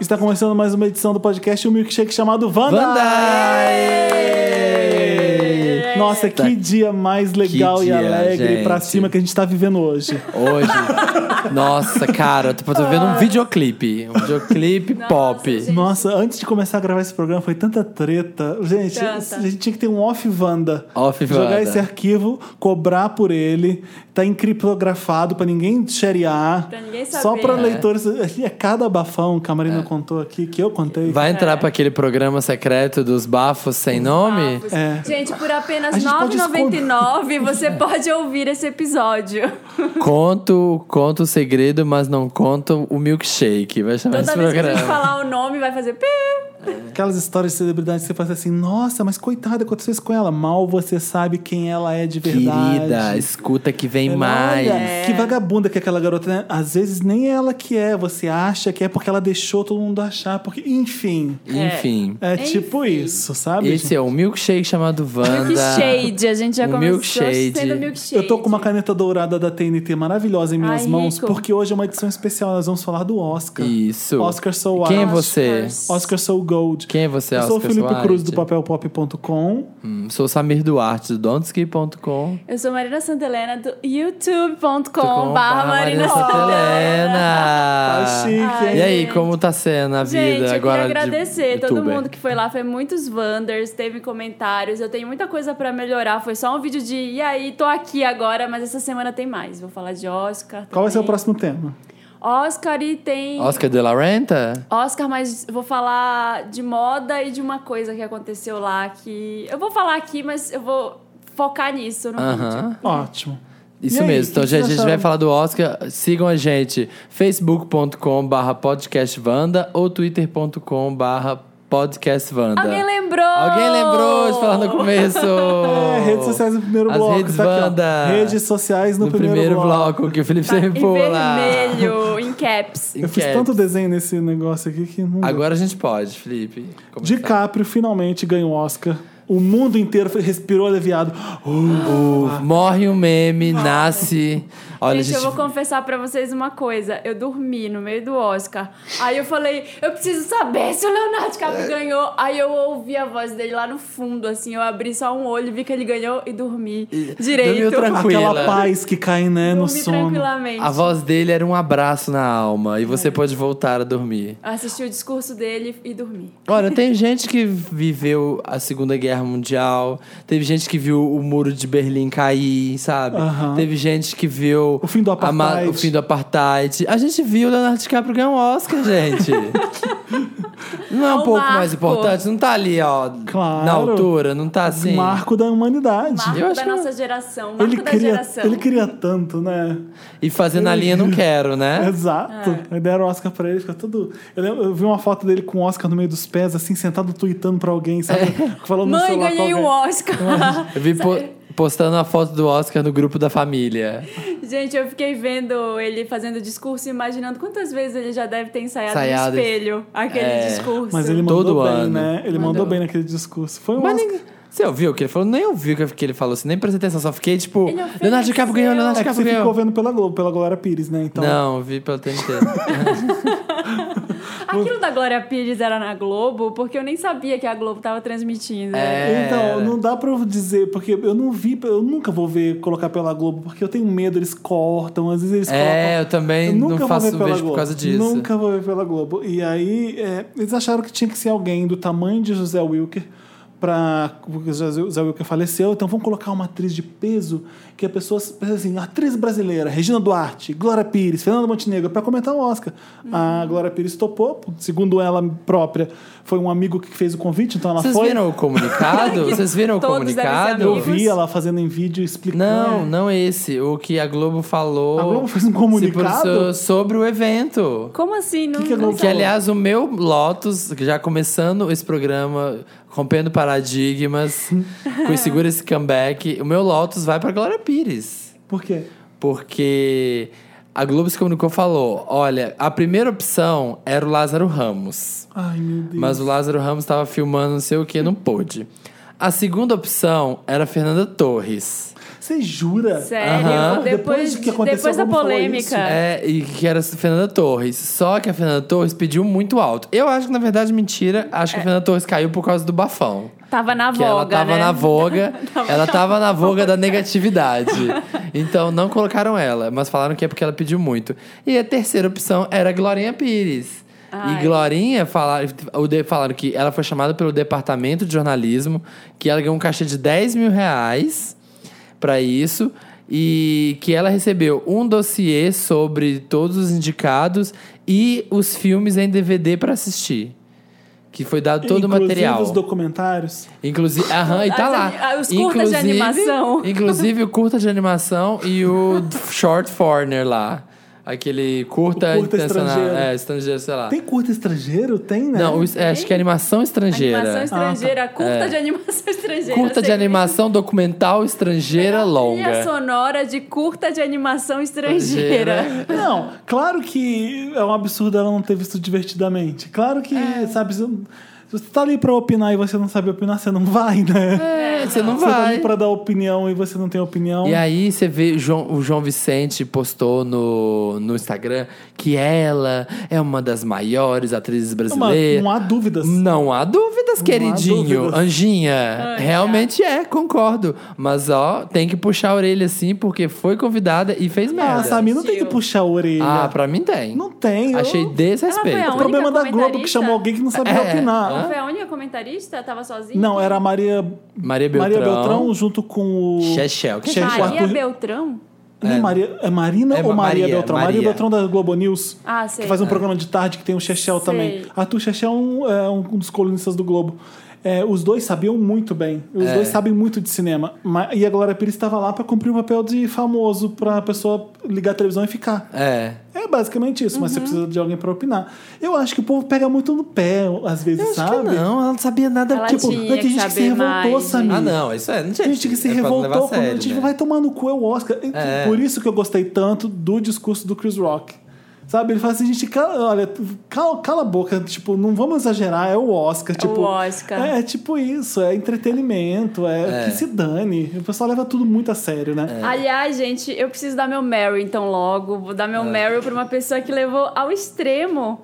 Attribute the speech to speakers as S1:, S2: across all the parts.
S1: Está começando mais uma edição do podcast Um Milkshake chamado Wanda!
S2: Wanda!
S1: Nossa, que dia mais legal e
S2: Tá. dia,
S1: alegre pra
S2: gente.
S1: cima que a gente tá vivendo hoje.
S2: Hoje. Nossa, cara, eu tô, tô vendo um videoclipe. Um videoclipe pop.
S3: gente.
S1: Nossa, antes de começar a gravar esse programa foi tanta treta. Gente,
S3: Tanta.
S1: a gente tinha que ter um off Wanda.
S2: Off
S1: Jogar
S2: Wanda.
S1: esse arquivo, cobrar por ele, tá encriptografado pra ninguém xerear.
S3: Pra ninguém
S1: Só
S3: saber.
S1: pra
S3: É.
S1: leitores. É cada bafão, o
S2: É.
S1: Camarino contou aqui, que eu contei.
S2: Vai entrar pra aquele programa secreto dos bafos sem nome?
S3: Novos.
S1: É.
S3: Gente, por
S1: A
S3: apenas R$
S1: gente pode
S3: 9,99 você pode ouvir esse episódio.
S2: Conto, conto o segredo, mas não conto o milkshake. Vai chamar
S3: Toda
S2: esse
S3: vez que a gente
S2: programa.
S3: falar o nome, vai fazer pi.
S1: Aquelas histórias de celebridades que você faz assim, nossa, mas coitada, aconteceu isso com ela. Mal você sabe quem ela é de verdade.
S2: Querida, escuta que vem
S1: Ela,
S2: mais.
S1: olha, Que vagabunda que é aquela garota, né? Às vezes nem ela que é, você acha que é porque ela deixou todo mundo achar, porque, enfim.
S2: Enfim.
S1: É tipo isso, sabe?
S2: Esse é o milkshake chamado Wanda.
S3: Milkshade, a gente já
S2: Um
S3: começou
S2: milkshade.
S3: sendo milkshade.
S1: Eu tô com uma caneta dourada da TNT maravilhosa em minhas
S3: Ai,
S1: mãos,
S3: rico.
S1: porque hoje é uma edição especial, nós vamos falar do Oscar.
S2: Isso.
S1: Oscar So
S2: Quem é
S1: White.
S2: você?
S1: Oscar Soul Gold.
S2: Quem é você,
S1: Eu sou o
S2: Oscar
S1: Felipe
S2: Soares?
S1: Cruz do papelpop.com.
S2: Hum, Sou Samir Duarte, do donski.com.
S3: Eu sou Marina Santelena do youtube.com
S2: Com
S3: barra Marina Santelena.
S2: Santelena.
S1: Tá chique, hein?
S2: E aí, como tá sendo a vida
S3: Gente, eu
S2: agora?
S3: queria agradecer
S2: de
S3: todo
S2: youtuber?
S3: mundo que foi lá. Foi muitos Wanders, teve comentários. Eu tenho muita coisa pra melhorar. Foi só um vídeo de e aí, tô aqui agora, mas essa semana tem mais. Vou falar de Oscar.
S1: Qual vai ser o
S3: também.
S1: próximo tema?
S3: Oscar e tem.
S2: Oscar de la Renta?
S3: Oscar, mas vou falar de moda e de uma coisa que aconteceu lá que. Eu vou falar aqui, mas eu vou focar nisso no vídeo.
S2: Aham.
S1: Ótimo. E
S2: Isso
S1: aí,
S2: mesmo.
S1: o
S2: Então,
S1: que
S2: gente, a
S1: vocês
S2: gente vai
S1: acharam?
S2: falar do Oscar. Sigam a gente. facebook.com barra podcastvanda ou twitter.com barra podcastvanda.
S3: Alguém lembrou!
S2: Alguém lembrou de falar no começo?
S1: É, redes sociais no primeiro
S2: Oh, As
S1: bloco.
S2: redes
S1: tá aqui, ó.
S2: Wanda.
S1: Redes sociais no,
S2: No, primeiro
S1: bloco.
S2: bloco que o Felipe
S3: Tá em
S2: sempre pula.
S3: vermelho, em caps.
S2: Em
S1: Eu fiz
S2: caps.
S1: tanto desenho nesse negócio aqui que não. deu.
S2: Agora a gente pode, Felipe. tá? Começar.
S1: DiCaprio finalmente ganhou o Oscar. O mundo inteiro foi- respirou aliviado. Uh, uh.
S2: Morre um meme, nasce. Olha,
S3: gente,
S2: gente.
S3: eu vou confessar pra vocês uma coisa. Eu dormi no meio do Oscar. Aí eu falei, eu preciso saber se o Leonardo DiCaprio
S2: É.
S3: ganhou. Aí eu ouvi a voz dele lá no fundo, assim. Eu abri só um olho, vi que ele ganhou e dormi direito.
S2: dormiu tranquilo.
S1: Aquela
S2: Ah, Tranquila.
S1: paz que cai, né, no
S3: dormi
S1: sono.
S3: tranquilamente.
S2: A voz dele era um abraço na alma e
S3: É.
S2: você pode voltar a dormir.
S3: Assisti o discurso dele e dormi.
S2: Olha, tem gente que viveu a Segunda Guerra Mundial, teve gente que viu o muro de Berlim cair, sabe?
S1: Aham.
S2: Teve gente que viu
S1: O fim do
S2: a ma-
S1: apartheid.
S2: o fim do apartheid. A gente viu o Leonardo DiCaprio ganhar um Oscar, gente. não é um
S3: É um
S2: pouco mais
S3: marco.
S2: importante? Não tá ali, ó,
S1: Claro.
S2: na altura, não tá assim.
S1: Marco da humanidade.
S3: Marco
S2: Eu acho
S3: da
S2: que-
S3: nossa geração. Marco
S1: Ele
S3: da
S1: queria,
S3: geração.
S1: ele queria tanto, né?
S2: E fazendo a linha não quero, né?
S1: Exato.
S3: É.
S1: Aí deram o Oscar pra ele, fica todo. Eu, lembro- eu vi uma foto dele com o Oscar no meio dos pés, assim, sentado tweetando pra alguém, sabe?
S2: É.
S1: Falando no celular
S3: Mãe,
S1: com
S3: ganhei um
S1: alguém.
S3: Oscar.
S2: Eu vi po- postando a foto do Oscar no grupo da família.
S3: Gente, eu fiquei vendo ele fazendo discurso e imaginando quantas vezes ele já deve ter ensaiado
S2: Ensaiado.
S3: no espelho aquele
S2: É.
S3: discurso.
S1: Mas ele mandou
S2: Todo
S1: bem,
S2: ano.
S1: né? Ele mandou.
S2: Mandou.
S1: bem naquele discurso. Foi um
S2: Mas
S1: Oscar.
S2: ninguém. Você ouviu o que ele falou? Nem ouviu o que ele falou, assim, nem prestei atenção, só fiquei tipo.
S3: Ele ofereceu.
S2: Leonardo DiCaprio ganhou, Leonardo
S1: É que você
S2: DiCaprio
S1: ficou
S2: ganhou.
S1: vendo pela Globo, pela Glória Pires, né? Então,
S2: Não, vi pelo TNT.
S3: Aquilo da Glória Pires era na Globo, porque eu nem sabia que a Globo tava transmitindo.
S2: É.
S1: então
S2: Era.
S1: não dá pra eu dizer, porque eu não vi, eu nunca vou ver colocar pela Globo, porque eu tenho medo, eles cortam, às vezes eles
S2: é,
S1: colocam.
S2: eu também não
S1: vou
S2: faço
S1: ver pela
S2: beijo por
S1: Globo.
S2: causa disso.
S1: Nunca vou ver pela Globo. E aí, é, eles acharam que tinha que ser alguém do tamanho de José Wilker pra. Porque o José José Wilker faleceu, então vamos colocar uma atriz de peso que a pessoa pensa assim: atriz brasileira, Regina Duarte, Glória Pires, Fernanda Montenegro, pra comentar o Oscar. A
S2: Uhum.
S1: Glória Pires topou, segundo ela própria, foi um amigo que fez o convite, então ela
S2: Vocês
S1: foi.
S2: viram o comunicado? Vocês viram o
S3: Todos devem ser
S2: comunicado?
S1: Eu
S3: amigos.
S1: vi ela fazendo em vídeo explicando.
S2: Não, não esse. O que a Globo falou.
S1: É. A Globo fez um
S2: se
S1: comunicado?
S2: posicionou sobre o evento.
S3: Como assim? Não,
S1: que a
S3: não
S1: Globo
S2: Que,
S1: falou?
S3: sabe.
S2: aliás, o meu Lotus, já começando esse programa, rompendo paradigmas, com segura esse comeback, o meu Lotus vai pra Glória Pires.
S1: Por quê?
S2: Porque a Globo se comunicou e falou: olha, a primeira opção era o Lázaro Ramos.
S1: Ai, meu Deus.
S2: Mas o Lázaro Ramos estava filmando não sei o que, não pôde. A segunda opção era a Fernanda Torres.
S1: Você jura?
S3: Sério?
S2: Aham.
S1: Depois
S3: Depois,
S1: que aconteceu,
S3: depois da
S1: a Globo falou
S3: polêmica.
S2: É, e que era a Fernanda Torres. Só que a Fernanda Torres pediu muito alto. Eu acho que, na verdade, mentira. Acho que a Fernanda Torres caiu por causa do bafão.
S3: Tava na
S2: Que ela
S3: voga,
S2: tava
S3: né?
S2: na voga.
S3: Tava
S2: ela tava na voga da negatividade. Então não colocaram ela, mas falaram que é porque ela pediu muito. E a terceira opção era Glorinha Pires.
S3: Ai.
S2: E Glorinha falaram, o de- falaram que ela foi chamada pelo departamento de jornalismo, que ela ganhou um cachê de 10 mil reais pra isso. E que ela recebeu um dossiê sobre todos os indicados e os filmes em DVD pra assistir. Que foi dado todo o
S1: Inclusive
S2: material.
S1: os documentários.
S2: Inclusive, aham, e tá
S3: As
S2: lá.
S3: ani- ah, os curtas de
S2: Inclusive-
S3: animação.
S2: Inclusive o curta de animação e o short foreigner lá. Aquele curta,
S1: O curta
S2: intencional-
S1: estrangeiro.
S2: É, estrangeiro, sei lá.
S1: Tem curto estrangeiro? Tem, né?
S2: Não, o- é, acho que é animação estrangeira.
S3: Animação estrangeira, curta
S2: É.
S3: de animação estrangeira.
S2: Curta de
S3: Sei- é
S2: animação documental estrangeira
S3: Trilha
S2: longa.
S3: sonora de curta de animação estrangeira.
S1: Não, claro que é um absurdo ela não ter visto divertidamente. Claro que,
S2: É.
S1: sabe, se se você tá ali pra opinar e você não sabe opinar, você não vai, né?
S2: É, você não
S1: você tá ali
S2: vai.
S1: pra dar opinião e você não tem opinião.
S2: E aí você vê o João- o João Vicente postou no, no Instagram que ela é uma das maiores atrizes
S1: É Uma-
S2: brasileiras.
S1: não há dúvidas.
S2: Não há dúvidas, queridinho.
S1: dúvidas.
S2: Anjinha,
S3: Anja.
S2: realmente é, concordo. Mas ó, tem que puxar a orelha assim, porque foi convidada e fez merda.
S1: Ah, Samir, não tem que
S3: Tio.
S1: puxar a orelha.
S2: Ah, pra mim tem.
S1: Não tem. eu-
S2: Achei desrespeito.
S3: Ela
S1: O
S3: foi a
S1: problema da Globo que
S3: comentarista?
S1: chamou alguém que não sabia
S2: É.
S1: opinar.
S2: Hã?
S3: Foi a única comentarista? Tava sozinha?
S1: Não, era a Maria,
S2: Maria Beltrão.
S1: Maria Beltrão junto com o.
S2: Chechel. que
S1: Che-
S2: Chechel.
S1: Arthur-
S3: Maria Beltrão?
S1: Não,
S2: É.
S1: Maria, é Marina
S2: É
S1: ou Maria,
S2: Maria,
S1: Beltrão? Maria.
S2: Maria. É.
S1: Beltrão da Globo News.
S3: Ah, sei.
S1: Que faz um programa de tarde que tem o Chechel
S3: Sei.
S1: também. Arthur Chechel é um, é um dos colunistas do Globo. É, os dois sabiam muito bem. Os
S2: É.
S1: dois sabem muito de cinema. Ma- E a Glória Pires estava lá para cumprir o papel de famoso, para a pessoa ligar a televisão e ficar.
S2: É.
S1: É basicamente isso,
S3: Uhum.
S1: mas você precisa de alguém para opinar. Eu acho que o povo pega muito no pé, às vezes,
S2: Eu acho
S1: sabe?
S2: que não, ela não sabia nada.
S3: Ela
S2: tipo,
S3: tinha
S1: não é que a
S3: que
S1: gente que se
S3: saber
S1: revoltou,
S3: mais,
S1: Samir.
S2: ah, não, isso é. Não tinha
S1: Tem gente que se
S2: é pra não levar
S1: revoltou
S2: a sério,
S1: quando a gente
S2: né?
S1: vai tomar no cu é o Oscar. Então,
S2: É.
S1: Por isso que eu gostei tanto do discurso do Chris Rock. Sabe, ele fala assim, gente, cala, olha, cala, cala a boca, tipo, não vamos exagerar, é o Oscar.
S3: É o
S1: tipo,
S3: Oscar.
S1: É, tipo isso, é entretenimento, é,
S2: É.
S1: que se dane. O pessoal leva tudo muito a sério, né?
S3: Aliás, gente, eu preciso dar meu Mary então logo. Vou dar
S2: É.
S3: meu Mary pra uma pessoa que levou ao extremo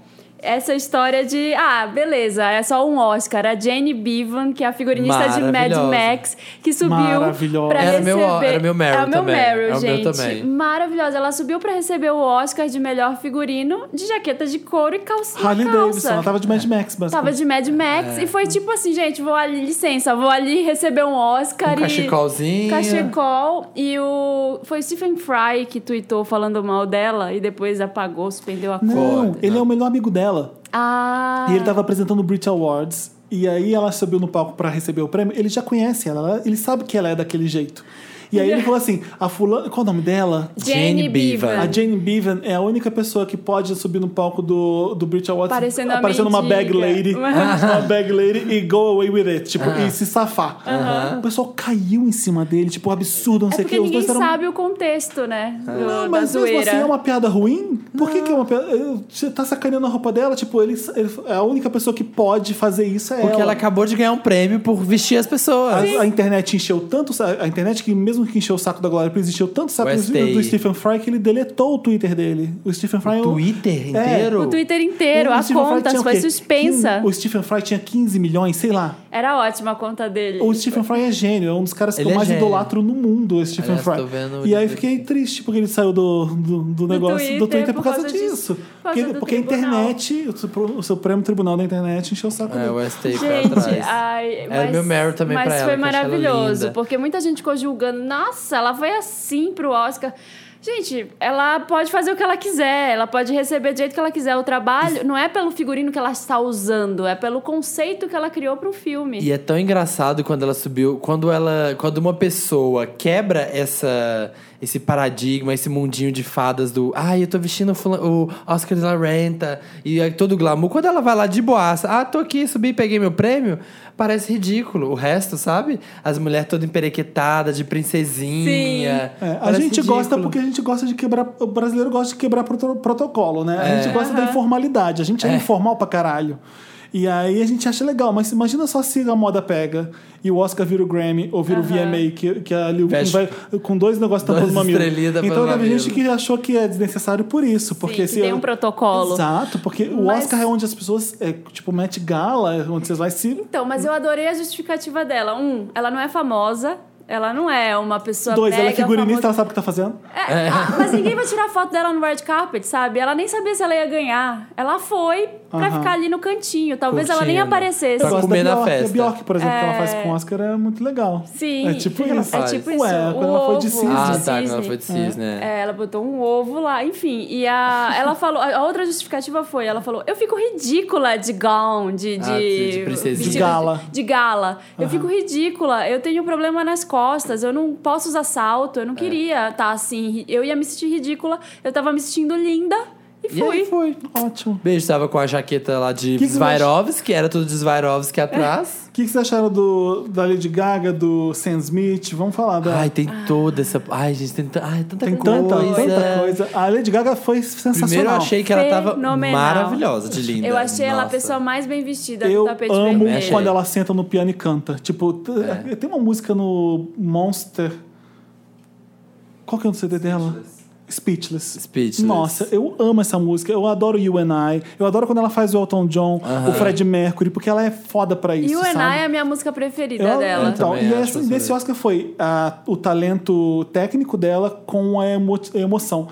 S3: essa história de. Ah, beleza, é só um Oscar. A Jane Bevan, que é a figurinista de Mad
S2: Maravilhosa.
S3: Max, que subiu
S1: Maravilhosa.
S3: pra
S2: Era
S3: receber.
S2: meu- era meu Meryl
S3: É o meu
S2: também, é
S3: Meryl,
S2: o meu
S3: gente.
S2: também.
S3: Maravilhosa. Ela subiu pra receber o Oscar de melhor figurino de jaqueta de couro e calcinha
S2: É.
S1: Harley
S3: calça.
S1: Davidson, ela tava de Mad Max, basicamente.
S3: Tava de Mad Max e foi tipo assim, gente, vou ali, licença, vou ali receber um Oscar
S2: Um
S3: e...
S2: cachecolzinho.
S1: ah,
S3: Cachecol e o... Foi o Stephen Fry que tweetou falando mal dela e depois apagou, suspendeu a
S1: Não,
S2: Foi,
S1: ele
S2: não.
S1: é o melhor amigo dela.
S3: Ah...
S1: E ele tá tava apresentando o Brit Awards. E aí ela subiu no palco pra receber o prêmio. Ele já conhece ela, ela- ele sabe que ela é daquele jeito. E aí ele falou assim: a fulana. Qual o nome dela?
S2: Jane
S3: Jane
S2: Bevan.
S3: Bevan.
S1: A Jane Bevan é a única pessoa que pode subir no palco do, do Brit Awards
S3: Parecendo uma
S1: aparecendo uma bag
S3: mendiga.
S1: lady, uma bag lady e go away with it, tipo, e se safar.
S2: Aham.
S1: O pessoal caiu em cima dele, tipo, absurdo, não
S3: É
S1: sei o
S3: porque
S1: que. Os
S3: ninguém
S1: dois eram Ah.
S3: sabe o contexto, né? do-
S1: não,
S3: da
S1: mas mesmo
S3: zoeira.
S1: assim é uma piada ruim? Por que, que é uma piada? Você tá sacaneando a roupa dela? Tipo, ele, ele- a única pessoa que pode fazer isso é
S2: Porque ela
S1: ela.
S2: acabou de ganhar um prêmio por vestir as pessoas.
S1: a, a internet encheu tanto. o sa- A internet, que mesmo que encheu o saco da Glória Pires, encheu tanto o saco
S2: O
S1: do,
S2: STI.
S1: do Stephen Fry que ele deletou o Twitter dele. O Stephen Fry. é um-
S2: Twitter
S1: É.
S2: inteiro?
S3: O Twitter inteiro,
S1: o
S3: a
S1: Stephen Fry
S3: conta
S1: tinha o
S3: foi
S1: quê?
S3: suspensa.
S1: Quin- O Stephen Fry tinha 15 milhões, sei lá.
S3: Era ótima a conta dele.
S1: O Stephen Fry é gênio, é um dos caras que
S2: Ele
S1: eu
S2: é
S1: mais
S2: gênio.
S1: idolatro no mundo, o Stephen
S2: Aliás,
S1: Fry.
S2: tô vendo
S1: e aí
S2: ele-
S1: fiquei triste porque ele saiu do, do, do negócio do
S3: Twitter
S1: Twitter por causa, disso.
S3: disso, por
S1: Porque,
S3: causa
S1: ele-
S3: do
S1: porque a
S3: tribunal.
S1: internet, o, Supro- o Supremo Tribunal da Internet encheu o saco
S2: É,
S1: dele.
S2: o STI foi
S3: Gente,
S2: atrás.
S3: ai,
S2: Era É, meu Meryl também
S3: mas
S2: pra ela,
S3: foi
S2: que eu achei ela
S3: maravilhoso,
S2: linda.
S3: porque muita gente ficou julgando, nossa, ela foi assim pro Oscar. Gente, ela pode fazer o que ela quiser, ela pode receber do jeito que ela quiser. O trabalho não é pelo figurino que ela está usando, é pelo conceito que ela criou pro filme.
S2: E é tão engraçado quando ela subiu, quando ela, quando uma pessoa quebra essa esse paradigma, esse mundinho de fadas do, ai, eu tô vestindo o fula- o Oscar de la Renta e é todo glamour. Quando ela vai lá de boaça, ah, tô aqui, subi, peguei meu prêmio, parece ridículo. O resto, sabe? As mulheres toda emperequetada, de princesinha.
S1: É, a
S2: Parece
S1: gente gosta
S2: ridículo.
S1: porque a gente gosta de quebrar. O
S2: É.
S1: brasileiro gosta de quebrar proto- protocolo, né? A gente gosta da informalidade. A gente é, informal é pra caralho. E aí a gente acha legal, mas imagina só se a moda pega e o Oscar vira o Grammy ou vira o
S3: Aham.
S1: VMA, que, que a Liu
S2: Fecha.
S1: vai com dois negócios
S2: Duas
S1: tampando o mamilo.
S2: estrelinhas tampando
S1: Então
S2: o
S1: teve
S2: mamilo.
S1: gente que achou que é desnecessário por isso. Porque
S3: que
S1: se
S3: tem
S1: eu-
S3: um protocolo.
S1: Exato, porque o
S3: Mas-
S1: Oscar é onde as pessoas. É, tipo, Met Gala, é onde você vai se.
S3: Então, mas eu adorei a justificativa dela. Um, ela não é famosa. Ela não é uma pessoa
S1: Dois, ela é
S3: mega
S1: figurinista,
S3: famosa.
S1: ela sabe o que tá fazendo.
S3: É, ah, mas ninguém vai tirar foto dela no red carpet, sabe? Ela nem sabia se ela ia ganhar. Ela foi pra
S1: Aham.
S3: ficar ali no cantinho. Talvez ela nem
S2: Curtindo. Tá.
S3: aparecesse.
S2: Pra
S1: Eu gosto
S2: comer
S1: da
S2: na
S1: Bjork.
S2: festa.
S1: A Bjork, por exemplo, que ela
S3: É.
S1: faz com Oscar é muito legal.
S3: Sim.
S1: É tipo
S2: que ela
S1: isso.
S3: É
S2: faz?
S3: tipo
S1: Ué,
S3: isso.
S1: quando
S3: o
S1: ela foi de
S3: ovo.
S1: cisne.
S2: Ah,
S3: De
S2: tá, quando ela foi de
S1: cisne.
S2: cisne. é.
S3: É, ela botou um ovo lá, enfim. E a, ela falou, a outra justificativa foi, ela falou, eu fico ridícula de gown, de, de,
S2: Ah, de- de princesinha.
S3: vestido
S1: De gala.
S3: De, de gala. Eu
S1: Aham.
S3: fico ridícula, eu tenho um problema nas costas, eu não posso usar salto,
S2: É.
S3: eu não queria estar assim. ri- Eu ia me sentir ridícula, eu tava me sentindo linda e
S2: E aí
S3: fui.
S1: Foi, ótimo.
S2: Beijo, tava com a jaqueta lá de
S1: Que que
S2: Svarovski, que era tudo de Svarovski atrás.
S1: O que, que vocês acharam do, da Lady Gaga, do Sam Smith? Vamos falar da.
S2: Ai, tem
S3: ah.
S2: toda essa. Ai, gente, tem, ta- ai, tanta
S1: tem
S2: coisa.
S1: tanta, tanta coisa. A Lady Gaga foi sensacional.
S2: Primeiro eu achei que ela tava
S3: Fenomenal.
S2: maravilhosa de linda.
S3: eu achei ela a
S2: Nossa.
S3: pessoa mais bem vestida
S1: Eu
S3: do tapete
S1: amo
S3: vermelho.
S1: quando ela senta no piano e canta. Tipo, t-
S2: É.
S1: tem uma música no Monster. Qual que é o CD dela? Speechless.
S2: Speechless.
S1: Nossa, eu amo essa música. Eu adoro You and I. Eu adoro quando ela faz o Elton John, o Fred Mercury, porque ela é foda pra isso.
S3: E o
S1: sabe?
S3: Enai é a minha música preferida
S1: Eu-
S3: dela.
S2: Eu
S1: Então,
S2: também
S1: e
S2: acho
S1: essa,
S2: essa
S1: desse
S2: daí.
S1: Oscar foi a- o talento técnico dela com a, emo- a emoção.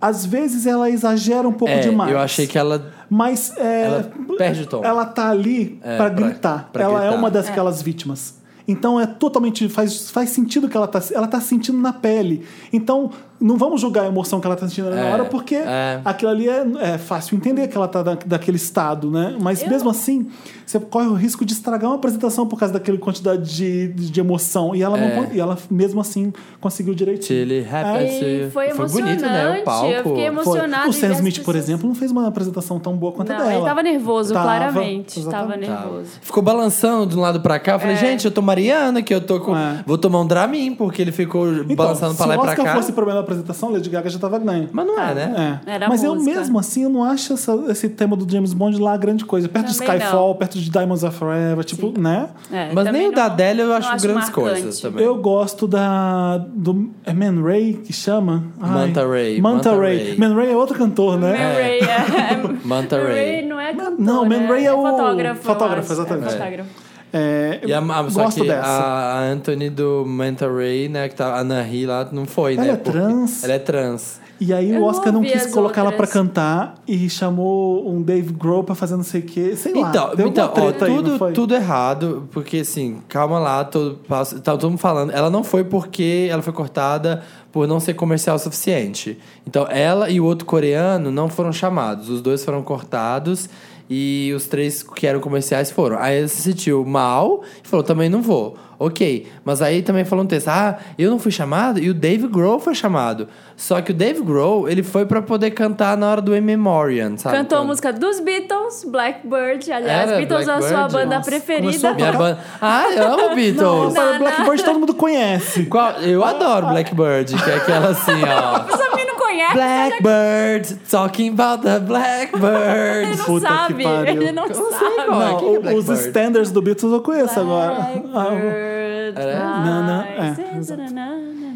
S1: Às vezes ela exagera um pouco
S2: É,
S1: demais.
S2: Eu achei que ela.
S1: Mas é,
S2: Ela perde o tom.
S1: Ela tá ali
S2: É,
S1: pra
S2: pra-
S1: gritar.
S2: pra
S1: ela é
S2: gritar.
S1: uma daquelas vítimas. Então é totalmente. Faz, faz sentido que ela tá, ela tá sentindo na pele. Então, não vamos julgar a emoção que ela tá sentindo na
S2: É,
S1: hora, porque
S2: é.
S1: aquilo ali é, é fácil entender que ela tá da, daquele estado, né? Mas mesmo assim, você corre o risco de estragar uma apresentação por causa daquela quantidade de, de emoção. E ela, não,
S2: É.
S1: con- e ela, mesmo assim, conseguiu direitinho.
S2: Chile
S3: E
S2: happens to you.
S3: foi
S2: E
S3: emocionante.
S2: bonito, né? O palco.
S3: Eu fiquei
S1: Foi.
S3: emocionada.
S1: O
S3: e
S1: Sam
S3: vi as
S1: Smith, por
S3: pessoas-
S1: exempção, não fez uma apresentação tão boa quanto a
S3: Não,
S1: dela.
S3: ele tava nervoso,
S1: Tava,
S3: claramente. Tava
S1: exatamente.
S3: nervoso.
S2: Ficou balançando de um lado pra cá. Eu
S3: É.
S2: falei, gente, eu tô Mariana, que eu tô com.
S1: É. Então,
S2: Vou tomar um Dramin, porque ele ficou balançando pra lá e
S1: se
S2: pra
S1: o Oscar
S2: cá.
S1: fosse problema da apresentação, Lady Gaga já tava ganha.
S2: Mas não é, né?
S1: É.
S3: Era
S1: Mas eu
S3: música.
S1: mesmo assim, eu não acho essa- esse tema do James Bond lá grande coisa. Perto de
S3: Também
S1: Skyfall,
S3: não.
S1: perto de Diamonds Are Forever, tipo, né?
S3: É,
S2: Mas
S3: também
S2: nem o
S3: não-
S2: da Adélia eu
S3: não
S2: acho grandes
S3: marcante.
S2: coisas também.
S1: Eu gosto da. do. É Man Ray que chama? Ai.
S2: Manta Ray,
S1: Manta,
S2: Manta
S1: Ray.
S2: Ray.
S1: Man Ray é outro cantor,
S3: Man
S1: né?
S3: Ray é.
S2: Manta
S3: Man
S2: Ray.
S3: Ray não é cantor.
S1: não, Man Ray é o-
S3: fotógrafo. eu
S1: fotógrafo,
S3: acho.
S1: exatamente.
S3: É fotógrafo.
S1: É,
S2: E a, a,
S1: eu
S2: só
S1: gosto
S2: que
S1: dessa.
S2: a Anthony do Manta Ray, né? Que tá, a Anahi lá não foi,
S1: Ela
S2: né?
S1: é
S2: porque
S1: trans.
S2: Ela é trans.
S1: E aí
S3: Eu
S1: o
S3: não
S1: Oscar não
S3: ouvi
S1: quis
S3: as
S1: colocar ela pra
S3: outras.
S1: cantar e chamou um Dave Grohl pra fazer não sei o quê. Sei lá.
S2: então,
S1: deu
S2: então
S1: uma
S2: ó,
S1: treta aí, não
S2: tudo,
S1: foi?
S2: tudo errado, porque assim, calma lá, todo, passo- tá todo mundo falando. Ela não foi porque ela foi cortada por não ser comercial o suficiente. Então, ela e o outro coreano não foram chamados, os dois foram cortados. E os três que eram comerciais foram. Aí ela se sentiu mal e falou: também não vou. Ok. Mas aí também falou um texto: ah, eu não fui chamado e o Dave Grohl foi chamado. Só que o Dave Grohl, ele foi pra poder cantar na hora do In Memoriam, sabe?
S3: Cantou a
S2: Quando-
S3: música dos Beatles, Blackbird. Aliás,
S2: Era
S3: Beatles é a sua
S2: Blackbird?
S3: banda
S1: Nossa, começou
S3: preferida.
S1: a
S2: Minha banda. Ah, eu amo
S1: Não,
S2: Beatles.
S1: para Blackbird todo mundo conhece.
S2: Qual- Eu adoro Blackbird, que é aquela assim, ó.
S3: Essa menina não conhece.
S2: Blackbird, talking about the
S3: Ele
S2: Blackbird.
S3: não
S1: Puta que
S3: sabe.
S1: pariu.
S3: Ele não
S2: Eu não sei
S3: sabe.
S2: qual é.
S1: Não,
S2: Quem é
S1: o- os
S2: Blackbird?
S1: standards do Beatles eu conheço é agora. Ah,
S3: Blackbird.
S2: É?
S1: Não, não, é,
S3: flies.
S1: exato.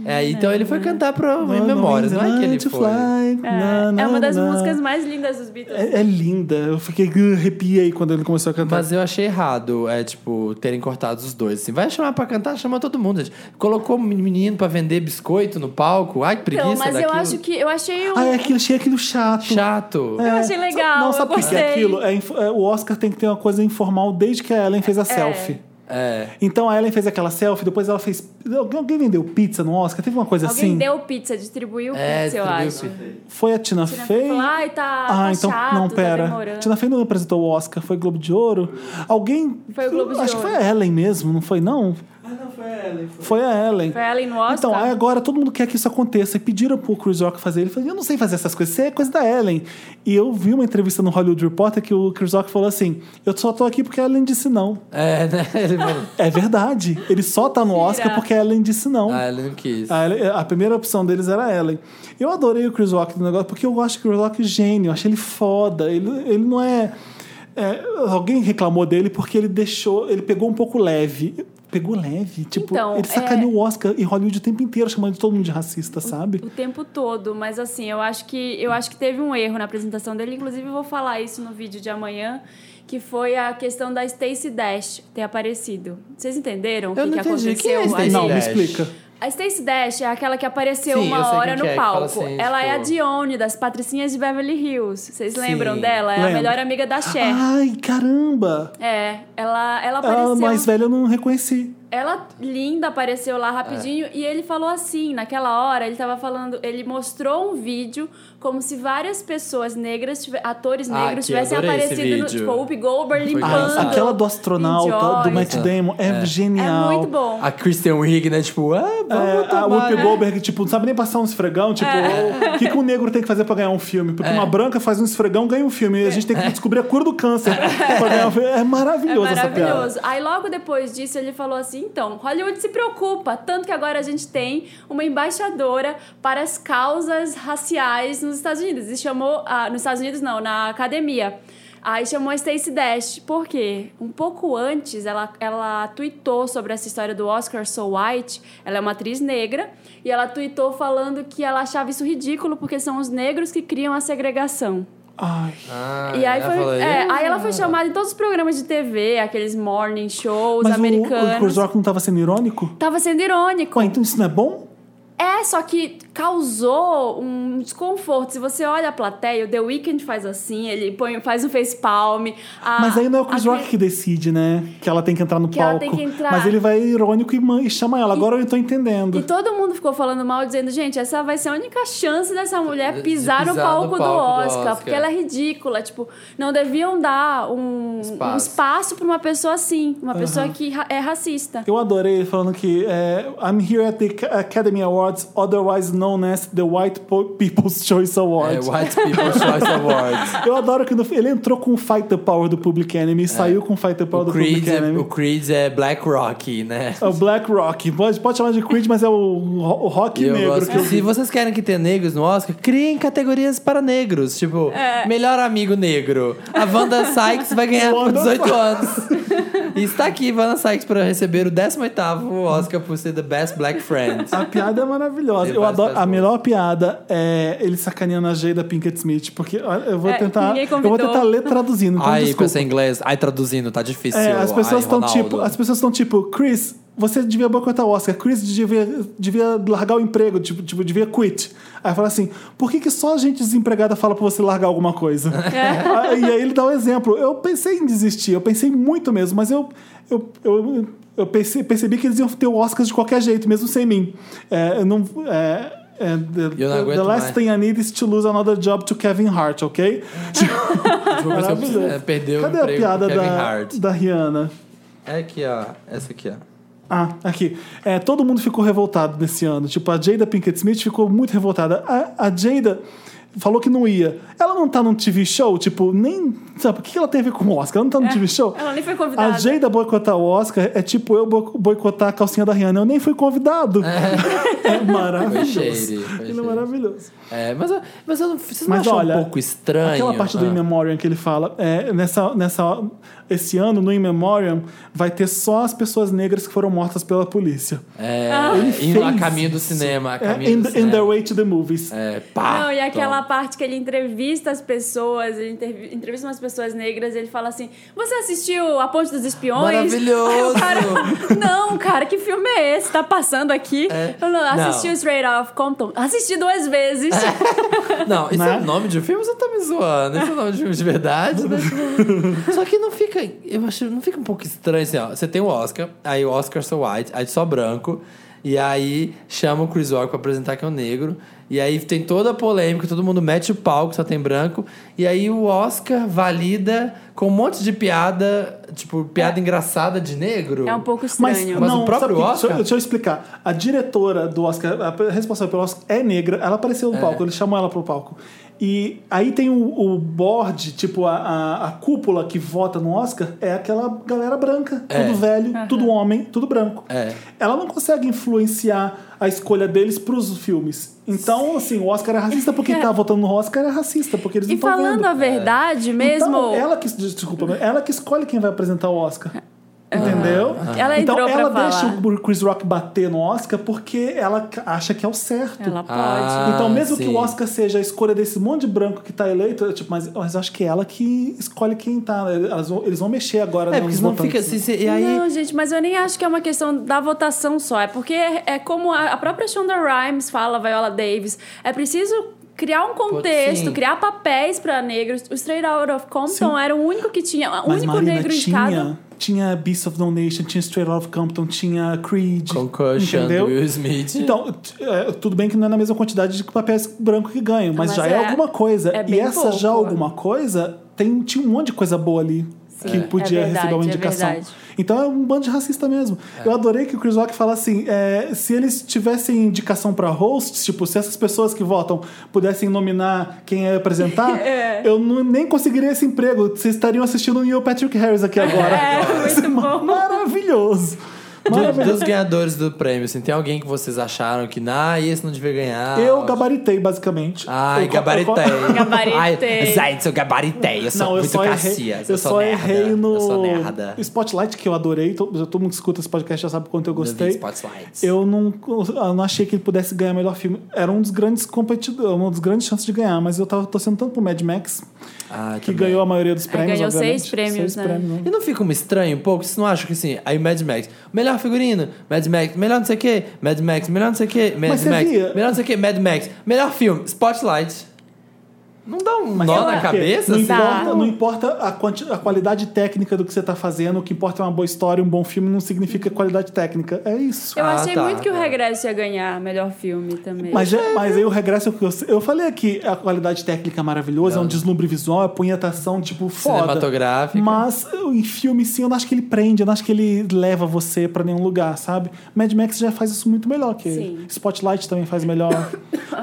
S2: É, então ele foi cantar pra Em Memórias, não é que ele foi.
S3: É, é uma das músicas mais lindas dos Beatles.
S1: É, é linda. Eu fiquei uh, arrepiei quando ele começou a cantar.
S2: Mas eu achei errado, é tipo, terem cortado os dois. Assim, vai chamar pra cantar, chama todo mundo. Gente. Colocou um menino pra vender biscoito no palco. Ai, que preguiça
S3: Então, mas
S2: daquilo.
S3: eu acho que eu achei um.
S1: Ah, é aquilo, achei aquilo chato.
S2: Chato.
S1: É.
S3: achei legal,
S1: Não,
S3: eu
S1: sabe o que que é
S3: gostei.
S1: aquilo? É inf- é, o Oscar tem que ter uma coisa informal desde que a Ellen fez a selfie.
S2: É.
S1: Então a Ellen fez aquela selfie, depois ela fez. Alguém, alguém vendeu pizza no Oscar? Teve uma coisa
S3: Alguém
S1: assim?
S3: deu pizza, distribuiu
S2: É,
S3: pizza, eu
S2: distribuiu
S3: acho.
S1: Foi a Tina,
S3: Tina
S1: Fey?
S3: falou, ai, tá,
S1: Ah,
S3: tá
S1: então
S3: chato,
S1: não,
S3: tá
S1: pera.
S3: demorando.
S1: Tina Fey não apresentou o Oscar, foi Globo de Ouro. Alguém.
S3: Foi o Globo de
S1: Acho
S3: Ouro.
S1: que foi a Ellen mesmo, não foi não?
S2: Ah, não, foi ela.
S1: Foi a Ellen.
S3: Foi ela no Oscar.
S1: Então, aí agora todo mundo quer que isso aconteça. E pediram pro Chris Rock fazer. Ele falou: Eu não sei fazer essas coisas, isso é coisa da Ellen. E eu vi uma entrevista no Hollywood Reporter que o Chris Rock falou assim: Eu só tô aqui porque a Ellen disse não.
S2: É, né? Ele falou.
S1: É verdade. Ele só tá no
S3: Mentira.
S1: Oscar porque a Ellen disse não.
S2: Ah, ele não quis.
S1: A, Ellen- a primeira opção deles era a Ellen. Eu adorei o Chris Rock no negócio, porque eu acho que o Chris Rock é gênio, eu achei ele foda. Ele, ele não é. é, alguém reclamou dele porque ele deixou, ele pegou um pouco leve. Pegou leve? Tipo,
S3: Então,
S1: ele
S3: é-
S1: sacaneou o Oscar e Hollywood o tempo inteiro chamando todo mundo de racista, sabe?
S3: O tempo todo, mas assim, eu acho que eu acho que teve um erro na apresentação dele, inclusive eu vou falar isso no vídeo de amanhã, que foi a questão da Stacey Dash ter aparecido. Vocês entenderam o que,
S2: Eu não
S3: que
S2: entendi. Quem é
S3: aconteceu? Assim,
S2: a Stacey
S3: ali?
S1: Não, me
S2: Dash.
S1: explica.
S3: A Stacey Dash é aquela que apareceu
S2: Sim, eu
S3: uma
S2: sei
S3: hora
S2: quem
S3: no
S2: que é, que fala
S3: palco.
S2: assim,
S3: Ela é a
S2: tipo-
S3: Dione, das Patricinhas de Beverly Hills. Vocês lembram
S2: Sim. Ah,
S3: dela? É
S1: Lembro.
S3: a melhor amiga da Cher.
S1: Ai, caramba!
S3: É, ela, ela apareceu.
S1: Ela mais velha eu não reconheci.
S3: Ela linda apareceu
S2: É.
S3: lá rapidinho e ele falou assim, naquela hora ele tava falando, ele mostrou um vídeo como se várias pessoas negras, tive- atores
S2: Ah,
S3: negros
S2: que
S3: tivessem
S2: adorei esse
S3: aparecido no
S2: vídeo.
S3: tipo Whoopi Goldberg
S2: Foi
S3: limpando.
S1: Ah,
S2: engraçado.
S1: aquela do astronauta, do
S3: Enjoy.
S1: Matt Damon, é, genial.
S3: É muito bom.
S2: A Kristen Wiig, né? Tipo, ah, vamos
S1: É, a
S2: tomar,
S1: Whoopi
S2: né?
S1: Goldberg, tipo, não sabe nem passar um esfregão. Tipo,
S3: É.
S1: o que, que um negro tem que fazer pra ganhar um filme? Porque uma branca faz um esfregão, ganha um filme. E a gente tem que descobrir a cura do câncer pra ganhar um filme. É
S3: É
S1: maravilhoso, essa piada.
S3: maravilhoso. Aí logo depois disso ele falou assim: então, Hollywood se preocupa, tanto que agora a gente tem uma embaixadora para as causas raciais nos Estados Unidos. E chamou. ah, nos Estados Unidos não, na academia. Aí chamou a Stacey Dash. Por quê? Um pouco antes, ela, ela tweetou sobre essa história do Oscar So White. Ela é uma atriz negra. E ela tweetou falando que ela achava isso ridículo porque são os negros que criam a segregação.
S1: Ai.
S2: Ah,
S3: E aí,
S2: ela
S3: foi,
S2: falou,
S3: é,
S2: "Ah".
S3: aí ela foi chamada em todos os programas de TV, aqueles morning shows
S1: Mas o, o
S3: americanos.
S1: Chris Rock não tava sendo irônico?
S3: Tava sendo irônico.
S1: Ué, então isso não é bom?
S3: É, só que causou um desconforto. Se você olha a plateia, o The Weeknd faz assim, ele põe, faz um face palm.
S1: Mas aí não é o Chris Rock que decide, né? Que ela tem que entrar no
S3: Ah, Que ela
S1: palco.
S3: tem que entrar.
S1: Mas ele vai irônico e, man- e chama ela. Agora eu tô entendendo.
S3: E todo mundo ficou falando mal, dizendo, gente, essa vai ser a única chance dessa mulher
S2: De
S3: pisar,
S2: pisar
S3: no,
S2: no
S3: palco
S2: palco do
S3: do Oscar,
S2: Oscar.
S3: porque ela é ridícula. Tipo, não deviam dar um um espaço,
S2: Espaço.
S3: pra uma pessoa assim, uma pessoa
S1: Aham.
S3: que ra- é racista.
S1: Eu adorei ele falando que é, I'm here at the Academy Awards, otherwise known as the White Po- People's Choice
S2: É,
S1: Awards.
S2: White People's Choice Awards.
S1: Eu adoro que no- ele entrou com o Fight the Power do Public Enemy e saiu com o Fight the Power
S2: É.
S1: do
S2: O Creed,
S1: Public
S2: é,
S1: Enemy.
S2: o Creed é Black Rock, né?
S1: É o Black Rock. Pode, pode chamar de Creed, mas é o, ro- o rock
S2: E eu
S1: negro.
S2: gosto
S1: que
S2: que,
S1: eu-
S2: se vocês querem que tenha negros no Oscar, criem categorias para negros. Tipo, melhor amigo negro. A Wanda Sykes vai ganhar por
S1: Wanda
S2: 18 anos. E está aqui, Wanda Sykes, para receber o 18º Oscar por ser The Best Black Friend.
S1: A piada é maravilhosa.
S2: Tem
S1: Eu
S2: várias
S1: adoro. A
S2: pessoas.
S1: melhor piada é ele sacaneando a Jada Pinkett Smith, porque olha, eu vou
S3: É,
S1: tentar.
S3: ninguém
S1: Eu vou
S3: convidou.
S1: tentar ler traduzindo. Então,
S2: Ai,
S1: desculpa.
S2: pensei em inglês. Ai, traduzindo, tá difícil.
S1: É, as pessoas
S2: Ai,
S1: estão
S2: Ronaldo.
S1: tipo, as pessoas estão tipo, Chris, você devia boicotar o Oscar, Chris devia, devia largar o emprego, tipo, tipo, devia quit. Aí fala assim, por que, que só gente desempregada fala pra você largar alguma coisa? Ah, e aí ele dá o exemplo. Eu pensei em desistir, eu pensei muito mesmo, mas eu eu, eu, eu perce- percebi que eles iam ter o Oscar de qualquer jeito, mesmo sem mim. É, eu não é, é, the,
S2: Eu não aguento
S1: the last
S2: mais.
S1: thing I need is to lose another job to Kevin Hart, ok?
S2: Tipo, a pessoa
S1: Maravilhoso.
S2: é, perdeu
S1: Cadê
S2: o
S1: a
S2: emprego pro
S1: piada
S2: Kevin
S1: da,
S2: Hart.
S1: da Rihanna?
S2: É aqui, ó. Essa aqui, ó.
S1: Ah, aqui. É, todo mundo ficou revoltado nesse ano. Tipo, a Jada Pinkett Smith ficou muito revoltada. A, a Jada falou que não ia. Ela não tá num TV show, tipo, nem. Sabe, o que ela tem a ver com o Oscar? Ela não tá num TV show?
S3: É, Ela nem foi
S1: A
S3: convidada.
S1: Jada boicotar o Oscar é tipo eu boi- boicotar a calcinha da Rihanna. Eu nem fui convidado. É,
S2: Foi
S1: maravilhoso.
S2: cheire. Foi
S1: Ele é
S2: cheire.
S1: maravilhoso.
S2: É, mas, mas eu não- vocês não
S1: Mas
S2: acham
S1: olha,
S2: um pouco estranho?
S1: Aquela parte do In
S2: Ah.
S1: Memoriam que ele fala, é, nessa, nessa, esse ano, no In Memoriam, vai ter só as pessoas negras que foram mortas pela polícia.
S2: É,
S1: Ele
S2: indo a
S1: fez
S2: caminho do cinema, a
S1: É,
S2: caminho
S1: in,
S2: do
S1: the- in
S2: cinema.
S1: their way to the movies.
S2: É, pá,
S3: Não, e
S2: toma.
S3: aquela parte que ele entrevista as pessoas, ele intervi- entrevista umas pessoas negras, ele fala assim: Você assistiu A Ponte dos Espiões?
S2: Maravilhoso!
S3: Aí o cara, não, cara, que filme é esse? Tá passando aqui?
S2: É.
S3: Eu não,
S2: Não.
S3: assisti o Straight Off Compton? Assisti duas vezes.
S2: Não, isso
S1: Né?
S2: é o nome de um filme, você tá me zoando. Isso é o nome de filme de verdade, né? Tipo, Só que não fica. Eu acho não fica um pouco estranho assim, ó. Você tem o Oscar, aí o Oscar só white, aí só branco. E aí chama o Chris Rock pra apresentar que é um negro. E aí tem toda a polêmica, todo mundo mete o pau que só tem branco. E aí o Oscar valida com um monte de piada, tipo,
S1: É.
S2: piada engraçada de negro.
S3: é um pouco
S1: Mas,
S3: estranho.
S2: Mas
S1: não,
S2: o próprio
S1: sabe que-
S2: Oscar?
S1: Deixa, eu- deixa eu explicar. A diretora do Oscar, a responsável pelo Oscar, é negra. Ela apareceu no palco, eles chamam ela pro palco. E aí tem o, o board, tipo, a, a, a cúpula que vota no Oscar é aquela galera branca.
S2: É.
S1: Tudo velho, tudo homem, tudo branco.
S2: É.
S1: Ela não consegue influenciar a escolha deles pros filmes. Então, assim, o Oscar é racista porque quem tá votando no Oscar é racista, porque eles
S3: E
S1: não estão
S3: falando
S1: vendo.
S3: a verdade mesmo.
S1: Então, ela que, desculpa, mas ela que escolhe quem vai apresentar o Oscar. Entendeu?
S3: Ah, tá. Ela
S1: então
S3: entrou pra
S1: ela deixa
S3: falar.
S1: o Chris Rock bater no Oscar porque ela acha que é o certo.
S3: Ela pode.
S2: Ah.
S1: Então, mesmo que
S2: sim.
S1: o Oscar seja a escolha desse monte de branco que tá eleito, eu, tipo, mas, mas eu acho que é ela que escolhe quem tá. né? Elas vão- eles vão mexer agora
S2: É,
S1: né,
S2: porque
S1: nos
S2: senão
S1: votantes.
S2: fica assim. se- E aí.
S3: Não, gente, mas eu nem acho que é uma questão da votação só. É porque é, é como a a própria Shonda Rhimes fala, Viola Davis. É preciso criar um contexto,
S2: sim.
S3: criar papéis pra negros. O Straight Out of Compton
S1: Sim.
S3: era o único que tinha, o
S1: Mas,
S3: único
S1: Marina,
S3: negro indicado.
S1: tinha, tinha Beast of No Nation, tinha Straight Out of Compton, tinha Creed.
S2: Concussion
S1: entendeu?
S2: do Will Smith.
S1: Então, t- é, tudo bem que não é na mesma quantidade de papéis branco que ganham, mas,
S3: mas
S1: já é,
S3: é-
S1: alguma coisa.
S3: é
S1: e
S3: bem
S1: essa
S3: pouco.
S1: já alguma coisa tem, tinha um monte de coisa boa ali que
S3: É.
S1: podia
S3: É verdade,
S1: receber uma
S3: é
S1: indicação.
S3: verdade.
S1: então é um bando de racista mesmo. Eu adorei que o Chris Rock fala assim: é, se eles tivessem indicação pra hosts, tipo, se essas pessoas que votam pudessem nominar quem ia apresentar,
S3: É.
S1: eu não- nem conseguiria esse emprego. Vocês estariam assistindo o Neil Patrick Harris aqui agora.
S3: É, muito bom.
S1: Maravilhoso!
S2: Do-
S1: Maravilhoso.
S2: dos ganhadores do prêmio, assim, tem alguém que vocês acharam que, ah, esse não devia ganhar?
S1: Eu gabaritei, basicamente. Eu
S2: Ai,
S1: co- eu co-
S2: gabaritei.
S3: Gabaritei.
S2: Ai, gente, eu gabaritei. Eu sou
S1: Não, eu
S2: muito
S1: só errei,
S2: cacia.
S1: eu só
S2: nerda,
S1: errei no
S2: Eu sou nerda.
S1: Spotlight, que eu adorei. To- Todo mundo que escuta esse podcast já sabe o quanto eu gostei.
S2: Spotlights.
S1: Eu não, eu não achei que ele pudesse ganhar melhor filme. Era um dos grandes competidores, uma das grandes chances de ganhar, mas eu tava torcendo tanto pro Mad Max,
S2: Ah,
S1: que
S2: também.
S1: ganhou a maioria dos prêmios.
S3: É, ganhou
S1: obviamente.
S3: seis prêmios,
S1: Seis
S3: né?
S1: prêmios,
S2: E não fica um estranho um pouco? Vocês não acham que assim, aí Mad Max, melhor figurino, Mad Max, melhor não sei o que, Mad Max, melhor não sei o que, Mad
S1: Mas você
S2: Max,
S1: via-
S2: melhor não sei o que, Mad Max, melhor filme, Spotlight. Não dá um
S1: Mas
S2: nó
S1: sabe
S2: na
S1: por quê?
S2: cabeça?
S1: Não
S2: assim?
S1: importa,
S3: Dá.
S1: não importa a, quanti- a qualidade técnica do que você tá fazendo, o que importa é uma boa história, um bom filme, não significa qualidade técnica. É isso.
S3: Eu
S2: Ah,
S3: achei
S2: tá,
S3: muito que o
S2: tá.
S3: Regresso ia ganhar melhor filme também.
S1: Mas, é- mas aí o regresso é o que eu, eu falei aqui, a qualidade técnica maravilhosa, é um deslumbre visual, é punhetação, tipo, foda.
S2: Cinematográfica.
S1: Mas eu, em filme, sim, eu não acho que ele prende, eu não acho que ele leva você pra nenhum lugar, sabe? Mad Max já faz isso muito melhor que ele.
S3: Sim.
S1: Spotlight também faz melhor.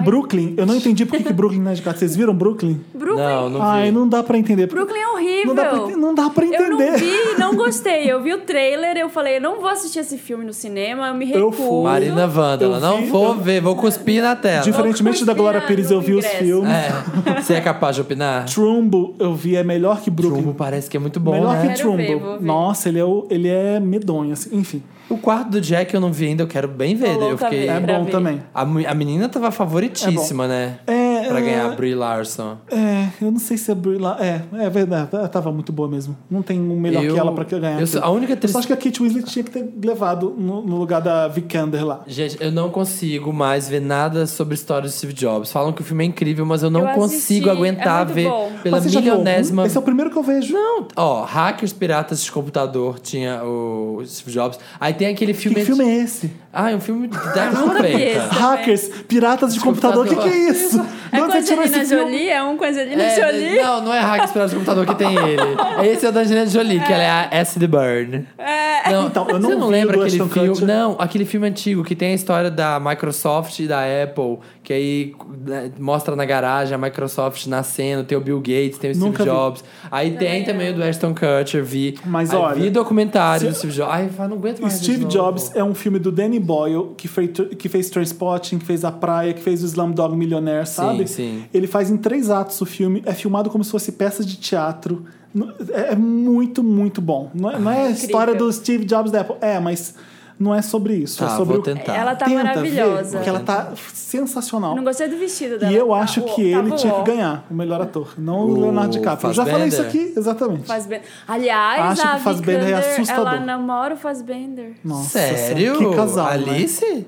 S1: Brooklyn, eu não entendi por que, que Brooklyn não é indicado. Vocês viram Brooklyn?
S3: Brooklyn,
S2: Não, não vi.
S1: Ai, não dá pra entender.
S3: Brooklyn é horrível.
S1: não dá pra, ente- não dá pra entender.
S3: Eu não vi, não gostei. Eu vi o trailer, eu falei, eu não vou assistir esse filme no cinema, eu me
S1: Eu
S3: recuso.
S1: fui.
S2: Marina Vandala,
S1: Eu
S2: não
S1: vi-
S2: vou
S1: eu-
S2: ver, vou cuspir na tela.
S1: Diferentemente da Glória Pires, eu vi os
S3: Ingresso.
S1: filmes.
S2: É, você é capaz de opinar?
S1: Trumbo, eu vi, é melhor que Brooklyn.
S2: Trumbo parece que é muito bom,
S1: Melhor
S2: né?
S1: que
S3: Quero ver, vou
S1: Trumbo.
S3: ver.
S1: Nossa, ele é, o, ele é medonho, assim. Enfim,
S2: O quarto do Jack eu não vi ainda, eu quero bem ver.
S3: Tô
S2: Eu
S3: louca
S2: fiquei...
S1: é
S3: pra
S1: bom
S3: ver.
S1: também.
S2: A, mu- a menina tava favoritíssima, né?
S1: É,
S2: Pra
S1: é,
S2: ganhar a Brie Larson.
S1: É, eu não sei se a Brie lá. É, é verdade, ela tava muito boa mesmo. Não tem um melhor
S2: Eu-
S1: que ela pra que ganhar.
S2: eu sou- a única
S1: Eu só
S2: triste-
S1: acho que a Kate Winslet tinha que ter levado no, no lugar da Vikander lá.
S2: Gente, eu não consigo mais ver nada sobre a história de Steve Jobs. Falam que o filme é incrível, mas eu não
S3: Eu assisti,
S2: consigo
S3: é
S2: aguentar
S3: muito
S2: ver
S3: bom.
S2: pela
S1: Mas você já viu algum?
S2: milionésima.
S1: Esse é o primeiro que eu vejo.
S2: Não, ó, hackers piratas de computador tinha o Steve Jobs. Aí tem aquele filme. Tá.
S1: que filme é esse?
S2: Ah, é um filme da
S3: Nunca vi esse.
S2: 90.
S3: Também.
S1: Hackers, piratas de computador, o que, que é isso?
S3: É
S1: De
S3: com
S1: onde
S3: a
S1: você tirou
S3: Angelina
S1: esse filme?
S3: Jolie? É um com a Angelina Jolie?
S2: É, não, não é hackers piratas de computador que tem ele. Esse é o da Angelina Jolie, que ela é a Acid Burn.
S3: É.
S2: Não,
S1: Então, eu não
S2: você não
S1: vi
S2: lembra
S1: do
S2: aquele
S1: Ashton
S2: filme?
S1: Kutcher.
S2: Não, aquele filme antigo que tem a história da Microsoft e da Apple, que aí né, mostra na garagem a Microsoft nascendo, tem o Bill Gates, tem o Steve
S1: Nunca vi.
S2: Jobs. Aí tem
S3: não.
S2: também o do Ashton Kutcher, vi.
S1: Mas
S2: Aí
S1: olha,
S2: vi documentário
S1: se-
S2: do Steve Jobs. Ai, eu não aguento mais. ver de
S1: Steve
S2: novo.
S1: Jobs é um filme do Danny Boyle, que fez, que fez Transpotting, que fez A Praia, que fez o Slumdog Millionaire, sabe?
S2: sim.
S1: Ele faz em três atos o filme, é filmado como se fosse peça de teatro. Não- É é muito, muito bom. Não é, não é a história do Steve Jobs da Apple. É, mas não é sobre isso.
S2: Tá,
S1: é sobre o...
S2: vou tentar.
S3: Ela tá
S1: Tenta
S3: maravilhosa.
S1: Ver, porque ela tá sensacional.
S3: Não gostei do vestido dela.
S1: E eu
S3: Tá
S1: acho
S3: o-
S1: que ele
S3: tava
S1: tinha que
S3: o-
S1: ganhar o melhor ator, não o
S2: O
S1: Leonardo DiCaprio. Eu já falei isso
S2: Fassbender?
S1: aqui, exatamente.
S3: Fazbender. Aliás,
S1: Acho que
S3: a
S1: o Fassbender é
S3: Vikander,
S1: assustador.
S3: ela namora o Fassbender.
S1: Nossa, é um
S2: Sério?
S1: Que casal, né?
S2: Alice?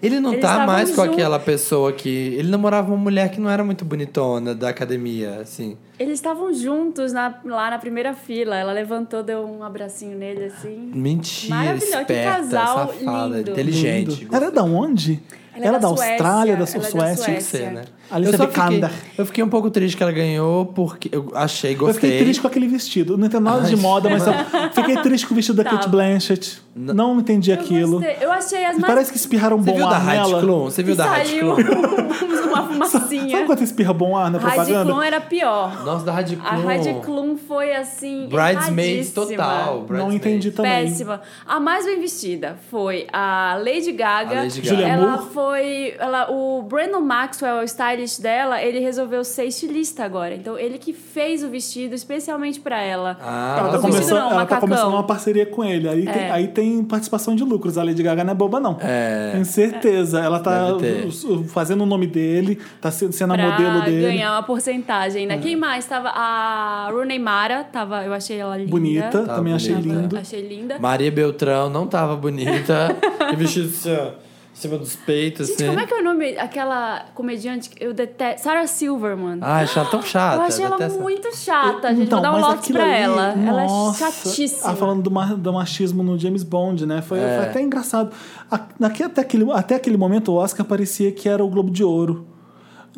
S2: Ele não
S3: Eles
S2: tá
S3: estavam
S2: mais com
S3: juntos.
S2: aquela pessoa que. Ele namorava uma mulher que não era muito bonitona da academia, assim.
S3: Eles estavam juntos na- lá na primeira fila. Ela levantou, deu um abracinho nele, assim.
S2: Mentira,
S3: Maravilhoso, que
S2: esperta,
S3: casal
S2: safada,
S3: lindo.
S2: inteligente.
S1: Lindo. Era da onde?
S3: Ela é da Suécia,
S1: Austrália, da,
S3: ela é da
S1: Suécia.
S2: Tem que ser, né?
S1: Alice
S2: eu, só fiquei,
S1: Vikander.
S2: eu fiquei um pouco triste que ela ganhou, porque eu achei,
S1: Eu
S2: gostei.
S1: fiquei triste com aquele vestido. Não entendo nada de
S2: Ai.
S1: moda, mas eu fiquei triste com o vestido da
S3: Tava.
S1: Kate Blanchett. Não, entendi É aquilo.
S3: Eu, gostei. eu achei as mais.
S1: Parece que espirraram
S2: Você
S1: bom
S2: viu da
S1: ar
S2: Rádio
S1: nela.
S2: Clone? Você viu
S3: que
S2: da Rádio
S3: saiu
S2: Clone?
S3: uma fumacinha.
S1: Sabe quando espirra bom ar na propaganda?
S3: Radiclon era pior.
S2: Nossa, da Rádio
S3: A
S2: Clone.
S3: Radiclon foi assim.
S2: Bridesmaids
S3: erradíssima.
S2: total.
S1: Não
S2: Bridesmaids.
S1: entendi também.
S3: Péssima. A mais bem vestida foi a Lady Gaga.
S2: A Lady Gaga.
S1: Julia
S3: Ela
S1: Moore.
S3: foi. Ela, o Brandon Maxwell, o stylist dela, ele resolveu ser estilista agora. Então, ele que fez o vestido especialmente pra ela.
S1: Ela
S2: Ah,
S1: tá,
S2: arrasou.
S3: Vestido
S1: começando, ela
S3: não,
S1: tá
S3: macacão. É.
S1: começando uma parceria com ele. Aí, tem, aí tem participação de lucros. A Lady Gaga não é boba, não.
S2: É.
S1: Tenho certeza. Ela tá
S2: Deve ter.
S1: s- fazendo o nome dele, tá sendo sendo a
S3: pra
S1: modelo dele. É.
S3: ganhar uma porcentagem, né? Quem mais? Tava a Rooney Mara, tava, eu achei ela linda.
S1: Bonita,
S2: Tá
S1: também achei
S2: bonita.
S1: lindo.
S3: Achei linda.
S2: Maria Beltrão não tava bonita. e vestido assim, ó, em cima dos peitos,
S3: Gente,
S2: assim.
S3: como é que é o nome? Aquela comediante que eu detesto. Sarah Silverman.
S2: Ai, chata, tão chata.
S3: eu achei ela
S2: detesto.
S3: muito chata, gente.
S1: né? Então,
S3: Vou dar um
S1: mas
S3: lote
S1: aquilo
S3: pra
S1: ali,
S3: ela.
S1: nossa,
S3: ela é chatíssima.
S1: Ah, falando do, ma- do machismo no James Bond, né? Foi,
S2: É.
S1: foi até engraçado. A- Naquele, até, aquele, até aquele momento, o Oscar parecia que era o Globo de Ouro.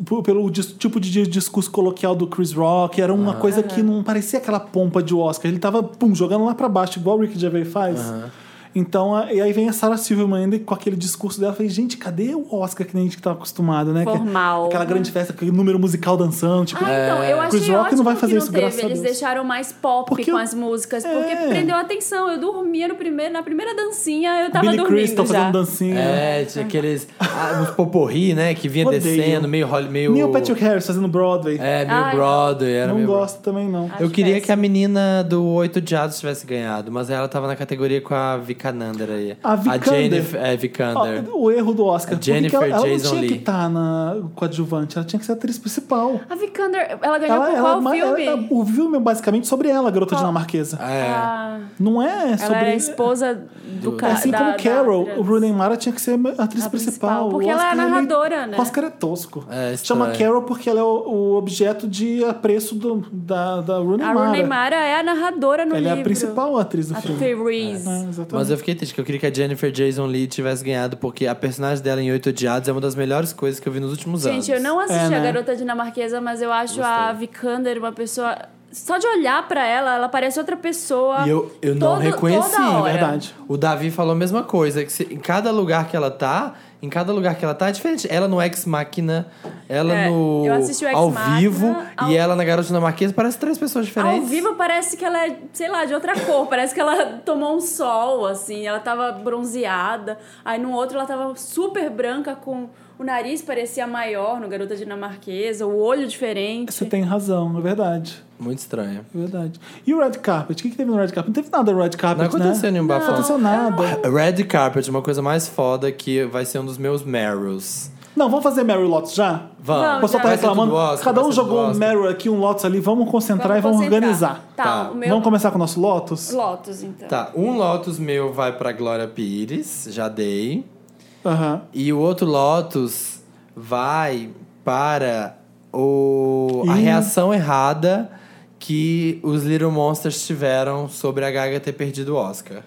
S1: P- Pelo dis- tipo de dis- discurso coloquial do Chris Rock, era uma coisa que não parecia aquela pompa de Oscar. Ele tava, pum, jogando lá pra baixo, igual o Rick Gervais faz. Então, a- e aí vem a Sarah Silverman ainda com aquele discurso dela. Eu falei, gente, cadê o Oscar que nem a gente que tá acostumado, né? Que-
S3: Formal.
S1: Aquela grande festa, aquele número musical dançando. Tipo,
S3: Ah, então, eu achei
S1: Chris Rock
S3: ótimo
S1: não vai fazer
S3: que
S1: isso,
S3: não
S1: graças a
S3: teve. Eles
S1: Deus.
S3: deixaram mais pop
S1: Porque
S3: com
S1: eu-
S3: as músicas,
S1: É.
S3: porque prendeu a atenção. Eu dormia no primeiro, na primeira dancinha, eu tava
S1: Billy
S3: dormindo
S1: Crystal
S3: já.
S1: fazendo dancinha.
S2: É, tinha aqueles. ah, uns poporri, né? Que vinha
S1: Odeio.
S2: descendo, meio. role- meio
S1: Neil Patrick Harris fazendo Broadway.
S2: É, meio
S3: Ai,
S2: Broadway. Era
S1: não
S2: meio
S1: gosto também, não.
S3: Ah,
S2: Eu
S3: Acho
S2: queria
S3: péssimo.
S2: que a menina do Oito Diados tivesse ganhado, mas ela tava na categoria com a Vikander aí.
S1: A Vikander?
S2: Jennifer. É, Vikander.
S1: Ó, o erro do Oscar. Por que que
S2: Jennifer
S1: ela, ela não
S2: Jason
S1: tinha que
S2: Leigh.
S1: estar na coadjuvante, ela tinha que ser a atriz principal.
S3: A Vikander, ela ganhou
S1: Ela,
S3: por
S1: ela,
S3: qual
S1: ela-
S3: filme? Ah,
S1: ela- o filme é basicamente sobre ela, a garota
S3: Qual?
S1: dinamarquesa.
S2: é.
S3: Ah,
S1: Não é sobre.
S3: ela era a esposa do
S1: É
S3: cara.
S1: assim como Carol, o Rooney Mara tinha que ser a atriz
S3: A principal,
S1: principal. O
S3: porque ela é
S1: Oscar, ele-
S3: narradora, né?
S1: O Oscar é tosco.
S2: É,
S1: Chama
S2: estranho.
S1: Carol porque ela é o, o objeto de apreço do, da, da Rooney
S3: A
S1: Mara.
S3: Rooney Mara é a narradora no
S1: Ela
S3: livro.
S1: é a principal atriz do
S3: A
S1: filme.
S3: Therese.
S1: É, exatamente.
S2: Mas eu fiquei triste, que eu queria que a Jennifer Jason Lee tivesse ganhado, porque a personagem dela em Oito Diados é uma das melhores coisas que eu vi nos últimos anos.
S3: Gente, eu não assisti
S1: É, né?
S3: a Garota Dinamarquesa, mas eu acho
S2: Gostei.
S3: a Vikander uma pessoa... Só de olhar pra ela, ela parece outra pessoa.
S2: E eu, eu não
S3: Todo-
S2: reconheci, né?
S3: toda hora.
S1: Verdade.
S2: O Davi falou a mesma coisa, que se- em cada lugar que ela tá, em cada lugar que ela tá é diferente. Ela no Ex Machina, ela
S3: É,
S2: no
S3: eu assisti o Ex
S2: ao
S3: Machina,
S2: vivo
S3: ao-
S2: e ela na Garota Dinamarquesa parece três pessoas
S3: Ao
S2: diferentes.
S3: vivo parece que ela é, sei lá, de outra cor. Parece que ela tomou um sol, assim. Ela tava bronzeada. Aí no outro ela tava super branca, com o nariz parecia maior no Garota Dinamarquesa, o olho diferente.
S1: Você tem razão, é verdade.
S2: Muito estranho.
S1: É verdade. E o Red Carpet? O que, que teve no Red Carpet? Não teve nada no Red Carpet,
S2: Não aconteceu
S1: né?
S2: nenhum
S1: Não
S2: bafão.
S1: aconteceu nada.
S2: Red Carpet, uma coisa mais foda que vai ser um dos meus Meryls.
S1: Não, vamos fazer Mary Lotus já?
S2: Vamos.
S1: O pessoal tá
S3: Vai ser tudo
S1: reclamando.
S2: Oscar,
S1: Cada
S2: vai
S1: um
S2: ser tudo
S1: jogou um
S2: Oscar.
S1: Meryl aqui, um Lotus ali. Vamos concentrar e vamos
S3: concentrar.
S1: organizar.
S3: Tá,
S2: Tá.
S3: o meu
S1: Vamos começar com o nosso Lotus?
S3: Lotus, então.
S2: Tá, um Lotus meu vai pra Glória Pires, já dei.
S1: Aham.
S2: E o outro Lotus vai para o a
S1: Ih.
S2: reação errada que os Little Monsters tiveram sobre a Gaga ter perdido o Oscar.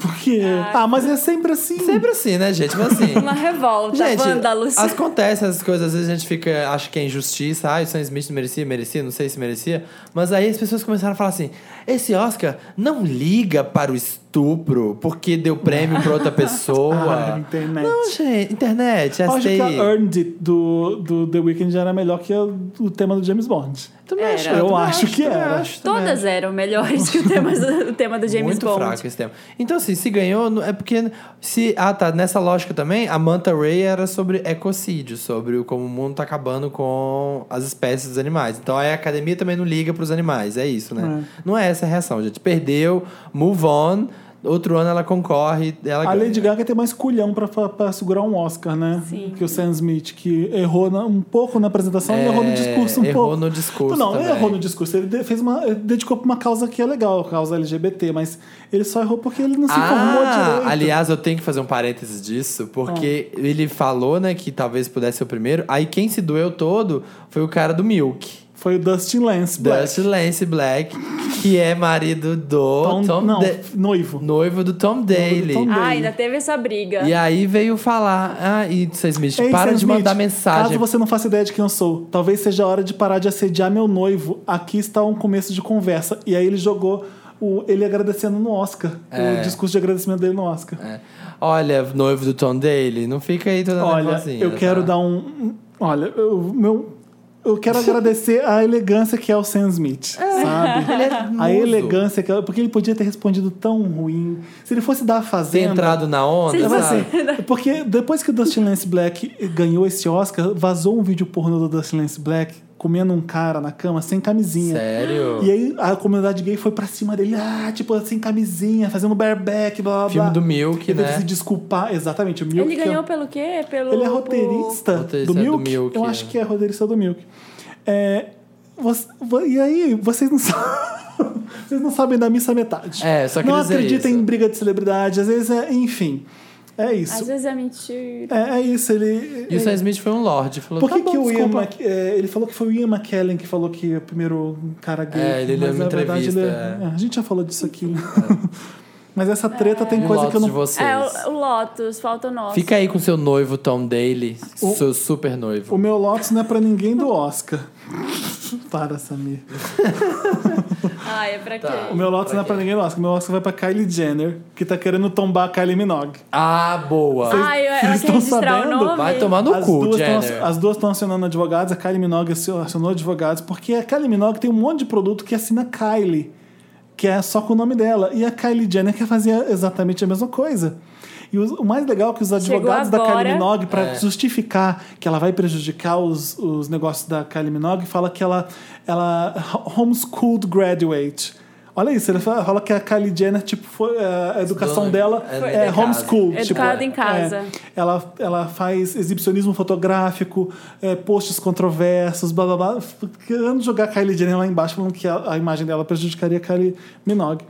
S1: Por quê? Ah, mas é sempre assim.
S2: Sempre assim, né, gente? Mas assim.
S3: Uma revolta, vândalos.
S2: as- acontece essas coisas, às vezes a gente fica, acha que é injustiça, ah, o Sam Smith não merecia, merecia, não sei se merecia, mas aí as pessoas começaram a falar assim, esse Oscar não liga para o estupro porque deu prêmio para outra
S1: Ah,
S2: pessoa.
S1: internet.
S2: não, gente, internet, é
S1: Eu acho
S2: essa
S1: que a
S2: aí.
S1: Earned It do, do The Weeknd já era melhor que a- o tema do James Bond.
S2: Também
S3: Era.
S2: acho,
S1: Eu
S2: também
S1: acho que
S2: também
S1: era.
S2: acho, também
S3: Todas eram melhores que o tema, o tema do James
S2: Muito
S3: Bond.
S2: fraco esse tema. Então, assim, se ganhou, não- é porque. Se, ah, tá. Nessa lógica também, a Manta Ray era sobre ecocídio, sobre o- como o mundo tá acabando com as espécies dos animais. Então aí a academia também não liga pros animais, é isso, né? Não é essa a reação, gente. Perdeu, move on. Outro ano ela concorre, ela
S1: A
S2: ganha.
S1: Lady Gaga tem mais culhão pra, pra- pra segurar um Oscar, né?
S3: Sim.
S1: Que o Sam Smith, que errou na- um pouco na apresentação e
S2: É,
S1: errou no discurso um
S2: errou
S1: pouco.
S2: no discurso
S1: Não,
S2: também.
S1: ele errou no discurso. Ele de- fez uma, ele dedicou pra uma causa que é legal, a causa LGBT, mas ele só errou porque ele não se formou
S2: Ah,
S1: direito.
S2: aliás, eu tenho que fazer um parênteses disso, porque ele falou, né, que talvez pudesse ser o primeiro. Aí quem se doeu todo foi o cara do Milk.
S1: Foi o Dustin Lance Black.
S2: Dustin Lance Black, que é marido do
S1: Tom-
S2: Tom,
S1: Então, não,
S2: Da-
S1: noivo.
S2: noivo do Tom Daly.
S1: Tom-
S3: Ah, ainda teve essa briga.
S2: E aí veio falar, ah, e Sam Smith,
S1: Ei,
S2: para
S1: Sam
S2: de
S1: Smith,
S2: mandar mensagem.
S1: Caso você não faça ideia de quem eu sou, talvez seja a hora de parar de assediar meu noivo. Aqui está um começo de conversa. E aí ele jogou o- ele agradecendo no Oscar.
S2: É.
S1: O discurso de agradecimento dele no Oscar.
S2: É. Olha, noivo do Tom Daly, não fica aí toda
S1: Olha,
S2: nervosinha,
S1: eu quero
S2: tá?
S1: dar um. um- Olha, eu, meu, eu quero agradecer a elegância que é o Sam Smith, sabe?
S2: Ele é
S1: A
S2: muso.
S1: elegância que é, Porque ele podia ter respondido tão ruim. Se ele fosse dar a
S2: Ter
S1: fazenda.
S2: entrado na onda,
S3: Sim,
S1: Mas
S2: sabe?
S1: assim, porque depois que o Dustin Lance Black ganhou esse Oscar, vazou um vídeo pornô do Dustin Lance Black comendo um cara na cama sem camisinha.
S2: Sério?
S1: E aí a comunidade gay foi pra cima dele, ah, tipo, sem camisinha, fazendo bareback, blá blá
S2: Filme
S1: blá.
S2: do Milk,
S1: ele teve
S2: né?
S1: que se desculpar, exatamente. O Milk
S3: Ele
S1: que é-
S3: ganhou pelo quê? Pelo,
S1: ele é
S3: por-
S1: roteirista,
S2: Roteirista
S1: do,
S2: do
S1: Milk?
S2: Milk,
S1: Eu
S2: é.
S1: acho que é roteirista do Milk. É, você- vo- e aí, vocês não sabem. vocês não sabem da missa à metade.
S2: É, só queria
S1: Não
S2: dizer
S1: acreditem
S2: isso.
S1: em briga de celebridade, às vezes é. Enfim. É
S3: Às
S1: isso.
S3: vezes é mentira.
S1: É, é isso, ele.
S2: E o
S1: ele-
S2: Sam Smith foi um lorde. Falou,
S1: por que,
S2: tá bom,
S1: que o Ian
S2: desculpa.
S1: Mc- é, Ele falou que foi o Ian McKellen que falou que é o primeiro cara gay.
S2: É, ele
S1: mas
S2: leu uma
S1: na verdade ele é-
S2: entrevista, É.
S1: é, A gente já falou disso aqui. mas essa treta tem
S2: E o
S1: coisa que eu
S2: Lotus Um de
S1: não.
S2: vocês.
S3: É, o, o Lotus, falta o nosso.
S2: Fica aí com seu noivo Tom Daly,
S1: O-
S2: seu super noivo.
S1: O meu Lotus não é pra ninguém do Oscar. Para, Samir.
S3: Ah, é pra quê?
S2: Tá.
S1: O meu Lotus não é pra ninguém do Oscar. O meu Oscar vai pra Kylie Jenner, que tá querendo tombar a Kylie Minogue.
S2: Ah, boa.
S3: Ah, eu, ela
S1: vocês
S3: quer
S1: estão
S3: registrar o
S1: sabendo?
S3: nome?
S2: Vai tomar no
S1: as,
S2: cu,
S1: duas tão,
S2: Jenner.
S1: as duas estão acionando advogados, a Kylie Minogue acio- acionou advogados, porque a Kylie Minogue tem um monte de produto que assina Kylie, que é só com o nome dela. E a Kylie Jenner quer fazer exatamente a mesma coisa. E os- o mais legal é que os advogados da
S3: agora.
S1: Kylie Minogue, para
S2: É.
S1: justificar que ela vai prejudicar os, os negócios da Kylie Minogue, fala que ela, ela homeschooled graduate. Olha isso, ele fala fala que a Kylie Jenner, tipo, foi, a educação
S2: Dona-
S1: dela
S2: é,
S1: é,
S2: em casa.
S1: homeschool. tipo,
S3: Educada em casa.
S1: é. Ela, ela faz exibicionismo fotográfico, é, posts controversos, blá blá blá, f- querendo jogar Kylie Jenner lá embaixo, falando que a, a imagem dela prejudicaria a Kylie Minogue.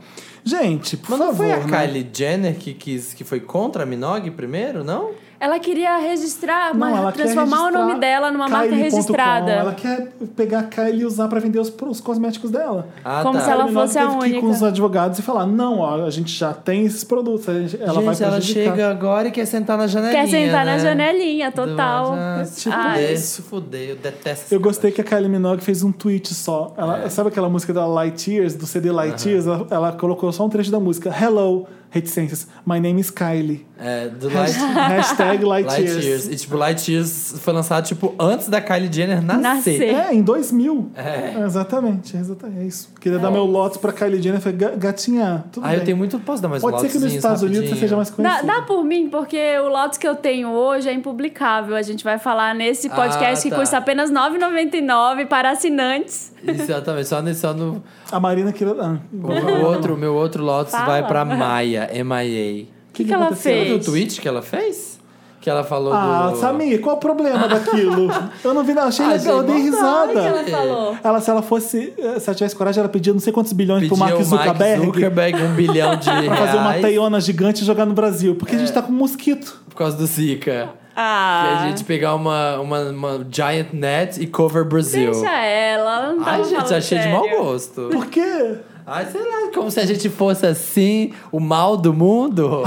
S1: Gente, por
S2: Mas não
S1: favor.
S2: foi a
S1: né?
S2: Kylie Jenner que, quis, que foi contra a Minogue primeiro, não?
S3: Ela queria registrar,
S1: Não,
S3: mas
S1: ela quer
S3: transformar o
S1: registrar
S3: nome dela numa marca
S1: Kylie.com.
S3: registrada.
S1: Ela quer pegar a Kylie e usar pra vender os, os cosméticos dela.
S2: Ah,
S3: Como
S2: tá.
S3: se ela
S1: Kylie Minogue
S3: fosse a
S1: teve que ir com
S3: única.
S1: os advogados e falar: não, ó, a gente já tem esses produtos. a gente- Ela vai
S2: Gente, ela
S1: prejudicar.
S2: chega agora e quer sentar na janelinha,
S3: Quer sentar
S2: né?
S3: na janelinha, total.
S2: Do- Ah,
S1: É
S2: se
S1: tipo
S2: fuder,
S3: isso.
S2: se fuder, eu detesto essa
S1: Eu gostei que a Kylie Minogue fez um tweet só. Ela,
S2: É.
S1: Sabe aquela música da Light Years, do CD Light Years? Ela, ela colocou só um trecho da música. Hello, reticências. My name is Kylie.
S2: É, do
S1: Hasht-
S2: Light,
S1: Hashtag Light,
S2: Light
S1: Years.
S2: Years. E tipo, Light Years foi lançado, tipo, antes da Kylie Jenner nascer.
S3: Nascer.
S1: É, em 2000.
S2: É.
S1: Exatamente, exatamente. É isso. Queria dar meu lote pra Kylie Jenner. Falei, "Ga- gatinha, tudo
S2: Ah,
S1: bem.
S2: eu tenho muito... Posso dar mais
S1: Pode ser que nos
S2: lotezinhos
S1: Estados Unidos
S2: rapidinho?
S1: você seja mais
S3: Dá,
S1: conhecida.
S3: dá por mim, porque o Lotus que eu tenho hoje é impublicável. A gente vai falar nesse podcast
S2: Ah, tá.
S3: que custa apenas R$ 9,99 para assinantes.
S2: Exatamente, só, nesse, só no...
S1: A Marina queria... Ah,
S2: O meu outro, o meu outro Lotus
S3: Fala.
S2: vai pra Maia, MIA.
S3: O que, que ela
S1: aconteceu?
S2: Você viu o
S3: fez?
S2: tweet que ela fez? Que ela falou
S1: Ah,
S2: do...
S1: Samir, qual o problema daquilo? Eu não vi, não. Achei
S2: Ah,
S1: legal, eu
S2: gente,
S1: dei
S3: Olha o
S1: risada.
S3: que ela falou.
S1: Ela, se ela fosse, eh, se ela tivesse coragem, ela pedia não sei quantos bilhões
S2: Pediu
S1: pro Mark
S2: o
S1: Zuckerberg,
S2: Mark Zuckerberg um bilhão de
S1: pra fazer uma
S2: reais É.
S1: teiona gigante e jogar no Brasil. Porque a gente tá com mosquito.
S2: por causa do Zika.
S3: Ah,
S2: Que é a gente pegar uma, uma, uma giant net e cover Brasil.
S3: deixa ela. ela Não tava
S2: Ai, gente,
S3: falando
S2: achei de
S3: sério.
S2: mau gosto.
S1: Por quê?
S2: Ai, sei lá, como se a gente fosse assim, o mal do mundo.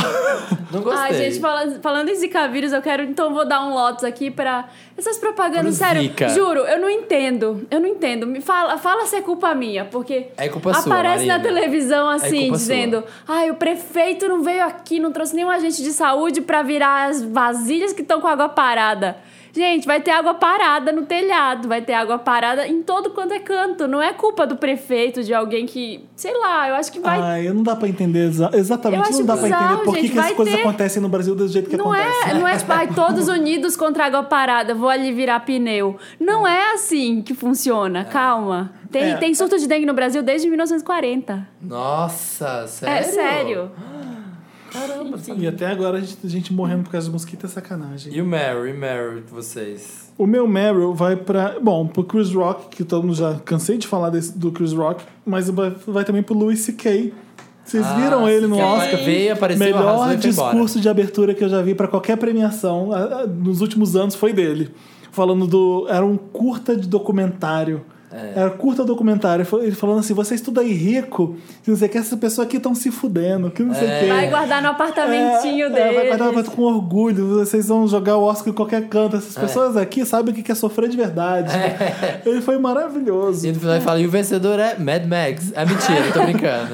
S2: Não gostei.
S3: Ai, gente, falando, falando em Zika vírus, eu quero. Então, vou dar um Lotus aqui pra. Essas propagandas,
S2: Pro
S3: sério.
S2: Zika.
S3: Juro, eu não entendo. Eu não entendo. Me fala, fala se é culpa minha, porque.
S2: É culpa sua,
S3: Aparece na
S2: Marina. É
S3: televisão assim,
S2: culpa
S3: dizendo: ai, o prefeito não veio aqui, não trouxe nenhum agente de saúde pra virar as vasilhas que estão com água parada. Gente, vai ter água parada no telhado, vai ter água parada em todo quanto é canto. Não é culpa do prefeito, de alguém que. Sei lá, eu acho que vai
S1: Ai, não dá pra entender exa- exatamente.
S3: Eu acho
S1: não dá pra
S3: bizarro,
S1: entender por que
S3: gente,
S1: que as
S3: vai
S1: coisas
S3: ter-
S1: acontecem no Brasil do jeito que né?
S3: Não
S1: acontecem.
S3: é,
S2: né?
S3: não é tipo, ai, todos unidos contra água parada, vou ali virar pneu. Não é assim que
S2: É.
S3: funciona, calma. Tem,
S1: É.
S3: tem surto de dengue no Brasil desde 1940.
S2: Nossa, sério?
S3: É sério.
S2: Caramba, sabe?
S1: E até agora a gente, a gente morrendo por causa de mosquito é sacanagem.
S2: E o Mary, Mary, de vocês?
S1: O meu Meryl vai pra. Bom, pro Chris Rock, que todo mundo já cansei de falar desse- do Chris Rock, mas vai, vai também pro Louis C.K. Vocês viram
S2: Ah,
S1: ele no
S2: que
S1: Oscar?
S2: Veio, apareceu, arrasou
S1: Melhor
S2: e foi embora.
S1: discurso de abertura que eu já vi pra qualquer premiação a- a- nos últimos anos foi dele. Falando do. Era um curta de documentário.
S2: É.
S1: Era curta documentário. Fa- Ele falando assim: você estuda aí rico, se não sei o que, essas pessoas aqui estão se fudendo, que não sei o
S2: É.
S1: que.
S3: Vai guardar no apartamentinho dele.
S1: vai guardar vai com orgulho, vocês vão jogar o Oscar em qualquer canto. Essas pessoas aqui sabem o que é sofrer de verdade.
S2: É.
S1: Ele foi maravilhoso.
S2: E no final ele fala, e o vencedor é Mad Max. Ah, mentira, eu tô É brincando.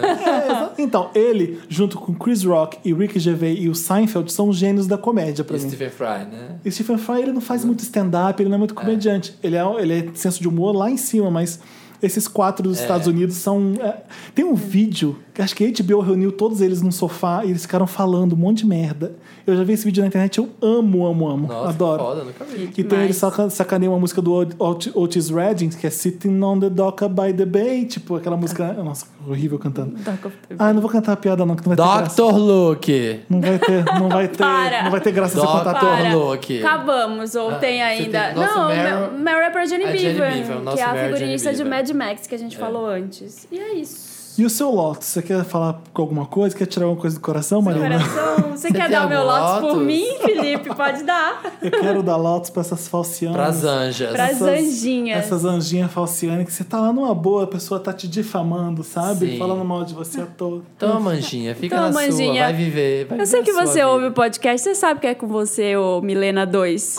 S1: Então, ele, junto com Chris Rock e Ricky Gervais e o Seinfeld, são gênios da comédia pra
S2: E
S1: mim.
S2: Stephen Fry, né?
S1: E Stephen Fry, ele não faz muito stand-up, ele não é muito comediante. Ele, é, ele é senso de humor lá em cima, mas esses quatro dos Estados Unidos são. é, tem um vídeo, que acho que a HBO reuniu todos eles num sofá e eles ficaram falando um monte de merda. Eu já vi esse vídeo na internet, eu amo, amo, amo.
S2: Nossa,
S1: adoro.
S2: Que foda, nunca vi.
S1: Então ele
S3: Mas-
S1: saca- sacaneia uma música do Ot- Ot- Otis Redding, que é Sitting on the Dock by the Bay, tipo aquela música. Nossa, horrível cantando.
S3: Doc of the Bay.
S1: Ah, não vou cantar a piada, não, que não vai ter graça.
S2: Dr. Luke!
S1: Não vai ter, não vai ter,
S3: Para.
S1: não vai ter graça se eu
S2: Doc-
S1: contar toda.
S3: Para.
S2: tornou aqui.
S3: Acabamos, ou
S2: Ah,
S3: tem
S2: você
S3: ainda.
S2: tem- nosso
S3: não,
S2: Meryl-
S3: Meryl- Meryl é pra Jenny
S2: a Jenny
S3: Beavan,
S2: Beavan, o nosso
S3: que é a
S2: Meryl é Jenny É.
S3: figurinista de
S2: Beavan.
S3: Mad Max que a gente falou antes. E é isso.
S1: E o seu Lotus, você quer falar com alguma coisa? Quer tirar alguma coisa do coração, Marina?
S3: Coração, você, quer
S2: tem
S3: dar o meu
S2: algum
S3: Lotus por
S2: Lotus?
S3: mim, Felipe? Pode dar.
S1: Eu quero dar Lotus pra essas falcianas.
S2: Pras anjas.
S3: Pras-
S1: Essas-
S3: anjinhas.
S1: Essas anjinhas falcianas que você tá lá numa boa, a pessoa tá te difamando, sabe?
S2: Sim. Então,
S1: Falando mal de você à toa.
S2: Toma, anjinha, fica
S3: Toma,
S2: na sua,
S3: anjinha.
S2: vai viver. vai
S3: Eu sei
S2: viver
S3: que
S2: a sua
S3: você
S2: vida.
S3: ouve o podcast, você sabe que é com você, ô Milena 2.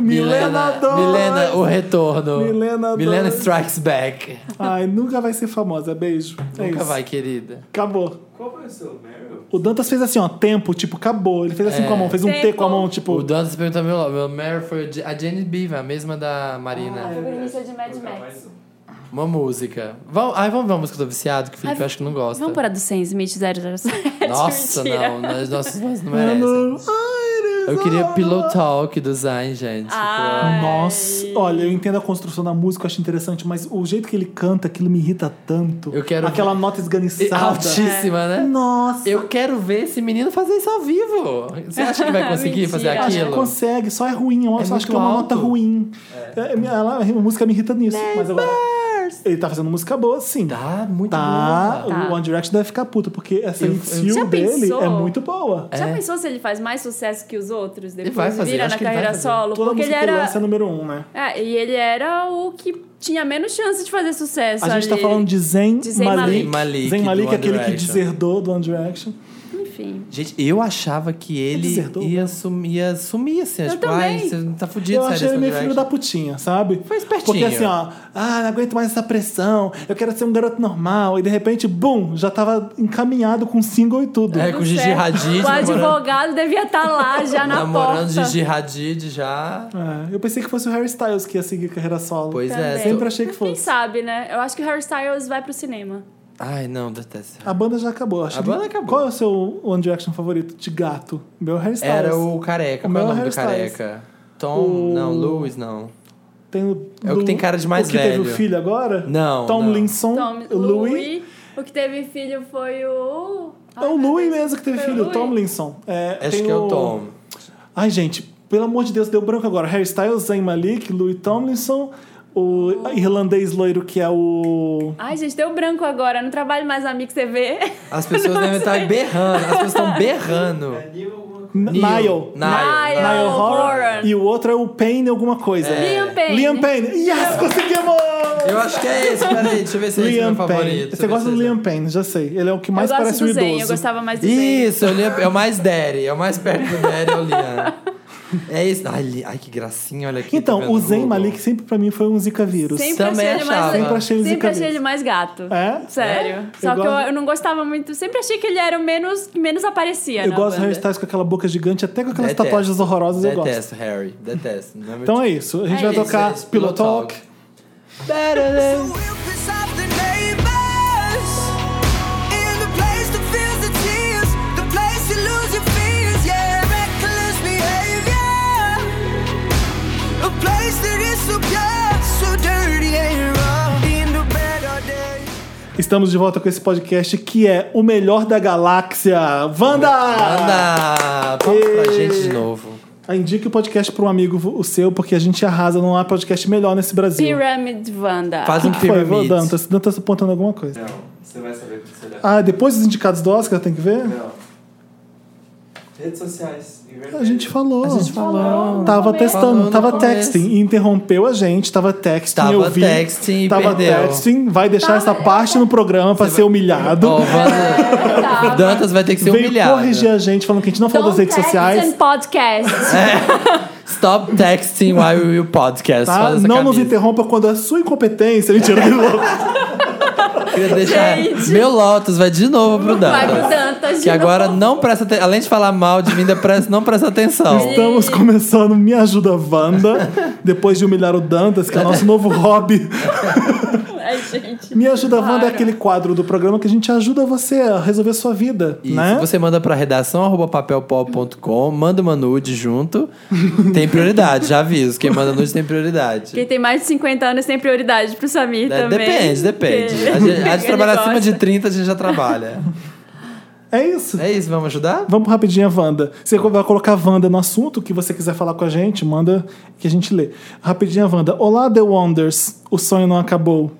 S1: Milena Dó!
S2: Milena, o retorno.
S1: Milena
S2: Milena
S1: Dó-
S2: Strikes Back.
S1: Ai, nunca vai ser famosa. Beijo. É
S2: Nunca
S1: isso.
S2: vai, querida.
S1: Acabou.
S4: Qual foi o seu Meryl?
S1: O Dantas fez assim, ó, tempo, tipo, acabou. Ele fez assim
S2: É.
S1: com a mão, fez um T
S3: Tempo.
S1: com a mão,
S2: O
S1: tipo.
S2: Dantas perguntou meu nome. Meu Mary foi o Je- a Jenny Beaver, a mesma da
S1: Ah, é.
S2: Marina.
S3: Figurinista de Mad
S4: Vou
S3: Max.
S4: colocar mais um.
S2: Uma música. Vamos, ai, vamos ver uma música do Viciado, que o Felipe
S3: Ai,
S2: eu acho que não gosta.
S3: Vamos para do Sam Smith 007.
S2: Nossa,
S3: mentira.
S2: não. Nós, nossas vozes não merecem.
S1: Mano, ai,
S2: Eu queria
S1: Arizona.
S2: Pillow Talk do Zayn, gente.
S3: Ai.
S1: Nossa, olha, eu entendo a construção da música, eu acho interessante, mas o jeito que ele canta, aquilo me irrita tanto.
S2: Eu quero
S1: Aquela nota
S2: Tipo,
S1: esganiçada.
S2: altíssima, né?
S1: Nossa.
S2: Eu quero ver esse menino fazer isso ao vivo. Você acha que vai conseguir fazer
S3: Mentira.
S1: Acho que
S2: aquilo?
S1: consegue, só é ruim. Eu
S2: É
S1: só acho que é
S2: muito
S1: uma nota
S2: alto.
S1: ruim. É, ela- a música me irrita nisso.
S3: Né?
S1: Mas agora. Ele tá fazendo música boa, sim.
S2: Tá muito
S1: Tá,
S2: boa.
S1: o One Direction deve ficar puto, porque essa
S2: Eu- eu-
S1: It's
S3: Já
S1: You dele
S3: pensou?
S1: é muito boa.
S3: Já
S2: É.
S3: pensou se ele faz mais sucesso que os outros? Depois
S2: vai fazer,
S3: vira
S2: acho
S3: na
S2: que ele vai
S3: carreira
S2: fazer.
S3: solo?
S1: Toda
S3: porque ele
S1: música que ele
S3: era.
S1: lança é número um, né?
S3: É, e ele era o que tinha menos chance de fazer sucesso.
S1: A gente tá
S3: ali.
S1: falando de Zen,
S3: De Zayn
S1: Malik.
S3: Malik.
S1: Zayn
S2: do
S1: Malik é
S2: One
S1: aquele que
S2: Direction.
S1: deserdou do One Direction.
S3: Enfim.
S2: Gente, eu achava que ele
S1: deserdou,
S2: ia sumir, ia sumir assim.
S3: Eu
S2: tipo,
S3: também.
S2: ai, você não tá fudido,
S1: Eu
S2: sério.
S1: achei
S2: esse
S1: ele meio
S2: One
S1: filho da
S2: Direction.
S1: putinha, sabe?
S2: Foi espertinho.
S1: Porque assim, ó, ah, não aguento mais essa pressão, eu quero ser um garoto normal. E de repente, bum, já tava encaminhado com single e tudo.
S2: É, com Gigi
S3: Certo.
S2: Hadid.
S3: O
S2: namorando-
S3: advogado devia estar lá já Tá na
S2: Namorando
S3: porta.
S2: Gigi Hadid já.
S1: É, eu pensei que fosse o Harry Styles que ia seguir carreira solo.
S2: Pois é.
S3: Também.
S1: Sempre achei que
S3: Mas Quem
S1: fosse.
S3: sabe, né? Eu acho que o Harry Styles vai pro cinema.
S2: Ai, não, detesto.
S1: A banda já acabou, acho.
S2: A banda acabou.
S1: Qual é o seu One Direction favorito de gato? Meu Harry Styles.
S2: Era o careca.
S1: O
S2: Qual é
S1: meu
S2: o nome do
S1: Harry Styles.
S2: careca? Tom.
S1: O-
S2: Não, Louis, não.
S1: Tem o,
S2: É o que
S1: Lu-
S2: tem cara de mais
S1: o que
S2: velho.
S1: teve o filho agora?
S2: Não,
S1: Tom
S2: não.
S1: Linson,
S3: Tom,
S1: Louis.
S3: Louis. O que teve filho foi o. Ah,
S1: É o Louis mesmo que teve
S3: Foi o
S1: filho,
S3: Louis?
S1: Tom Linson. É,
S2: Acho
S1: tem
S2: que é o Tom.
S1: Ai, gente, pelo amor de Deus, deu branco agora. Harry Styles, Zayn Malik, Louis Tomlinson, o irlandês loiro que é o...
S3: Ai, gente, deu branco agora. Não trabalho mais na Mix TV.
S2: As pessoas devem estar berrando. As pessoas estão berrando.
S4: É Neil alguma coisa.
S1: N- Niall.
S2: Niall.
S3: Niall.
S1: Niall Horan.
S3: Horan.
S1: E o outro é o Payne alguma coisa.
S2: É.
S3: Liam Payne.
S1: Liam Payne. Yes, conseguimos!
S2: Eu acho que é esse. Peraí, deixa eu ver se é esse é
S1: Liam
S2: meu
S1: Payne.
S2: favorito.
S1: Você gosta do Liam Payne, já sei. Ele é o que mais
S3: eu
S1: parece
S3: gosto do
S1: o
S3: Zen, eu
S1: idoso.
S3: gostava mais do Zen.
S2: Isso, o Liam- é o mais Daddy. É o mais perto do Daddy, é o Liam. É isso. Ai, Li- ai, que gracinha, olha aqui. tá
S1: Então,
S2: vendo
S1: o
S2: no
S1: Zayn
S2: Google?
S1: Malik sempre pra mim foi um zika vírus.
S3: Sempre
S2: Também
S3: achei ele mais
S2: achava.
S1: Sempre achei ele
S3: Sempre
S1: zica
S3: achei ele
S1: vírus.
S3: mais gato.
S1: É?
S3: Sério.
S1: Eu
S3: Só que eu,
S1: gosto-
S3: eu não gostava muito. Sempre achei que ele era o menos que menos aparecia.
S1: Eu
S3: é na
S1: gosto de
S3: banda.
S1: Harry Styles com aquela boca gigante, até com aquelas
S2: Detesto.
S1: tatuagens horrorosas eu gosto.
S2: Detesto, Harry. Detesto. Não é meu
S1: Então
S2: tipo.
S1: é isso. A gente
S3: É
S1: vai
S3: isso,
S1: tocar
S2: é
S1: Pillow Talk.
S2: Better than-
S5: We'll piss off the neighbors in the place that feels the tears, the place you lose your fears, yeah, reckless behavior, a place that is so pure, so dirty and raw. In the bed all day.
S1: Estamos de volta com esse podcast que é o melhor da galáxia. Wanda!
S2: Anda! Palmas pra gente de novo.
S1: Ah, Indique o podcast para um amigo vo- o seu, porque a gente arrasa, não há podcast melhor nesse Brasil.
S3: Pyramid Wanda.
S2: Faz
S1: O
S2: um
S1: que foi? Vou,
S2: pyramid.
S1: Dantas. Dantas apontando alguma coisa.
S4: Não, você vai saber quando você olhar.
S1: Ah, depois dos indicados do Oscar, tem que ver?
S4: Não. Redes sociais. em vermelho.
S1: A gente falou.
S2: A gente falou.
S1: Tava
S3: Falou
S1: testando,
S2: no
S1: tava
S2: começo.
S1: texting, e interrompeu a gente, tava texting,
S2: Tava
S1: eu vi.
S2: texting e
S1: tava
S2: perdeu.
S1: texting, vai deixar essa parte no programa pra ser humilhado.
S2: Ó, Wanda,
S3: Tá.
S2: Dantas vai ter que ser
S1: Veio
S2: humilhado.
S1: corrigir a gente falando que a gente não falou das
S3: Don't
S1: redes
S3: text
S1: sociais.
S3: and podcast.
S2: Stop texting while you podcast.
S1: Tá?
S2: Faz essa
S1: Não nos
S2: camisa.
S1: interrompa quando a sua incompetência. Mentira, que louco.
S2: Queria deixar.
S3: Gente.
S2: Meu Lotus vai de novo pro Dantas.
S3: Vai tá pro Dantas de
S2: Que agora
S3: novo.
S2: não presta atenção. Além de falar mal de mim, ainda presta- não presta atenção.
S1: Estamos começando Me Ajuda Wanda, depois de humilhar o Dantas, que é o nosso novo hobby.
S3: Ai, gente.
S1: Me Ajuda Wanda é
S3: Claro.
S1: aquele quadro do programa que a gente ajuda você a resolver sua vida,
S2: Isso,
S1: né?
S2: Você manda pra redação arroba papelpop.com, manda uma nude junto. Tem prioridade, já aviso. Quem manda nude tem prioridade.
S3: Quem tem mais de 50 anos tem prioridade pro Samir
S2: É,
S3: também.
S2: depende, depende. A gente, a gente trabalha acima de 30, a gente já trabalha.
S1: É isso.
S2: É isso, vamos ajudar?
S1: Vamos pro rapidinho, a Wanda. Você vai colocar Wanda no assunto que você quiser falar com a gente, manda que a gente lê. Rapidinho, a Wanda. Olá, The Wonders. O sonho não acabou.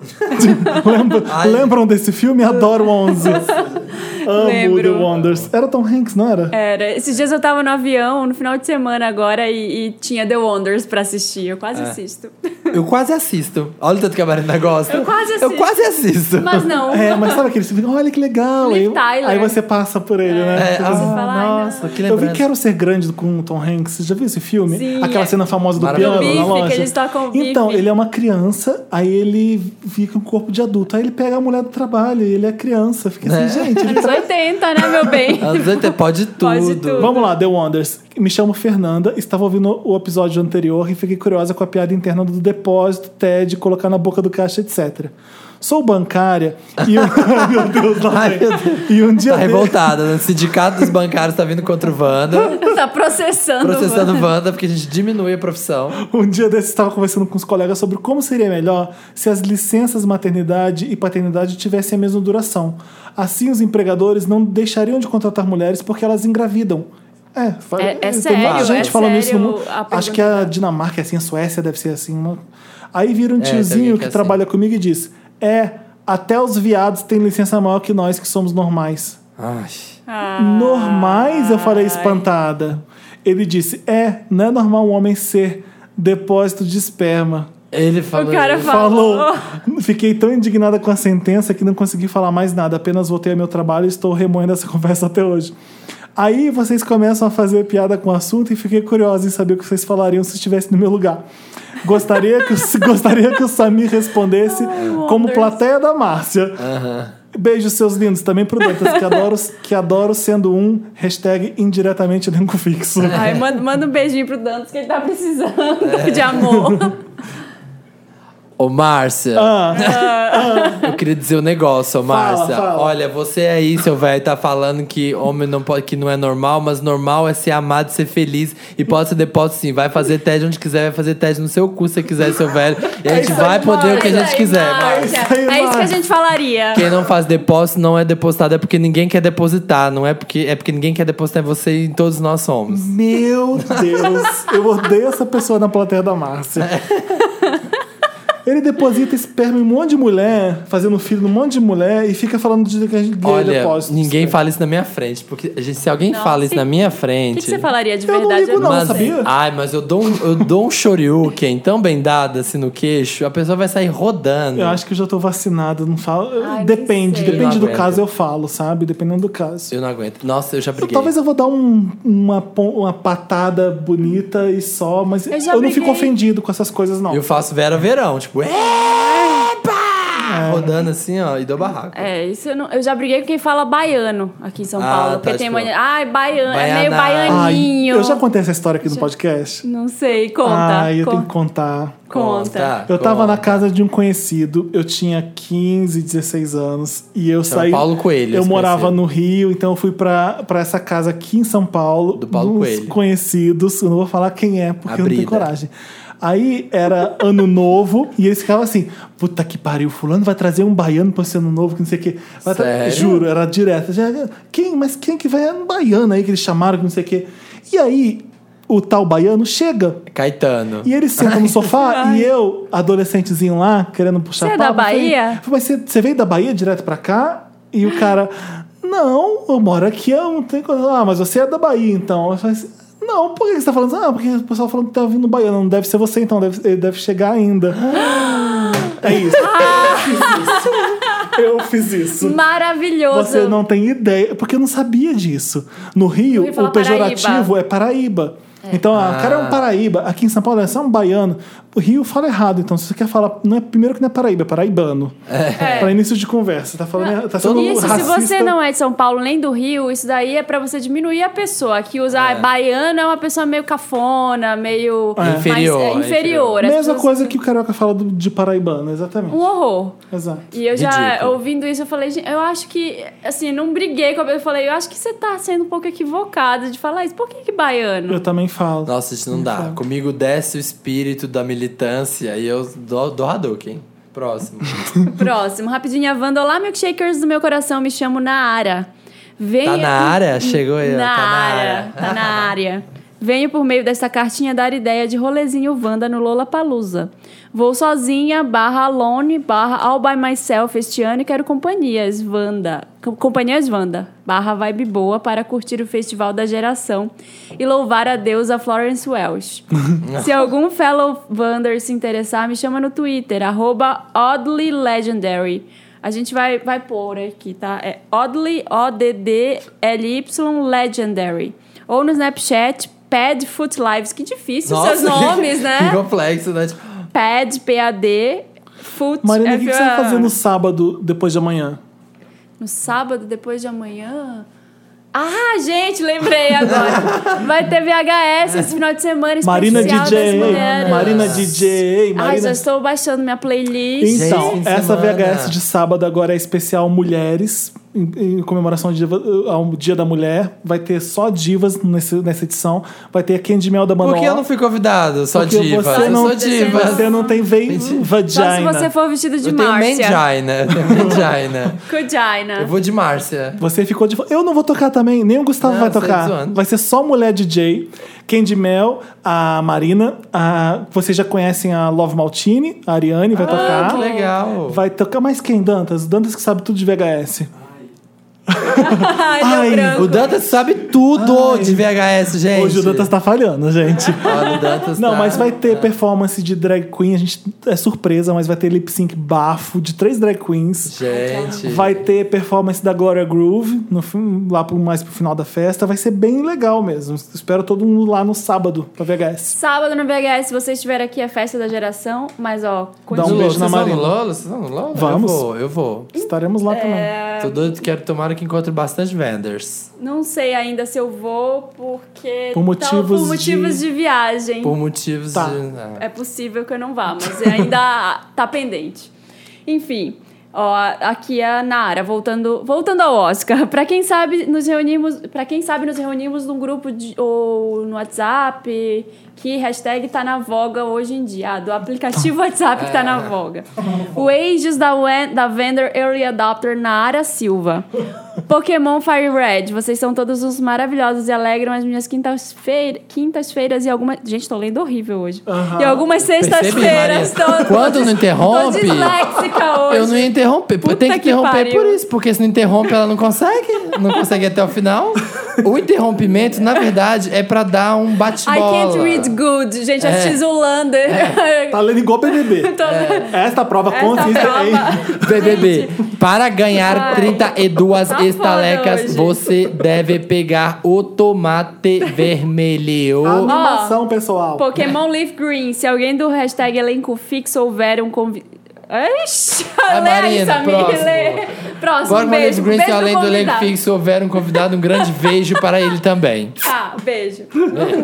S1: Lembra-
S2: Ai.
S1: lembram desse filme? Adoro 11. Amo
S3: Lembro.
S1: The Wonders. Era Tom Hanks, não era?
S3: Era. Esses dias eu tava no avião, no final de semana agora, e, e tinha The Wonders pra assistir. Eu
S2: É.
S3: quase assisto.
S2: Eu quase assisto. Olha o tanto que a Marina gosta.
S3: Eu quase
S2: Eu
S3: assisto.
S2: quase assisto.
S3: Mas não.
S1: É, mas sabe aquele? Você fica, olha que legal.
S3: Liv
S1: Aí,
S3: Tyler.
S1: aí você passa por ele, né?
S2: É,
S1: Você
S2: ah,
S1: diz,
S3: fala, ai, não.
S2: Nossa, que
S1: Eu vi
S2: lembrança.
S1: Quero Ser Grande com o Tom Hanks. Você já viu esse filme?
S3: Sim,
S1: Aquela
S3: é.
S1: cena famosa do
S2: Maravilhoso.
S1: piano
S2: Do
S1: na
S3: bife,
S1: loja.
S3: que eles tocam bife.
S1: então, ele é uma criança, aí ele fica com um corpo de adulto. Aí ele pega a mulher do trabalho e ele é criança. Fica assim, gente, ele
S3: Anos
S1: traz...
S3: 80, né, meu bem?
S2: Anos 80, pode tudo.
S3: Pode tudo.
S1: Vamos lá, The Wonders. Me chamo Fernanda, estava ouvindo o episódio anterior e fiquei curiosa com a piada interna do depósito, TED, colocar na boca do caixa, etc. Sou bancária e um... Ai, meu Deus, lá
S2: Ai,
S1: vem.
S2: meu Deus.
S1: E um dia...
S2: Tá
S1: de-
S2: revoltada, né? O sindicato dos bancários tá vindo contra o Wanda,
S3: Tá processando.
S2: processando o
S3: mano.
S2: Wanda, porque a gente diminui a profissão.
S1: Um dia desses estava conversando com os colegas sobre como seria melhor se as licenças maternidade e paternidade tivessem a mesma duração. Assim, os empregadores não deixariam de contratar mulheres porque elas engravidam. É, fa-
S3: É- é
S1: tem
S3: sério,
S1: muita gente
S3: é
S1: falando isso.
S3: sério
S1: No, mundo.
S3: a
S1: acho
S3: pergunta.
S1: que a Dinamarca é assim, a Suécia deve ser assim. uma- Aí vira um
S2: tem alguém
S1: tiozinho
S2: que
S1: que,
S2: é assim.
S1: trabalha comigo e diz: É, até os viados têm licença maior que nós que somos normais.
S2: Ai.
S1: Normais, eu falei espantada. Ele disse: É, não é normal um homem ser depósito de esperma.
S2: Ele falou.
S3: O cara
S1: Falou.
S3: falou.
S1: Fiquei tão indignada com a sentença que não consegui falar mais nada. Apenas voltei ao meu trabalho e estou remoendo essa conversa até hoje. Aí vocês começam a fazer piada com o assunto e fiquei curiosa em saber o que vocês falariam se estivesse no meu lugar. Gostaria que, o- gostaria que o Samir respondesse como
S3: Wonders.
S1: plateia da Márcia. Beijos, seus lindos. Também pro Dantas, que adoro, que adoro sendo um. Hashtag indiretamente elenco fixo.
S3: Ai, manda, manda um beijinho pro Dantas que ele tá precisando
S2: É.
S3: de amor.
S2: Ô, Márcia. Eu queria dizer um negócio, ô,
S1: Fala,
S2: Márcia.
S1: fala.
S2: Olha, você aí, seu velho, tá falando que homem não pode, que não é normal, mas normal é ser amado, ser feliz e pode ser depósito sim. Vai fazer TED onde quiser, vai fazer TED no seu cu se você quiser, seu velho. E a gente
S1: isso aí,
S2: vai poder o que a gente quiser, Márcia.
S3: Márcia.
S1: É isso aí,
S3: É isso que a
S1: Márcia.
S3: gente falaria.
S2: Quem não faz depósito não é depositado, é porque ninguém quer depositar, não é porque é porque ninguém quer depositar, é você e todos nós somos.
S1: Meu Deus, eu odeio essa pessoa na plateia da Márcia.
S2: É.
S1: Ele deposita esperma em um monte de mulher, fazendo filho num monte de mulher e fica falando de que a gente gay
S2: Olha,
S1: depósito.
S2: ninguém fala isso na minha frente, porque gente, se alguém
S3: Não,
S2: fala isso
S3: que-
S2: na minha
S3: O
S2: frente,
S3: que, que você falaria de
S1: Eu não
S3: verdade?
S1: ligo, não,
S2: mas,
S3: sei.
S1: sabia?
S2: ai, mas eu dou um, eu dou um shoryuken tão bem dado assim no queixo, a pessoa vai sair rodando.
S1: Eu acho que eu já tô vacinado, não falo. Eu-
S3: Ai, nem
S1: depende,
S3: sei.
S1: depende
S2: Eu
S1: do
S2: não
S1: caso eu
S2: aguento.
S1: falo, sabe? Dependendo do caso.
S2: Eu não aguento. Nossa, eu já briguei.
S1: Talvez eu vou dar um- uma, pon- uma patada bonita e só, mas eu,
S3: Eu já
S1: não
S3: briguei.
S1: fico ofendido com essas coisas, não.
S2: Eu faço Vera Verão, tipo,
S1: É.
S2: epa! Rodando assim, ó, e dou barraco.
S3: É, isso eu, não, eu já briguei com quem fala baiano aqui em São
S2: Ah,
S3: Paulo.
S2: tá,
S3: porque tem
S2: tipo,
S3: mania. Ai, baiano. É meio
S2: baiana.
S1: Ai,
S3: baianinho.
S1: eu já contei essa história aqui no podcast.
S3: Não sei, conta.
S1: Ai, eu
S3: con-
S1: tenho que contar.
S3: conta.
S1: Eu tava na
S2: conta.
S1: casa de um conhecido, eu tinha 15, 16 anos e eu
S2: São
S1: saí.
S2: Paulo Coelho,
S1: Eu
S2: esse
S1: morava
S2: conhecido.
S1: no Rio, então eu fui pra, pra essa casa aqui em São Paulo.
S2: Do Paulo
S1: dos
S2: Coelho.
S1: conhecidos, eu não vou falar quem é, porque eu não tenho
S2: Abrida.
S1: coragem. Aí era ano novo e eles ficavam assim: puta que pariu, fulano vai trazer um baiano pra esse ano novo, que não sei o quê. Vai tra-
S2: Sério?
S1: Juro, era direto. Já- Quem, mas quem que vai? É um baiano aí que eles chamaram, que não sei o quê. E aí o tal baiano chega.
S2: Caetano.
S1: E ele senta no sofá e eu, adolescentezinho lá, querendo puxar
S3: Você é
S1: papo.
S3: da
S1: falei,
S3: Bahia?
S1: Mas você, você veio da Bahia direto pra cá? E o cara, não, eu moro aqui, eu não tenho coisa. Ah, mas você é da Bahia então. Eu falei assim, não, por que você tá falando? isso?" Ah, porque o pessoal falando que tá vindo baiano. Não deve ser você então, deve, ele deve chegar ainda. é isso.
S3: Ah!
S1: Eu fiz isso. Eu fiz isso.
S3: Maravilhoso.
S1: Você não tem ideia, porque eu não sabia disso. No Rio,
S3: No Rio fala
S1: o pejorativo é Paraíba. Então, a
S2: Ah.
S1: cara é um Paraíba. Aqui em São Paulo, você é um baiano. O Rio fala errado. Então, se você quer falar... Não é, primeiro que não é Paraíba, é paraibano.
S3: É.
S1: Para início de conversa. Tá falando... Tá sendo
S3: E isso, se
S1: racista.
S3: você não é de São Paulo nem do Rio, isso daí é pra você diminuir a pessoa. Que usa ah, baiana é uma pessoa meio cafona, meio.
S1: É.
S2: Inferior,
S3: mais, é, inferior.
S2: inferior.
S3: As
S1: Mesma
S3: pessoas-
S1: coisa que o carioca fala do- de paraibano, exatamente.
S3: Um horror.
S1: Exato.
S3: E eu já,
S2: Ridículo.
S3: ouvindo isso, eu falei, "Gente, eu acho que, assim, não briguei com a pessoa. Eu falei, eu acho que você tá sendo um pouco equivocado de falar isso. Por que que baiano?
S1: Eu também falo.
S2: Nossa, isso não dá. Comigo desce o espírito da militância e eu dou, dou Hadouken. Próximo.
S3: Próximo, rapidinho, a Wanda. Olá, milkshakers do meu coração, me chamo Naara. Venho...
S2: Tá na área? Chegou aí, ó. Tá na
S3: Naara, tá na área. Venho por meio desta cartinha dar ideia de rolezinho Wanda no Lollapalooza. Vou sozinha, barra alone, barra all by myself este ano e quero companhias Wanda. Com- Companhias Wanda, barra vibe boa para curtir o festival da geração e louvar a deusa Florence Welsh. Se algum fellow Wander se interessar, me chama no Twitter, arroba Oddly Legendary. A gente vai, vai pôr aqui, tá? É Oddly, O-D-D-L-Y, Legendary. Ou no Snapchat, Pad Foot Lives. Que difícil
S2: Nossa,
S3: seus
S2: que,
S3: nomes,
S2: Que
S3: né?
S2: complexo, né? Tipo,
S3: Pad, P-A-D, Foot...
S1: Marina, o que, que você vai
S3: F-A-
S1: fazer no sábado, depois de amanhã?
S3: No sábado, depois de amanhã... Ah, gente, lembrei agora. Vai ter VHS esse final de semana especial
S1: Marina
S3: das
S1: DJ,
S3: mulheres.
S1: Marina DJ,
S3: Ai,
S1: Marina...
S3: já estou baixando minha playlist.
S1: Então,
S2: Gente,
S1: essa
S2: semana.
S1: VHS de sábado agora é especial Mulheres, em, em comemoração ao dia, ao dia da Mulher. Vai ter só divas nesse- nessa edição. Vai ter a Candy Mel da Manoel.
S2: por que eu não fui convidado? Só
S1: Porque
S2: diva.
S1: Você
S2: eu
S1: não,
S2: sou diva.
S1: Você não tem vei,
S2: Mentira.
S3: Só se
S1: vagina.
S3: você for vestido de
S2: Eu tenho
S3: Márcia.
S2: mangina. Eu tenho mangina. eu
S3: Cugina.
S2: vou de Márcia.
S1: Você ficou de fora. Eu não vou tocar também, nem o Gustavo
S2: Não,
S1: vai
S2: você tá
S1: tocar.
S2: zoando.
S1: Vai ser só mulher DJ, Candy Mel, a Marina, a... vocês já conhecem a Love Maltini, a Ariane vai
S2: Ah,
S1: tocar.
S2: que legal.
S1: Vai tocar mais quem, Dantas? Dantas que sabe tudo de VHS.
S3: Ai, deu
S1: Ai,
S2: O
S3: branco.
S2: Dantas sabe tudo de VHS, gente.
S1: Hoje o Dantas tá falhando, gente.
S2: Olha, o Dantas
S1: Não,
S2: tá-
S1: mas vai ter performance de drag queen, a gente é surpresa, mas vai ter lip sync bafo de três drag queens.
S2: Gente.
S1: Vai ter performance da Gloria Groove no, fim- lá pro, mais pro final da festa. Vai ser bem legal mesmo. Espero todo mundo lá no sábado pra VHS.
S3: Sábado no VHS, se você estiver aqui, é festa da geração. Mas, ó,
S1: Dá um
S2: Lolo,
S3: continua.
S1: beijo na
S2: vocês vão no
S1: Marina.
S2: Lolo? Vocês vão no Lolo?
S1: Vamos.
S2: Eu vou, eu vou.
S1: Estaremos lá também.
S2: Tô doido, quero tomara que encontre bastante vendors.
S3: Não sei ainda se eu vou, porque...
S1: Por
S3: tal-
S1: motivos
S3: por motivos de, viagem.
S2: Por motivos
S1: Tá.
S2: de... ah.
S3: É possível que eu não vá, mas ainda tá pendente. Enfim, ó, aqui é a Nara, voltando, voltando ao Oscar. Pra quem sabe, nos reunimos, para quem sabe nos reunimos num grupo de, ou no WhatsApp, que hashtag tá na voga hoje em dia, ah, do aplicativo WhatsApp que tá na voga. O Ages da, Wen- da vendor Early Adopter Nara Silva. Pokémon Fire Red, vocês são todos os maravilhosos e alegram as minhas quintas-feiras quintas e algumas... Gente, tô lendo horrível hoje. E algumas sextas-feiras.
S2: Percebe, Maria?
S3: tô-
S2: Quando
S3: tô
S2: não
S3: dis-
S2: interrompe,
S3: Tô disléxica hoje.
S2: Eu não ia interromper.
S3: Puta
S2: Tem que
S3: que
S2: interromper
S3: pariu.
S2: por isso, porque se não interrompe, ela não consegue. Não consegue até o final. O interrompimento, na verdade, é pra dar um
S3: I can't
S2: bate-bola.
S3: read good. Gente,
S2: É.
S3: a Tizulander.
S1: Tá lendo igual BBB.
S3: Tô-
S1: Esta É. prova
S3: Essa
S1: consiste em...
S3: prova-
S2: BBB, para ganhar
S3: Ai.
S2: 32
S3: Tá foda
S2: estalecas,
S3: hoje.
S2: você deve pegar o tomate vermelho.
S3: Ah, um
S1: Animação, pessoal.
S3: Pokémon Leaf Green. Se alguém do hashtag elenco fixo houver um convite... Ixi,
S2: Vai,
S3: lê aí,
S2: Marina,
S3: Samir,
S2: próximo.
S3: lê. Próximo,
S2: Agora, Maria
S3: beijo.
S2: Green, se
S3: beijo
S2: além do elenco
S3: convidado.
S2: fixo houver um convidado, um grande beijo para ele também.
S3: Tá, beijo.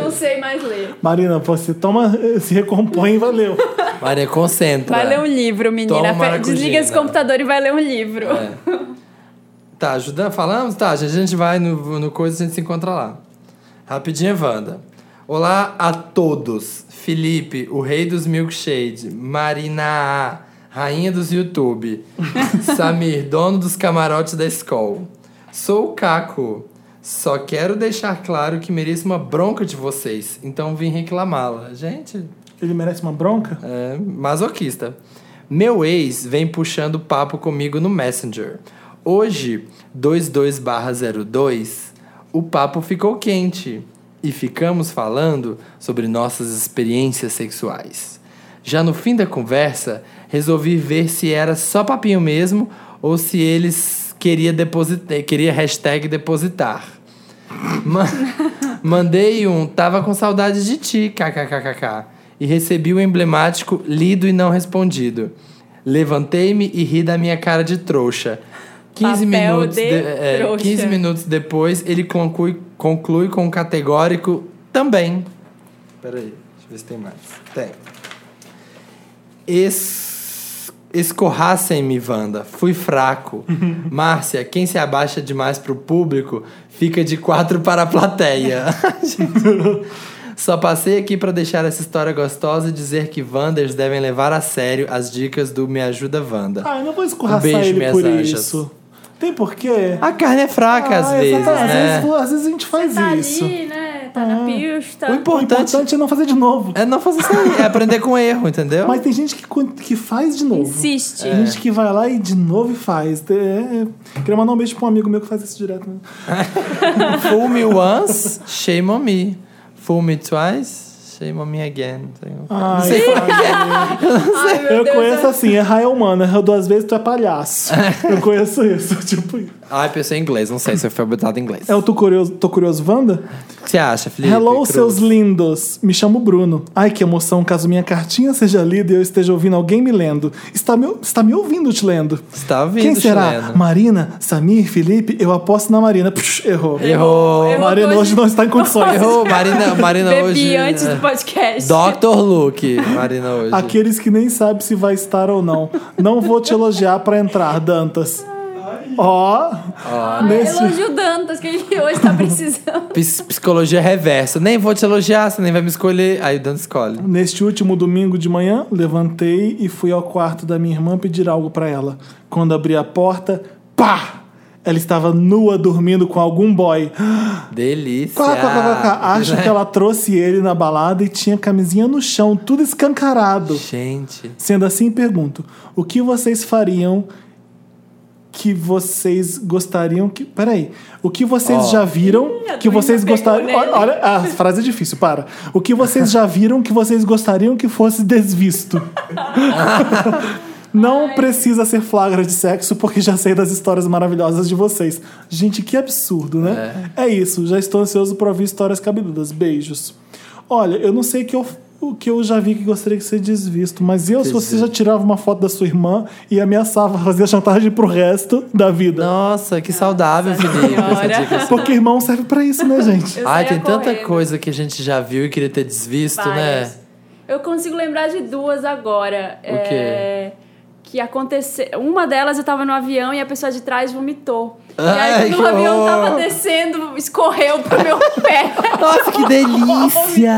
S3: não sei mais ler.
S1: Marina, você toma, eh, se recompõe e valeu.
S2: Maria, concentra.
S3: Vai ler um livro, menina.
S2: É. Toma É.
S3: Fe- Desliga
S2: maracujina.
S3: esse computador e vai ler um livro.
S2: Tá, ajudando? Falamos? Tá, a gente vai no, no coisa e a gente se encontra lá. Rapidinho, Wanda. Olá a todos. Felipe, o rei dos milkshade. Marina A, rainha dos YouTube. Samir, dono dos camarotes da escola. Sou o Caco. Só quero deixar claro que mereço uma bronca de vocês, então vim reclamá-la. Gente,
S1: Ele merece uma bronca?
S2: é, masoquista. Meu ex vem puxando papo comigo no Messenger. Hoje, 22/02, o papo ficou quente e ficamos falando sobre nossas experiências sexuais. Já no fim da conversa, resolvi ver se era só papinho mesmo ou se eles queria depositar, queria hashtag depositar. Ma- Mandei um, tava com saudades de ti, kkkk. E recebi o emblemático lido e não respondido. Levantei-me e ri da minha cara de trouxa. 15
S3: Papel
S2: minutos,
S3: de
S2: é,
S3: trouxa.
S2: 15 minutos depois, ele conclui, conclui com um categórico também. Peraí, deixa eu ver se tem mais. Tem. Es... Escorrassem-me, Wanda. Fui fraco. Márcia, quem se abaixa demais pro público fica de quatro para a plateia. Gente. Só passei aqui para deixar essa história gostosa e dizer que Wanders devem levar a sério as dicas do Me Ajuda Wanda.
S1: Ah, eu não vou escorraçar
S2: beijo,
S1: ele
S2: minhas
S1: por
S2: anjas.
S1: isso. Tem porquê?
S2: A carne é fraca às
S1: Ah,
S2: vezes,
S1: exato. Às
S2: né?
S1: vezes- às vezes a gente faz
S3: tá
S1: isso.
S3: ali, né? Tá na pista.
S2: O
S1: O
S2: importante,
S1: importante é não fazer de novo.
S2: é não fazer isso aí, é aprender com erro, entendeu?
S1: Mas tem gente que, con- que faz de novo.
S3: Insiste.
S1: Tem gente que vai lá e de novo e faz. É, é. Queria mandar um beijo pra um amigo meu que faz isso direto. né?
S2: Fool me once, shame on me. Fool me twice, shame on me again. um
S1: Ai,
S2: Sei
S3: Ai, meu
S1: eu
S3: Deus,
S1: conheço assim, é raia humana. Errou duas vezes, tu é palhaço. eu conheço isso. Tipo,
S2: Ai, pensei em inglês, não sei se eu fui habilitado em inglês.
S1: é o Tô Curioso, Tô Curioso Wanda?
S2: O que você acha, Felipe?
S1: Hello,
S2: Cruz?
S1: seus lindos. Me chamo Bruno. Ai, que emoção caso minha cartinha seja lida e eu esteja ouvindo alguém me lendo. Está me, está me ouvindo te lendo.
S2: Está tá ouvindo,
S1: Quem será?
S2: chileno.
S1: Marina? Samir? Felipe? Eu aposto na Marina. Psh, errou.
S2: Errou.
S3: Errou.
S1: Marina hoje não está em condições.
S2: Errou, Marina, Marina
S3: Bebi
S2: hoje.
S3: antes do podcast.
S2: Dr. Luke, Marina hoje.
S1: Aqueles que nem sabem se vai estar ou não. Não vou te elogiar para entrar, Dantas. Ó,
S3: Ah,
S1: nesse-
S3: Elogio Dantas, que ele hoje tá precisando.
S2: Pis- Psicologia reversa. Nem vou te elogiar, você nem vai me escolher. Aí o Dan escolhe.
S1: neste último domingo de manhã, levantei e fui ao quarto da minha irmã pedir algo para ela. Quando abri a porta, pá! Ela estava nua dormindo com algum boy.
S2: Delícia.
S1: Quá, quá, quá, quá, quá. Acho que ela trouxe ele na balada e tinha camisinha no chão, tudo escancarado.
S2: Gente.
S1: Sendo assim, pergunto: o que vocês fariam que vocês gostariam que. Peraí. O que vocês já viram
S3: a
S1: que
S3: Duína
S1: vocês
S3: pegou né?
S1: gostariam.
S3: nele.
S1: Olha, olha, a frase é difícil, para. O que vocês já viram que vocês gostariam que fosse desvisto? Não precisa ser flagra de sexo, porque já sei das histórias maravilhosas de vocês. Gente, que absurdo, né? É, isso, já estou ansioso para ouvir histórias cabeludas. Beijos. Olha, eu não sei que eu- o que eu já vi que gostaria que você desvisto, mas eu, se você já tirava uma foto da sua irmã e ameaçava fazer chantagem pro resto da vida.
S2: Nossa, que saudável, Felipe. Essa
S3: senhora.
S2: dica. é
S1: Porque irmão serve para isso, né, gente?
S3: Eu
S2: Ai,
S3: saía
S2: tem tanta
S3: correndo.
S2: coisa que a gente já viu e queria ter desvisto, né?
S3: Várias. Eu consigo lembrar de duas agora.
S2: O
S3: É, Que aconteceu. Uma delas eu tava no avião e a pessoa de trás vomitou. e
S2: Ai,
S3: aí,
S2: que
S3: quando o avião
S2: horror.
S3: tava descendo, escorreu pro meu pé.
S2: Nossa, que
S3: E aí
S2: delícia!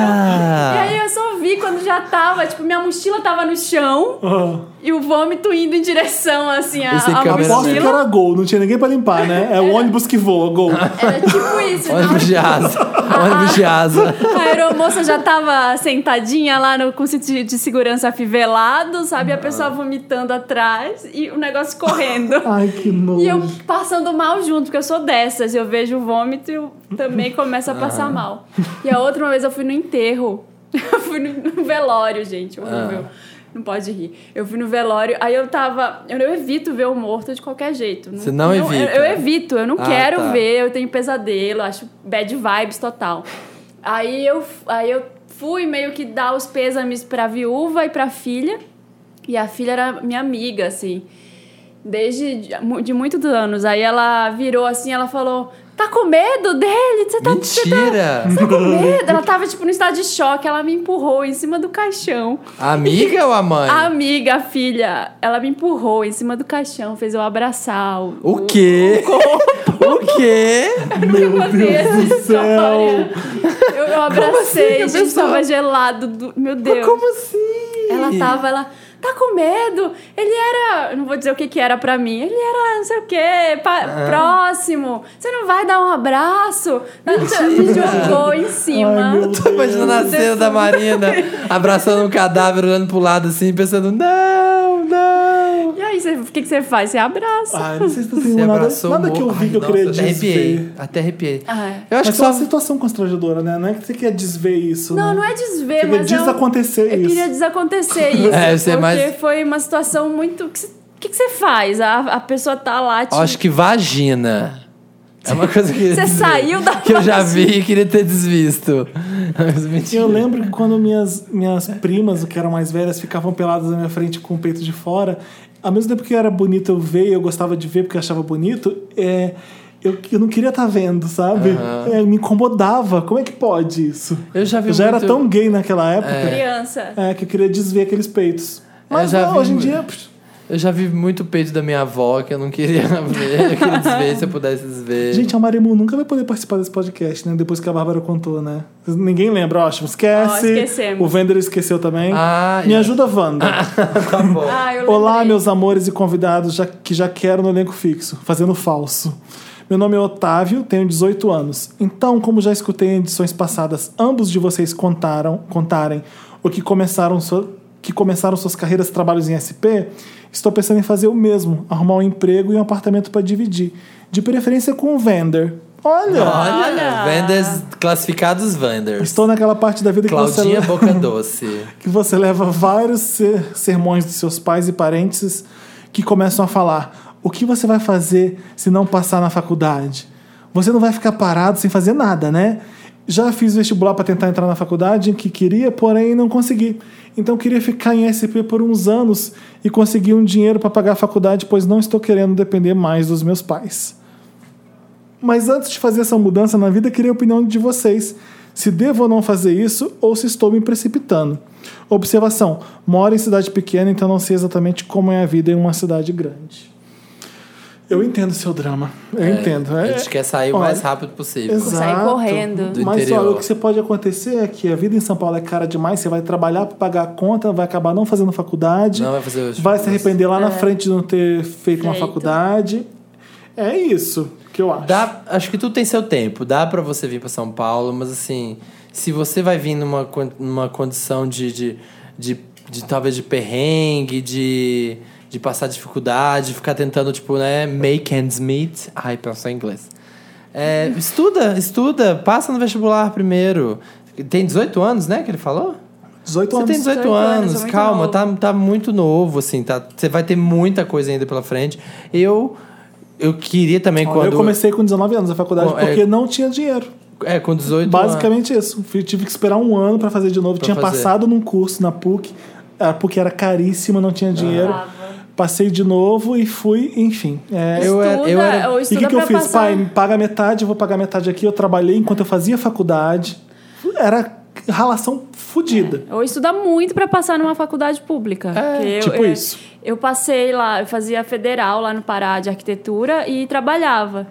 S3: eu só vi quando já tava, tipo, minha mochila tava no chão
S1: Ah.
S3: e o vômito indo em direção, assim, à
S2: Esse
S3: à
S2: câmera
S1: Aposto que
S2: Brasil.
S3: mochila.
S1: era gol, não tinha ninguém para limpar, né? É o ônibus que voa, gol.
S3: Era tipo isso.
S2: Ônibus de asa. Ônibus de asa.
S3: A aeromoça já tava sentadinha lá no, com o cinto de, de segurança afivelado, sabe? A pessoa vomitando atrás e o negócio correndo.
S1: Ai, que nojo.
S3: E eu passando mal junto, porque eu sou dessas. Eu vejo o vômito e eu também começo a passar
S2: Ah.
S3: mal. E a outra vez eu fui no enterro. Eu fui no, no velório, gente. É Horrível.
S2: Ah.
S3: Não pode rir. Eu fui no velório, aí eu tava. Eu, eu evito ver o morto de qualquer jeito.
S2: Você não
S3: eu-
S2: evita?
S3: Eu, evito, eu não
S2: Ah,
S3: quero
S2: tá.
S3: ver, eu tenho pesadelo, acho bad vibes total. Aí eu, aí eu fui meio que dar os pêsames pra viúva e pra filha. E a filha era minha amiga, assim desde de, de muitos anos. Aí ela virou assim, ela falou: "Tá com medo dele? Você tá, você
S2: Mentira!
S3: tá com medo?" Ela tava tipo no estado de choque, ela me empurrou em cima do caixão.
S2: A amiga ou a mãe?
S3: A amiga, a filha, ela me empurrou em cima do caixão, fez eu abraçar. O,
S2: O quê? O quê?
S3: Eu contei essa história. Eu, eu abracei,
S2: assim, a
S3: gente,
S2: pessoa?
S3: tava gelado. do- Meu Deus.
S2: Como assim?
S3: Ela tava, ela tá com medo. Ele era, eu não vou dizer o que que era pra mim. Ele era não sei o que,
S1: É.
S3: próximo. Você não vai dar um abraço? Me jogou em cima.
S1: Ai, meu
S2: Tô imaginando a cena da Marina abraçando um cadáver, olhando pro lado assim, pensando: não, não.
S3: E aí, você- o que que você faz? Você abraça.
S1: Ah, não sei se tem
S2: Você
S1: nada,
S2: abraçou
S1: nada
S2: o
S1: que eu
S2: morto.
S1: vi que eu
S2: Ai,
S1: queria
S2: nossa,
S1: dizer.
S2: Até arrepiei. Até arrepiei.
S3: Ah,
S2: Eu
S1: Mas
S2: acho que
S1: é
S2: só.
S1: uma situação constrangedora, né? Não é que você quer desver isso.
S3: Não,
S1: né?
S3: não é
S1: Você
S3: desver,
S1: quer
S3: mas
S2: um-
S1: desacontecer
S3: eu, eu
S1: isso.
S3: queria desacontecer isso.
S2: É, você é
S3: porque
S2: mais-
S3: foi uma situação muito... O que, você- o que que você faz? A, a pessoa tá lá, te
S2: Acho que vagina. É uma coisa que. eu
S3: Você
S2: queria dizer,
S3: saiu da
S2: Que eu já
S3: loja.
S2: vi e queria ter desvisto. Mas
S1: E
S2: mentira.
S1: eu lembro que quando minhas, minhas
S2: É.
S1: primas, que eram mais velhas, ficavam peladas na minha frente com o peito de fora, ao mesmo tempo que eu era bonito eu ver, eu gostava de ver porque eu achava bonito, é, eu, eu não queria estar vendo, sabe?
S2: Aham.
S1: É, me incomodava. Como é que pode isso?
S2: Eu já vi
S1: Eu já era
S2: muito-
S1: tão gay naquela época
S3: Criança.
S1: é, que eu queria desver aqueles peitos. Mas
S2: É, já
S1: não,
S2: vi
S1: hoje em
S2: muito.
S1: dia. pff,
S2: Eu já vi muito peito da minha avó que eu não queria ver. Eu queria desver se eu pudesse desver.
S1: Gente, a Marimu nunca vai poder participar desse podcast, né? Depois que a Bárbara contou, né? Ninguém lembra, ó, esquece.
S3: Ó, esquecemos.
S1: o Vender esqueceu também.
S2: Ah,
S1: Me
S2: é.
S1: ajuda, Wanda.
S2: tá bom.
S3: Ah, eu
S1: Olá,
S3: lembrei.
S1: meus amores e convidados já, que já quero no elenco fixo, fazendo falso. Meu nome é Otávio, tenho 18 anos. Então, como já escutei em edições passadas, ambos de vocês contaram, contarem o que começaram, sua- que começaram suas carreiras e trabalhos em SP, estou pensando em fazer o mesmo, arrumar um emprego e um apartamento para dividir, de preferência com o vendor. Olha,
S2: Olha, Wenders, classificados Wenders.
S1: estou naquela parte da vida que você
S2: Claudinha
S1: le-
S2: Boca Doce.
S1: que você leva vários ser- sermões dos seus pais e parentes que começam a falar: o que você vai fazer se não passar na faculdade? Você não vai ficar parado sem fazer nada, né? Já fiz vestibular para tentar entrar na faculdade em que queria, porém não consegui. Então queria ficar em SP por uns anos e conseguir um dinheiro para pagar a faculdade, pois não estou querendo depender mais dos meus pais. Mas antes de fazer essa mudança na vida, queria a opinião de vocês. Se devo ou não fazer isso, ou se estou me precipitando. Observação: moro em cidade pequena, então não sei exatamente como é a vida em uma cidade grande. Eu entendo o seu drama. Eu entendo.
S2: A
S1: É,
S2: gente quer sair o
S1: olha,
S2: mais rápido possível.
S1: Exato.
S3: Sair correndo.
S2: Do
S1: Mas
S2: interior.
S1: olha, o que você pode acontecer é que a vida em São Paulo é cara demais, você vai trabalhar para pagar a conta, vai acabar não fazendo faculdade,
S2: Não vai fazer o-
S1: vai se arrepender lá na frente de não ter feito uma
S3: É. Feito.
S1: faculdade. É isso que eu acho.
S2: Dá, acho que tudo tem seu tempo. Dá pra você vir pra São Paulo, mas assim, se você vai vir numa, con- numa condição de, de, de, de talvez de perrengue, de, de passar dificuldade, ficar tentando, tipo, né, make ends meet. Ai, pensou em inglês. É, estuda, estuda, passa no vestibular primeiro. Tem 18 anos, né, que ele falou?
S1: 18
S2: Você
S1: anos.
S2: tem 18,
S3: 18 anos,
S2: anos,
S3: é muito
S2: calma,
S3: novo.
S2: tá, tá muito novo, assim, tá, você vai ter muita coisa ainda pela frente. Eu, eu queria também
S1: Olha,
S2: quando.
S1: Eu comecei com 19 anos na faculdade
S2: Bom, é-
S1: porque não tinha dinheiro.
S2: É, com 18
S1: Basicamente isso. Eu tive que esperar um ano pra fazer de novo.
S2: Pra
S1: tinha
S2: fazer.
S1: passado num curso na PUC. A PUC era caríssima, não tinha dinheiro.
S3: Tava.
S1: Passei de novo e fui, enfim. É,
S2: Eu era- eu era-
S3: ou
S1: e o
S3: estuda
S1: que, que eu
S3: pra
S1: fiz?
S3: passar.
S1: Pai, paga metade, eu vou pagar metade aqui. Eu trabalhei enquanto eu fazia faculdade. Era ralação fodida.
S3: Ou estudar muito pra passar numa faculdade pública.
S2: É,
S3: Porque eu,
S1: tipo
S3: eu-
S1: isso.
S3: Eu passei lá, eu fazia federal lá no Pará de arquitetura e trabalhava.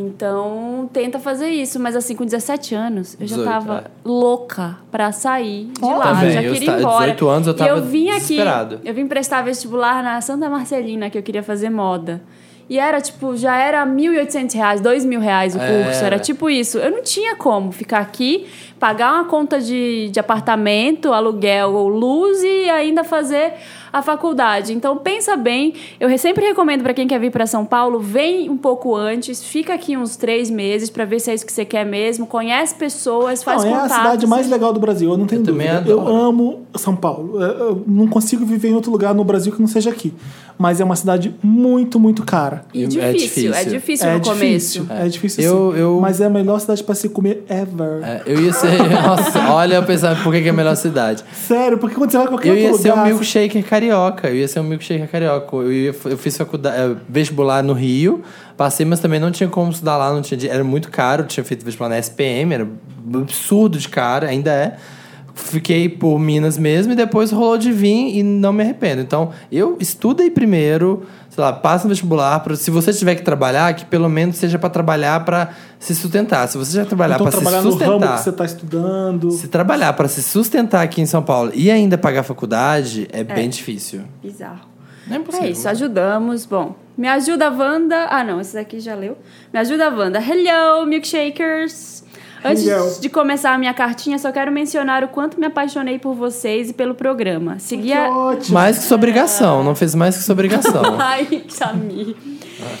S3: Então, tenta fazer isso. Mas assim, com 17 anos, eu já
S2: 18,
S3: tava
S2: é.
S3: louca pra sair de
S2: Ó,
S3: lá.
S2: também,
S3: já
S2: eu
S3: queria
S2: esta-
S3: ir embora.
S2: 18 anos eu
S3: E
S2: tava
S3: eu vim aqui,
S2: desesperado.
S3: eu vim prestar vestibular na Santa Marcelina, que eu queria fazer moda. E era tipo, já era R$ 1.800 reais, R$ 2.000 reais o curso.
S2: Era.
S3: Era tipo isso. Eu não tinha como ficar aqui, pagar uma conta de, de apartamento, aluguel ou luz e ainda fazer a faculdade. Então, pensa bem. Eu sempre recomendo para quem quer vir para São Paulo, vem um pouco antes, fica aqui uns três meses para ver se é isso que você quer mesmo. Conhece pessoas, faz
S1: não,
S3: contatos.
S1: é a cidade mais legal do Brasil, eu não tenho
S2: Eu também
S1: dúvida.
S2: adoro.
S1: Eu amo São Paulo. Eu- Eu não consigo viver em outro lugar no Brasil que não seja aqui. Mas é uma cidade muito, muito cara.
S3: E
S2: É
S3: difícil, é difícil,
S2: difícil.
S1: é
S3: no começo.
S1: difícil, é difícil
S2: Eu-
S1: sim.
S2: eu-
S1: Mas é a melhor cidade pra se comer ever.
S2: É, eu ia ser. Nossa, olha, eu pensava, por que, que é a melhor cidade?
S1: Sério, porque quando você vai a qualquer
S2: Eu ia
S1: outro
S2: ser um
S1: lugar...
S2: milkshaker carioca. Eu ia ser um milkshaker carioca. Eu, ia- eu fiz faculdade, eh, vestibular no Rio, passei, mas também não tinha como estudar lá, não tinha, dinhe- era muito caro. Tinha feito vestibular na SPM, era absurdo de caro, ainda é. Fiquei por Minas mesmo e depois rolou de vir e não me arrependo. Então, eu estuda aí primeiro, sei lá, passa no vestibular. pra- se você tiver que trabalhar, que pelo menos seja pra trabalhar pra se sustentar. Se você já trabalhar
S1: então
S2: pra
S1: trabalhar
S2: se
S1: no
S2: sustentar.
S1: ramo que você tá estudando...
S2: Se trabalhar para se sustentar aqui em São Paulo e ainda pagar faculdade é, bem difícil.
S3: Bizarro.
S2: Não é impossível.
S3: É
S1: né?
S3: isso, ajudamos. Bom, me ajuda a Wanda. Ah, não, esse daqui já leu. Me ajuda a Wanda. Hello, milkshakers! Antes
S1: Hello.
S3: de começar a minha cartinha, só quero mencionar o quanto me apaixonei por vocês e pelo programa. Segui
S1: Que
S3: a...
S1: ótimo.
S2: Mais que
S3: é-
S2: sua obrigação, não fez mais que sua obrigação.
S3: Ai, Samir.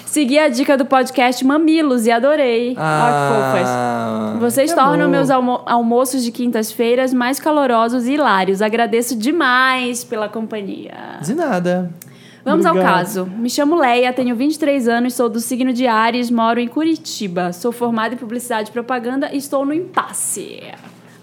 S3: Segui a dica do podcast Mamilos e adorei. Ó, que fofas.
S2: ah,
S3: Vocês
S1: Ah. que
S3: tornam
S1: amor.
S3: meus almo- almoços de quintas-feiras mais calorosos e hilários. Agradeço demais pela companhia.
S2: de nada.
S3: Vamos ao
S1: Obrigado.
S3: caso. Me chamo Leia, tenho 23 anos, sou do signo de Ares, moro em Curitiba. Sou formada em publicidade e propaganda e estou no impasse.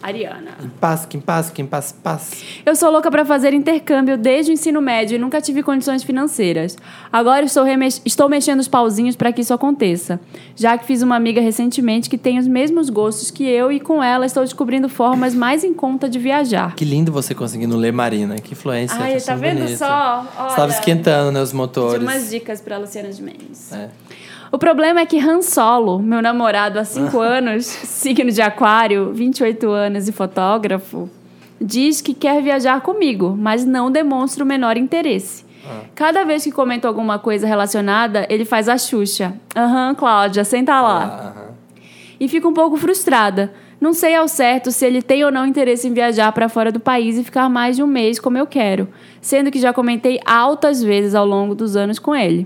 S3: Ariana.
S2: Passa, quem passa, quem passa, passa.
S3: Eu sou louca pra fazer intercâmbio desde o ensino médio e nunca tive condições financeiras. Agora estou, remex- estou mexendo os pauzinhos pra que isso aconteça, já que fiz uma amiga recentemente que tem os mesmos gostos que eu e com ela estou descobrindo formas mais em conta de viajar.
S2: Que lindo você conseguindo ler Marina, que influência.
S3: Ai,
S2: pessoa
S3: tá vendo
S2: bonita.
S3: só?
S2: Você tava
S3: Olha.
S2: esquentando, né, os
S3: Tinha
S2: motores.
S3: umas dicas pra Luciana de Mendes.
S2: É.
S3: O problema é que Han Solo, meu namorado há 5 anos, signo de aquário, 28 anos e fotógrafo, diz que quer viajar comigo, mas não demonstra o menor interesse. Cada vez que comento alguma coisa relacionada, ele faz a Xuxa. Aham, Cláudia, senta lá.
S2: Ah, aham.
S3: E fico um pouco frustrada. Não sei ao certo se ele tem ou não interesse em viajar para fora do país e ficar mais de um mês como eu quero, sendo que já comentei altas vezes ao longo dos anos com ele.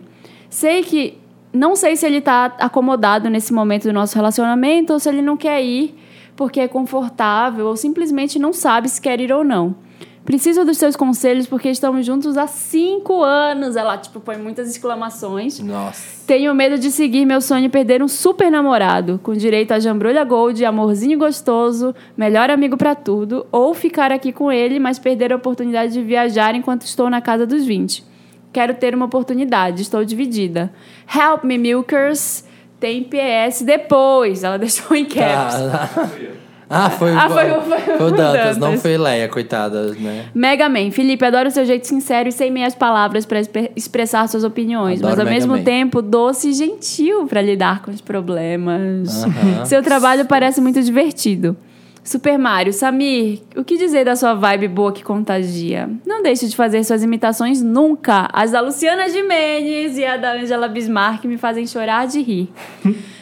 S3: Sei que não sei se ele está acomodado nesse momento do nosso relacionamento ou se ele não quer ir porque é confortável ou simplesmente não sabe se quer ir ou não. Preciso dos seus conselhos porque estamos juntos há cinco anos. Ela tipo põe muitas exclamações.
S2: Nossa.
S3: Tenho medo de seguir meu sonho e perder um super namorado, com direito a jambrolha gold, amorzinho gostoso, melhor amigo pra tudo, ou ficar aqui com ele, mas perder a oportunidade de viajar enquanto estou na casa dos 20. Quero ter uma oportunidade, estou dividida. Help me, Milkers. Tem PS depois. Ela deixou em caps.
S2: Tá. Ah, foi,
S3: É. Ah,
S2: o-
S3: foi o- foi o
S2: foi o Dantas,
S3: Dantas.
S2: não foi Leia, coitada, né?
S3: Mega Man. Felipe, adoro seu jeito sincero e sem meias palavras para expressar suas opiniões,
S2: Adoro
S3: mas ao
S2: Mega
S3: mesmo
S2: Man.
S3: tempo doce e gentil para lidar com os problemas.
S2: Aham.
S3: Seu trabalho parece muito divertido. Super Mario, Samir, o que dizer da sua vibe boa que contagia? Não deixe de fazer suas imitações nunca. As da Luciana Gimenez e a da Angela Bismarck me fazem chorar de rir.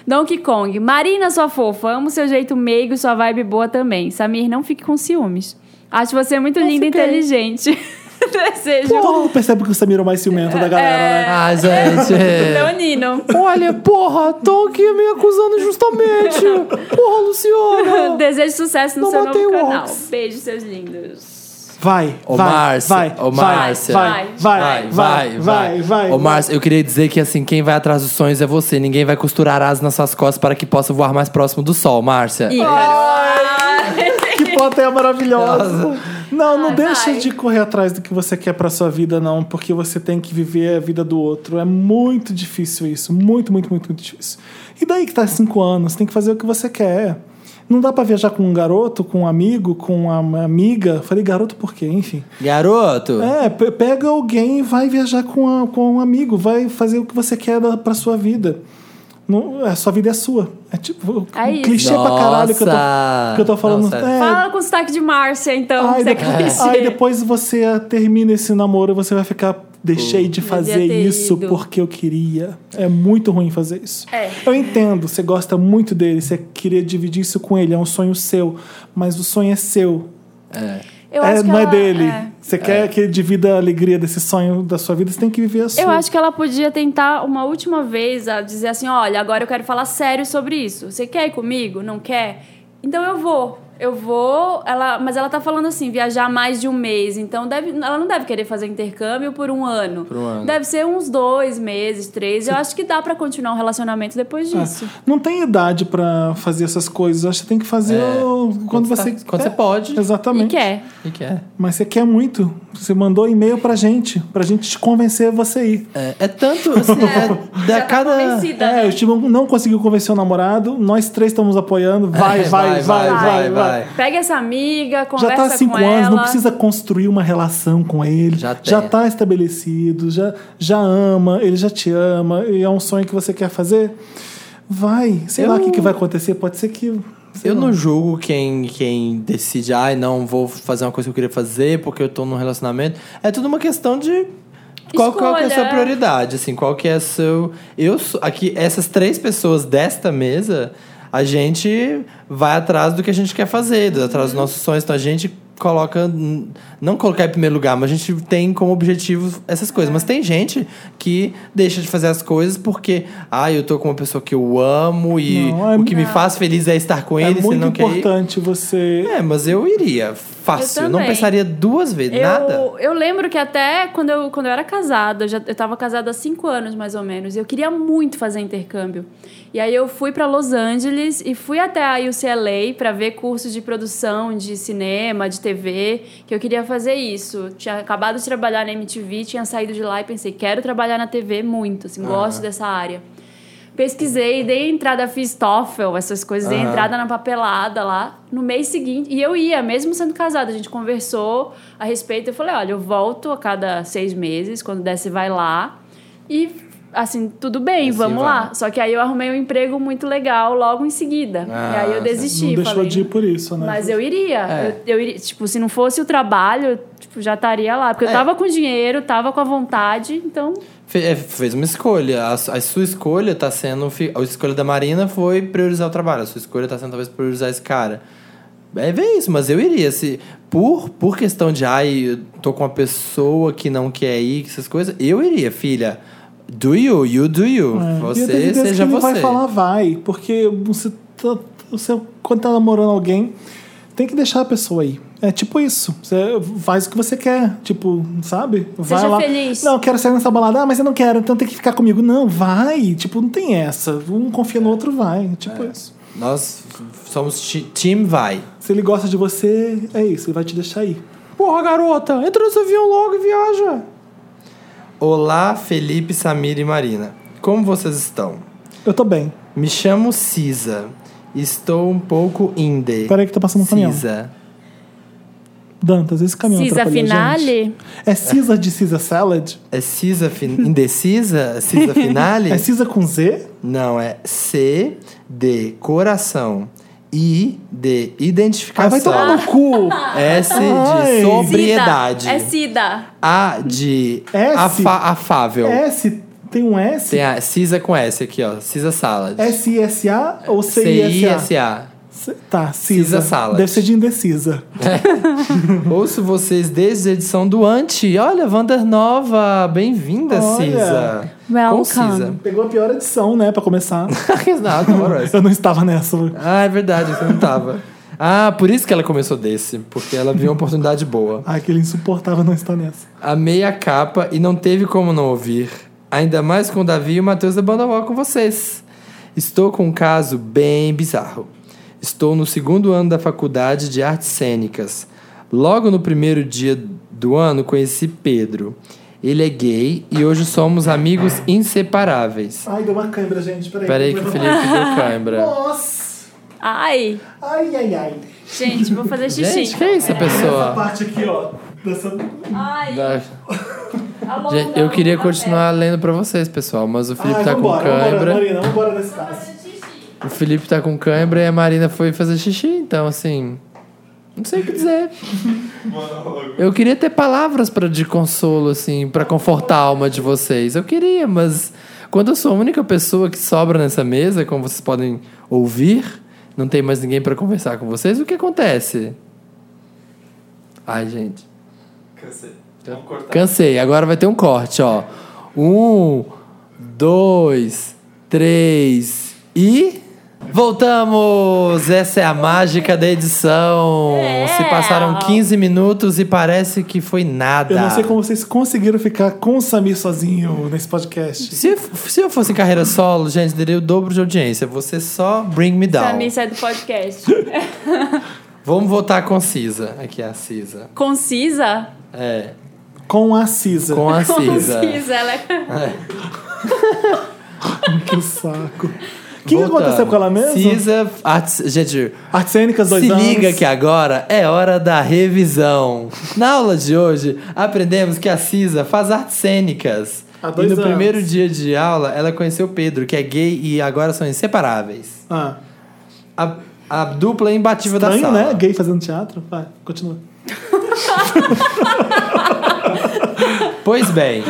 S3: Donkey Kong, Marina, sua fofa, amo seu jeito meigo e sua vibe boa também. Samir, não fique com ciúmes. Acho você muito linda e inteligente. Desejo.
S1: Todo mundo percebe que o Samir é o mais ciumento da galera, né?
S3: É,
S2: Ah, gente.
S3: Leonino.
S2: Olha, porra, tô aqui me acusando justamente. Porra, Luciana.
S3: Desejo sucesso no
S1: Não
S3: seu
S1: matei
S3: novo
S1: o
S3: canal.
S1: Ox.
S3: Beijo, seus lindos.
S1: Vai,
S2: Ô,
S1: vai,
S2: Márcia,
S1: vai,
S2: ô,
S1: vai,
S2: Márcia.
S1: vai, vai, vai, vai, vai.
S2: Ô, Márcio, eu queria dizer que, assim, quem vai atrás dos sonhos é você. Ninguém vai costurar asas nas suas costas para que possa voar mais próximo do sol, Márcia.
S3: Ícaro.
S1: Que plateia maravilhosa. Não, não
S3: Ai,
S1: deixa
S3: vai.
S1: de correr atrás do que você quer pra sua vida, não, porque você tem que viver a vida do outro. É muito difícil isso. Muito, muito, muito, muito difícil. E daí que tá cinco anos, tem que fazer o que você quer. É. Não dá pra viajar com um garoto, com um amigo, com uma amiga. Falei garoto por quê? Enfim.
S2: Garoto.
S1: É, pe- pega alguém e vai viajar com, a- com um amigo, vai fazer o que você quer da, pra sua vida. Não, a sua vida é sua. É tipo,
S3: É
S1: um
S3: isso.
S1: clichê pra caralho que eu tô,
S2: Nossa.
S1: que eu tô falando.
S2: Não, sério.
S1: É,
S3: Fala com o sotaque de Márcia, então.
S1: aí,
S3: que
S1: de-
S3: você quer dizer.
S1: aí depois você termina esse namoro, você vai ficar. Deixei de
S3: Devia
S1: fazer
S3: ter
S1: isso
S3: ido."
S1: porque eu queria. É muito ruim fazer isso.
S3: É.
S1: Eu entendo, você gosta muito dele, você queria dividir isso com ele, é um sonho seu, mas o sonho é seu,
S3: Eu
S1: é,
S3: acho que
S1: não é
S3: ela-
S1: dele.
S3: é.
S1: Você quer que ele divida a alegria desse sonho da sua vida, você tem que viver a sua.
S3: Eu acho que ela podia tentar uma última vez a dizer assim: olha, agora eu quero falar sério sobre isso. Você quer ir comigo? Não quer? Então eu vou. Eu vou. Ela, mas ela tá falando assim: viajar mais de um mês. Então deve, ela não deve querer fazer intercâmbio por um ano.
S2: Por um ano.
S3: Deve ser uns dois meses, três. Eu acho que dá pra continuar um relacionamento depois
S1: É,
S3: disso.
S1: Não tem idade pra fazer essas coisas. Eu Acho que você tem que fazer
S2: É,
S1: o- quando,
S2: quando
S1: você
S2: tá- quando você pode.
S3: E
S1: Exatamente.
S3: quer.
S2: O que é?
S1: Mas você quer muito. Você mandou e-mail pra gente, pra gente te convencer a você ir.
S2: É, é tanto, assim, é da
S3: Já tá
S2: cada...
S3: convencida, né?
S1: É, o Timão não conseguiu convencer o namorado, nós três estamos apoiando. Vai,
S2: É,
S1: vai, vai, vai, vai.
S3: Pega essa amiga,
S1: Já
S3: conversa
S1: tá há cinco
S3: com
S1: anos,
S3: ela.
S1: não precisa construir uma relação com ele.
S2: Já tem.
S1: já tá estabelecido, já, já ama, ele já te ama, e é um sonho que você quer fazer. Vai, sei lá o que, que vai acontecer, pode ser que. sei
S2: Eu
S1: lá.
S2: não julgo quem, quem decide, ai, não vou fazer uma coisa que eu queria fazer porque eu tô num relacionamento. É tudo uma questão de qual, qual que é a sua
S3: Escolha.
S2: prioridade, assim, qual que é seu. Eu sou. Aqui, essas três pessoas desta mesa, a gente vai atrás do que a gente quer fazer, do- atrás
S1: Uhum.
S2: dos nossos sonhos. Então a gente coloca. n- Não colocar em primeiro lugar, mas a gente tem como objetivo essas coisas.
S1: É.
S2: Mas tem gente que deixa de fazer as coisas porque, ah, eu tô com uma pessoa que eu amo e
S1: Não, é
S2: o que me faz feliz é estar com
S1: É
S2: ele, se
S1: muito
S2: não quer ir.
S1: importante você.
S2: É, mas eu iria. fácil.
S3: Eu
S2: não
S3: também.
S2: pensaria duas vezes, nada.
S3: Eu, eu lembro que até quando eu, quando eu era casada, eu, já, eu tava casada há cinco anos mais ou menos, e eu queria muito fazer intercâmbio. E aí eu fui para Los Angeles e fui até a UCLA para ver cursos de produção de cinema, de TV, que eu queria fazer isso. Tinha acabado de trabalhar na MTV, tinha saído de lá e pensei, quero trabalhar na TV muito, assim, gosto dessa área. Pesquisei, dei entrada, fiz TOEFL, essas coisas, dei
S2: Aham.
S3: entrada na papelada lá. No mês seguinte, e eu ia, mesmo sendo casada, a gente conversou a respeito. Eu falei: olha, eu volto a cada seis meses, quando der, você vai lá. E assim, tudo bem,
S2: Assim
S3: vamos
S2: vai.
S3: lá. Só que aí eu arrumei um emprego muito legal logo em seguida.
S2: Ah,
S3: e aí eu
S2: você
S3: desisti.
S1: não deixou
S3: falei,
S1: de ir por isso, né?
S3: mas eu iria.
S2: É.
S3: Eu, eu iria. Tipo, se não fosse o trabalho, eu, tipo, já estaria lá. Porque eu
S2: É.
S3: tava com dinheiro, tava com a vontade, então.
S2: Fe- é, fez uma escolha. A, su- a sua escolha tá sendo. fi- A escolha da Marina foi priorizar o trabalho. A sua escolha tá sendo talvez priorizar esse cara. É ver isso, mas eu iria. Se, por, por questão de, ai, eu tô com uma pessoa que não quer ir, que essas coisas, eu iria, filha. Do you, you do you.
S1: É. E eu tenho
S2: Você
S1: certeza que
S2: seja
S1: ele
S2: você.
S1: vai falar vai, porque você, tá- você quando tá namorando alguém, tem que deixar a pessoa aí. É tipo isso. Você faz o que você quer, tipo, sabe? Vai
S3: Seja
S1: lá.
S3: feliz.
S1: Não, eu quero sair nessa balada. Ah, mas eu não quero, então tem que ficar comigo. Não, vai. Tipo, não tem essa. Um confia no outro, vai. É Tipo isso.
S2: Nós somos ti- Team Vai.
S1: Se ele gosta de você, é isso. Ele vai te deixar aí.
S2: Porra, garota, entra nesse avião logo e viaja. Olá, Felipe, Samir e Marina. Como vocês estão?
S1: Eu tô bem.
S2: Me chamo Cisa. Estou um pouco indie.
S1: Peraí que tá passando um caminhão.
S2: Cisa.
S1: Dantas, esse caminhão
S3: Cisa
S1: atrapalhou a gente.
S3: Finale.
S1: É Cisa de Cisa Salad?
S2: É Cisa fin... indecisa? Cisa finale?
S1: É Cisa com Z?
S2: Não, é C de coração. I de
S1: Ah, vai
S2: identificação.
S1: tomar no cu.
S2: S
S1: Ai.
S2: de sobriedade.
S3: Cida. É Cida.
S2: A de
S1: S.
S2: afa- afável.
S1: S, tem um S?
S2: Tem a Cisa com S aqui, ó. Cisa Salad.
S1: É S-I-S-A ou C-I-S-A?
S2: C-I-S-A.
S1: C- Tá, Cisa.
S2: Cisa Salad.
S1: Deve ser de é indecisa.
S2: Uhum. Ouço vocês desde a edição do Anti. Olha, Vander Nova. Bem-vinda,
S1: Olha.
S2: Cisa.
S3: Welcome.
S2: Concisa.
S1: Pegou a pior edição, né, pra começar.
S2: Não, adoro essa.
S1: Eu não estava nessa.
S2: Ah, é verdade, você não tava. Ah, por isso que ela começou desse. Porque ela viu uma oportunidade boa.
S1: Ah, aquele insuportável não está nessa.
S2: Amei a capa e não teve como não ouvir. Ainda mais com o Davi e o Matheus da Banda Wall com vocês. Estou com um caso bem bizarro. Estou no segundo ano da faculdade de artes cênicas. Logo no primeiro dia do ano conheci Pedro. Ele é gay e hoje somos amigos inseparáveis.
S1: Ai, deu uma câimbra, gente. Peraí.
S2: Peraí que o Felipe deu câimbra.
S1: Nossa!
S3: Ai,
S1: Ai, ai, ai.
S3: gente, vou fazer xixi.
S2: Gente, quem é essa pessoa?
S1: parte aqui, ó. Dessa... É,
S3: Ai,
S2: Da-
S3: alô,
S2: Gente, eu
S3: tá
S2: queria continuar lendo pra vocês, pessoal, mas o Felipe
S1: Ai,
S2: tá com
S1: vambora, vambora,
S2: câimbra.
S1: Marina. Vambora nesse caso.
S2: O Felipe tá com câimbra e a Marina foi fazer xixi, então assim. Não sei o que dizer. Eu queria ter palavras pra, de consolo, assim, pra confortar a alma de vocês. Eu queria, mas quando eu sou a única pessoa que sobra nessa mesa, como vocês podem ouvir, não tem mais ninguém pra conversar com vocês, o que acontece? Ai, gente.
S4: Cansei. Vamos cortar.
S2: Cansei, agora vai ter um corte, ó. Um, dois, três e. Voltamos! Essa é a mágica da edição.
S3: É.
S2: Se passaram 15 minutos e parece que foi nada.
S1: Eu não sei como vocês conseguiram ficar com o Samir sozinho nesse podcast.
S2: Se, se eu fosse em carreira solo, gente, teria o dobro de audiência. Você só bring me down.
S3: Pra mim, sai do podcast.
S2: Vamos voltar com Cisa. Aqui é a Cisa.
S3: Concisa?
S2: É.
S1: Com a Cisa.
S2: Com a Cisa.
S3: Concisa, ela é...
S1: Que saco. O que, que
S2: Voltando.
S1: aconteceu com ela mesmo?
S2: Cisa. artes- gente,
S1: Artes cênicas, dois
S2: Se
S1: anos.
S2: liga que agora é hora da revisão. Na aula de hoje, aprendemos que a Cisa faz artes cênicas.
S1: Há dois
S2: e no
S1: anos.
S2: primeiro dia de aula, ela conheceu o Pedro, que é gay e agora são inseparáveis.
S1: Ah,
S2: A, a dupla é imbatível da
S1: estranho,
S2: sala.
S1: né? Gay fazendo teatro. Vai, continua.
S2: Pois bem,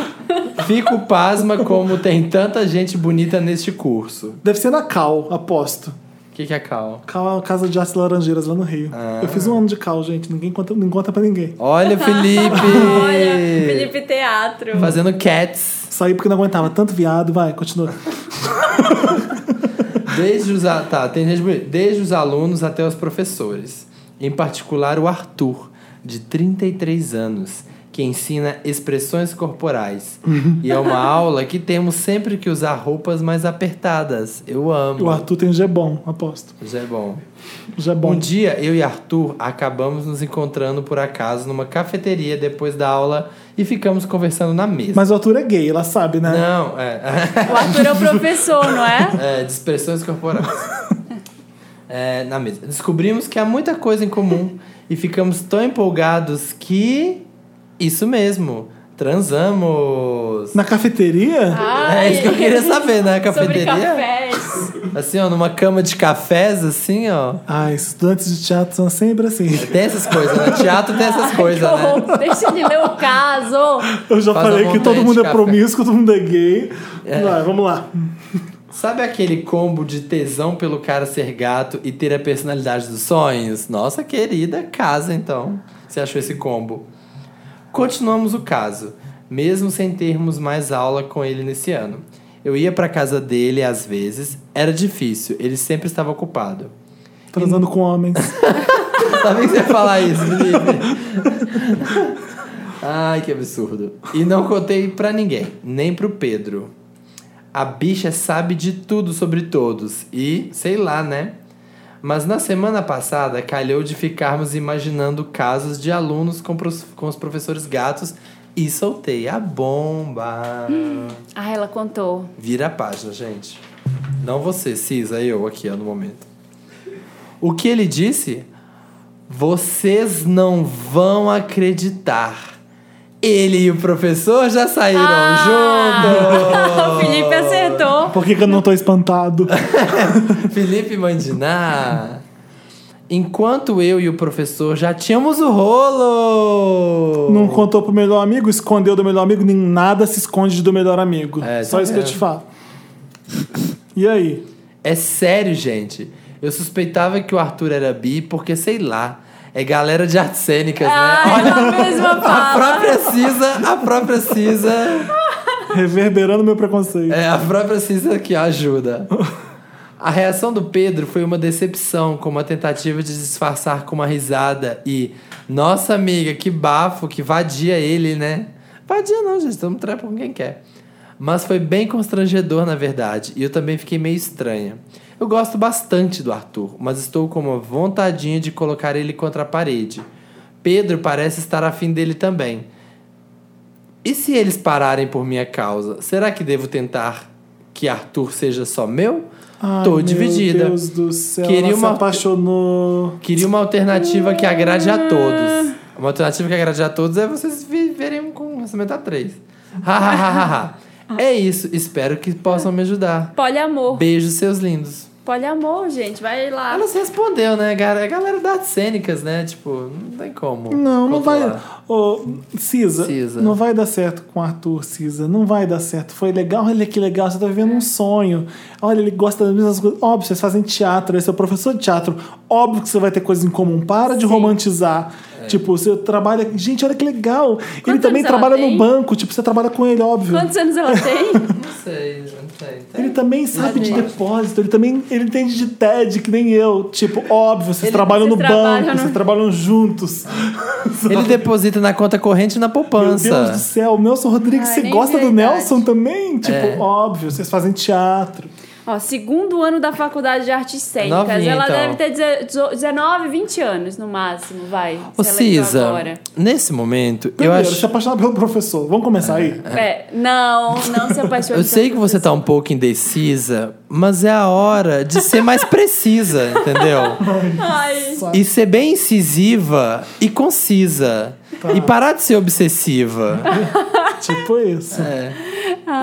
S2: fico pasma como tem tanta gente bonita neste curso.
S1: Deve ser na Cal, aposto.
S2: O que, que é Cal?
S1: Cal é uma casa de artes laranjeiras lá no Rio.
S2: Ah.
S1: Eu fiz um ano de Cal, gente. Ninguém conta, não conta pra ninguém.
S2: Olha, Felipe!
S3: Olha, Felipe Teatro.
S2: Fazendo cats.
S1: Saí porque não aguentava tanto viado. Vai, continua.
S2: Tá Desde os, a- tá, tem gente bonita. Desde os alunos até os professores. Em particular, o Arthur, de 33 anos que ensina expressões corporais.
S1: Uhum.
S2: e é uma aula que temos sempre que usar roupas mais apertadas. Eu
S1: O
S2: amo.
S1: Arthur tem Gebon, aposto.
S2: Isso é bom.
S1: Gebon.
S2: Um dia, eu e Arthur acabamos nos encontrando por acaso numa cafeteria depois da aula e ficamos conversando na mesa.
S1: Mas o Arthur é gay, ela sabe, né?
S2: Não, é.
S3: O Arthur é o professor, não é?
S2: É, de expressões corporais. É, na mesa. Descobrimos que há muita coisa em comum e ficamos tão empolgados que. Isso mesmo, transamos.
S1: Na cafeteria?
S3: Ai,
S2: É isso que eu queria saber, né?
S3: Sobre
S2: Cafeteria?
S3: cafés.
S2: Assim, ó, numa cama de cafés, assim, ó.
S1: Ah, estudantes de teatro são sempre assim.
S2: Tem essas coisas, né? Teatro tem essas coisas,
S3: Que horror.
S2: né?
S3: Deixa de ler o caso.
S1: Eu já
S2: Faz
S1: falei
S2: um
S1: que todo
S2: monte
S1: mundo
S2: de
S1: é
S2: café.
S1: promíscuo, todo mundo é gay. Vai, vamos lá.
S2: Sabe aquele combo de tesão pelo cara ser gato e ter a personalidade dos sonhos? Nossa querida, casa então. Você achou esse combo? Continuamos o caso, mesmo sem termos mais aula com ele nesse ano. Eu ia pra casa dele às vezes, era difícil, ele sempre estava ocupado.
S1: Transando com homens.
S2: Sabia que você ia falar isso, Felipe. Ai, que absurdo. E não contei pra ninguém, nem pro Pedro. A bicha sabe de tudo sobre todos e, sei lá, né? Mas na semana passada calhou de ficarmos imaginando casos de alunos com, pros- com os professores gatos e soltei a bomba.
S3: Ah, ela contou.
S2: Vira a página, gente. Não você, Cisa, eu aqui, ó, no momento. O que ele disse? Vocês não vão acreditar. Ele e o professor já saíram
S3: Ah! o Ah, Felipe acertou.
S1: Por que, que eu não tô espantado?
S2: juntos. Felipe Mandiná. Enquanto eu e o professor já tínhamos o rolo.
S1: Não contou pro melhor amigo, escondeu do melhor amigo, nem nada se esconde do melhor amigo.
S2: É,
S1: Só
S2: tá
S1: isso que eu
S2: vendo?
S1: te falo. E aí?
S2: É sério, gente. Eu suspeitava que o Arthur era bi porque, sei lá, é galera de artes cênicas, né?
S3: Ah, ela mesma
S2: A
S3: fala.
S2: própria Cisa, a própria Cisa,
S1: Reverberando meu preconceito.
S2: é a própria Cisa que ajuda. A reação do Pedro foi uma decepção, com uma tentativa de disfarçar com uma risada e nossa amiga, que bafo, que vadia ele, né? Vadia não, gente, estamos trepa com quem quer. Mas foi bem constrangedor, na verdade, e eu também fiquei meio estranha. Eu gosto bastante do Arthur, mas estou com uma vontadinha de colocar ele contra a parede. Pedro parece estar afim dele também. E se eles pararem por minha causa, será que devo tentar que Arthur seja só meu?
S1: Ai,
S2: Tô
S1: meu
S2: dividida.
S1: Deus do céu.
S2: Queria
S1: ela
S2: uma-
S1: se apaixonou.
S2: Queria uma alternativa que agrade
S1: Ah.
S2: a todos. Uma alternativa que agrade a todos é vocês viverem com um relacionamento a três. Ha, ha, ha, ha, ha. é isso. Espero que possam me ajudar.
S3: Poliamor.
S2: Beijos, seus lindos.
S3: Poliamor, gente. Vai lá.
S2: Ela se respondeu, né? Gal- A galera das artes cênicas, né? Tipo, não tem como.
S1: Não, não vai.
S2: controlar.
S1: Ô, Cisa,
S2: Cisa.
S1: não vai dar certo com o Arthur, Cisa. Não vai dar certo. Foi legal, olha que legal. Você tá vivendo um sonho. Olha, ele gosta das mesmas coisas. Óbvio, vocês fazem teatro, ele é seu professor de teatro. Óbvio que você vai ter coisas em comum. Para de romantizar. Tipo, você trabalha. Gente, olha que legal. ele
S3: É. anos
S1: também
S3: ela
S1: trabalha
S3: tem?
S1: no banco. Tipo, você trabalha com ele, óbvio.
S3: Quantos anos ela tem?
S2: Não sei, não sei. Tem-
S1: Ele também sabe de
S2: gente.
S1: depósito, ele também ele entende de TED, que nem eu. Tipo, óbvio, vocês
S2: Ele-
S1: trabalham
S3: vocês
S1: no
S3: trabalham
S1: banco,
S3: no-
S1: vocês trabalham juntos.
S2: Ele deposita na conta corrente e na
S1: Meu Deus do
S2: poupança.
S1: céu, o Nelson Rodrigues,
S3: Ai,
S1: você
S3: nem
S1: gosta
S3: vi a
S1: do
S3: idade.
S1: Nelson
S2: É.
S1: também? Tipo, óbvio, vocês fazem teatro.
S3: Ó, segundo ano da faculdade de artes cênicas.
S2: Novinha,
S3: ela
S2: então.
S3: deve ter deze- dezo- 19, 20 anos no máximo, vai.
S2: Ô,
S3: se ela entrou
S2: Cisa,
S3: Agora.
S2: nesse momento, eu
S1: Primeiro,
S2: acho.
S1: se apaixonar pelo professor. Vamos começar aí?
S3: É, não, não se apaixone.
S2: Eu sei que você tá um pouco indecisa, mas é a hora de ser mais precisa, entendeu?
S3: Ai,
S2: E ser bem incisiva e concisa. E parar de ser obsessiva.
S1: Tipo isso.
S2: É.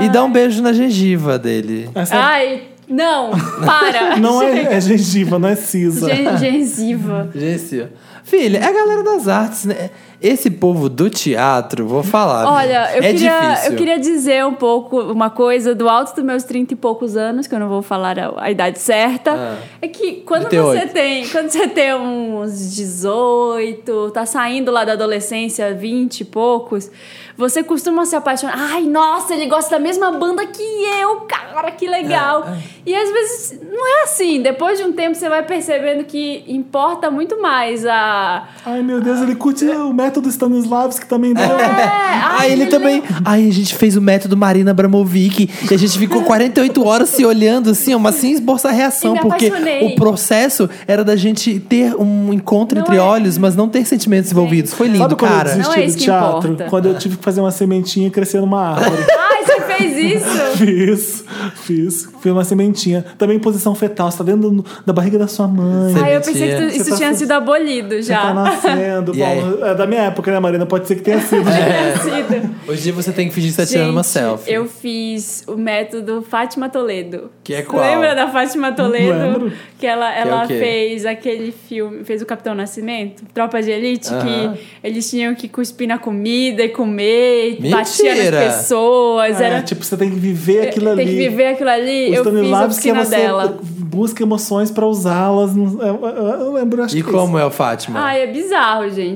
S2: E dar um beijo na gengiva dele.
S1: Essa-
S3: ai, não, para.
S1: não é, é gengiva, não é cisa.
S3: Gen- Gengiva.
S2: Gengiva. Filha, é a galera das artes, né? Esse povo do teatro, vou falar.
S3: Olha, eu,
S2: é
S3: queria,
S2: difícil.
S3: eu queria dizer um pouco, uma coisa do alto dos meus 30 e poucos anos, que eu não vou falar a, a idade certa.
S2: Ah.
S3: É que quando
S2: 38.
S3: você tem. Quando você tem uns 18, tá saindo lá da adolescência, 20 e poucos, Você costuma se apaixonar. Ai, nossa, ele gosta da mesma banda que eu, cara, que legal.
S2: Ah,
S3: E às vezes não é assim. Depois de um tempo você vai percebendo que importa muito mais a.
S1: Ai, meu Deus, ele curte o método Stanislavski também.
S3: É,
S1: né?
S3: ai,
S2: Aí Ah, ele também. Aí a gente fez o método Marina Abramovic e a gente ficou 48 horas se olhando assim, ó, mas sem esboçar reação,
S3: E me
S2: porque
S3: apaixonei.
S2: o processo era da gente ter um encontro
S3: Não
S2: entre
S3: é.
S2: olhos, mas não ter sentimentos envolvidos. Foi lindo,
S1: Sabe quando eu
S2: cara.
S1: desisti
S3: Não é
S1: do
S3: isso que
S1: teatro?
S3: importa.
S1: Quando eu tive que fazer uma sementinha e crescer numa árvore.
S3: Ai, você fez isso?
S1: Fiz, fiz. Fiz uma sementinha. Também em posição fetal. Você tá dentro do- da barriga da sua mãe.
S2: Você
S3: Ai, eu pensei que
S2: mentia.
S3: tu- isso
S1: Você tá
S3: tinha
S1: sus-
S3: sido abolido
S1: Você tá
S3: já.
S1: nascendo.
S2: E aí?
S1: Bom, é da minha época, né, Marina? Pode ser que tenha sido.
S3: Tinha sido.
S2: Hoje em dia você tem que fingir que tá tirando uma
S3: Gente,
S2: selfie.
S3: Eu fiz o método Fátima Toledo.
S2: Que é
S3: Você
S2: qual?
S3: Lembra da Fátima Toledo?
S1: Lembro.
S3: Que ela,
S2: é o
S3: ela
S2: quê?
S3: fez aquele filme, fez o Capitão Nascimento, Tropa de Elite,
S2: Aham.
S3: que eles tinham que cuspir na comida e comer, e
S2: Mentira! Ah,
S3: batia nas pessoas.
S1: É,
S3: era,
S1: tipo, você tem que viver aquilo ali.
S3: tem que viver aquilo ali.
S1: Os
S3: eu fiz a
S1: Stanislavski é
S3: piscina
S1: você
S3: dela.
S1: busca emoções pra usá-las. não- Eu, eu- eu lembro, acho
S2: E
S1: que
S2: como é o Fátima?
S3: Ai, é bizarro, gente.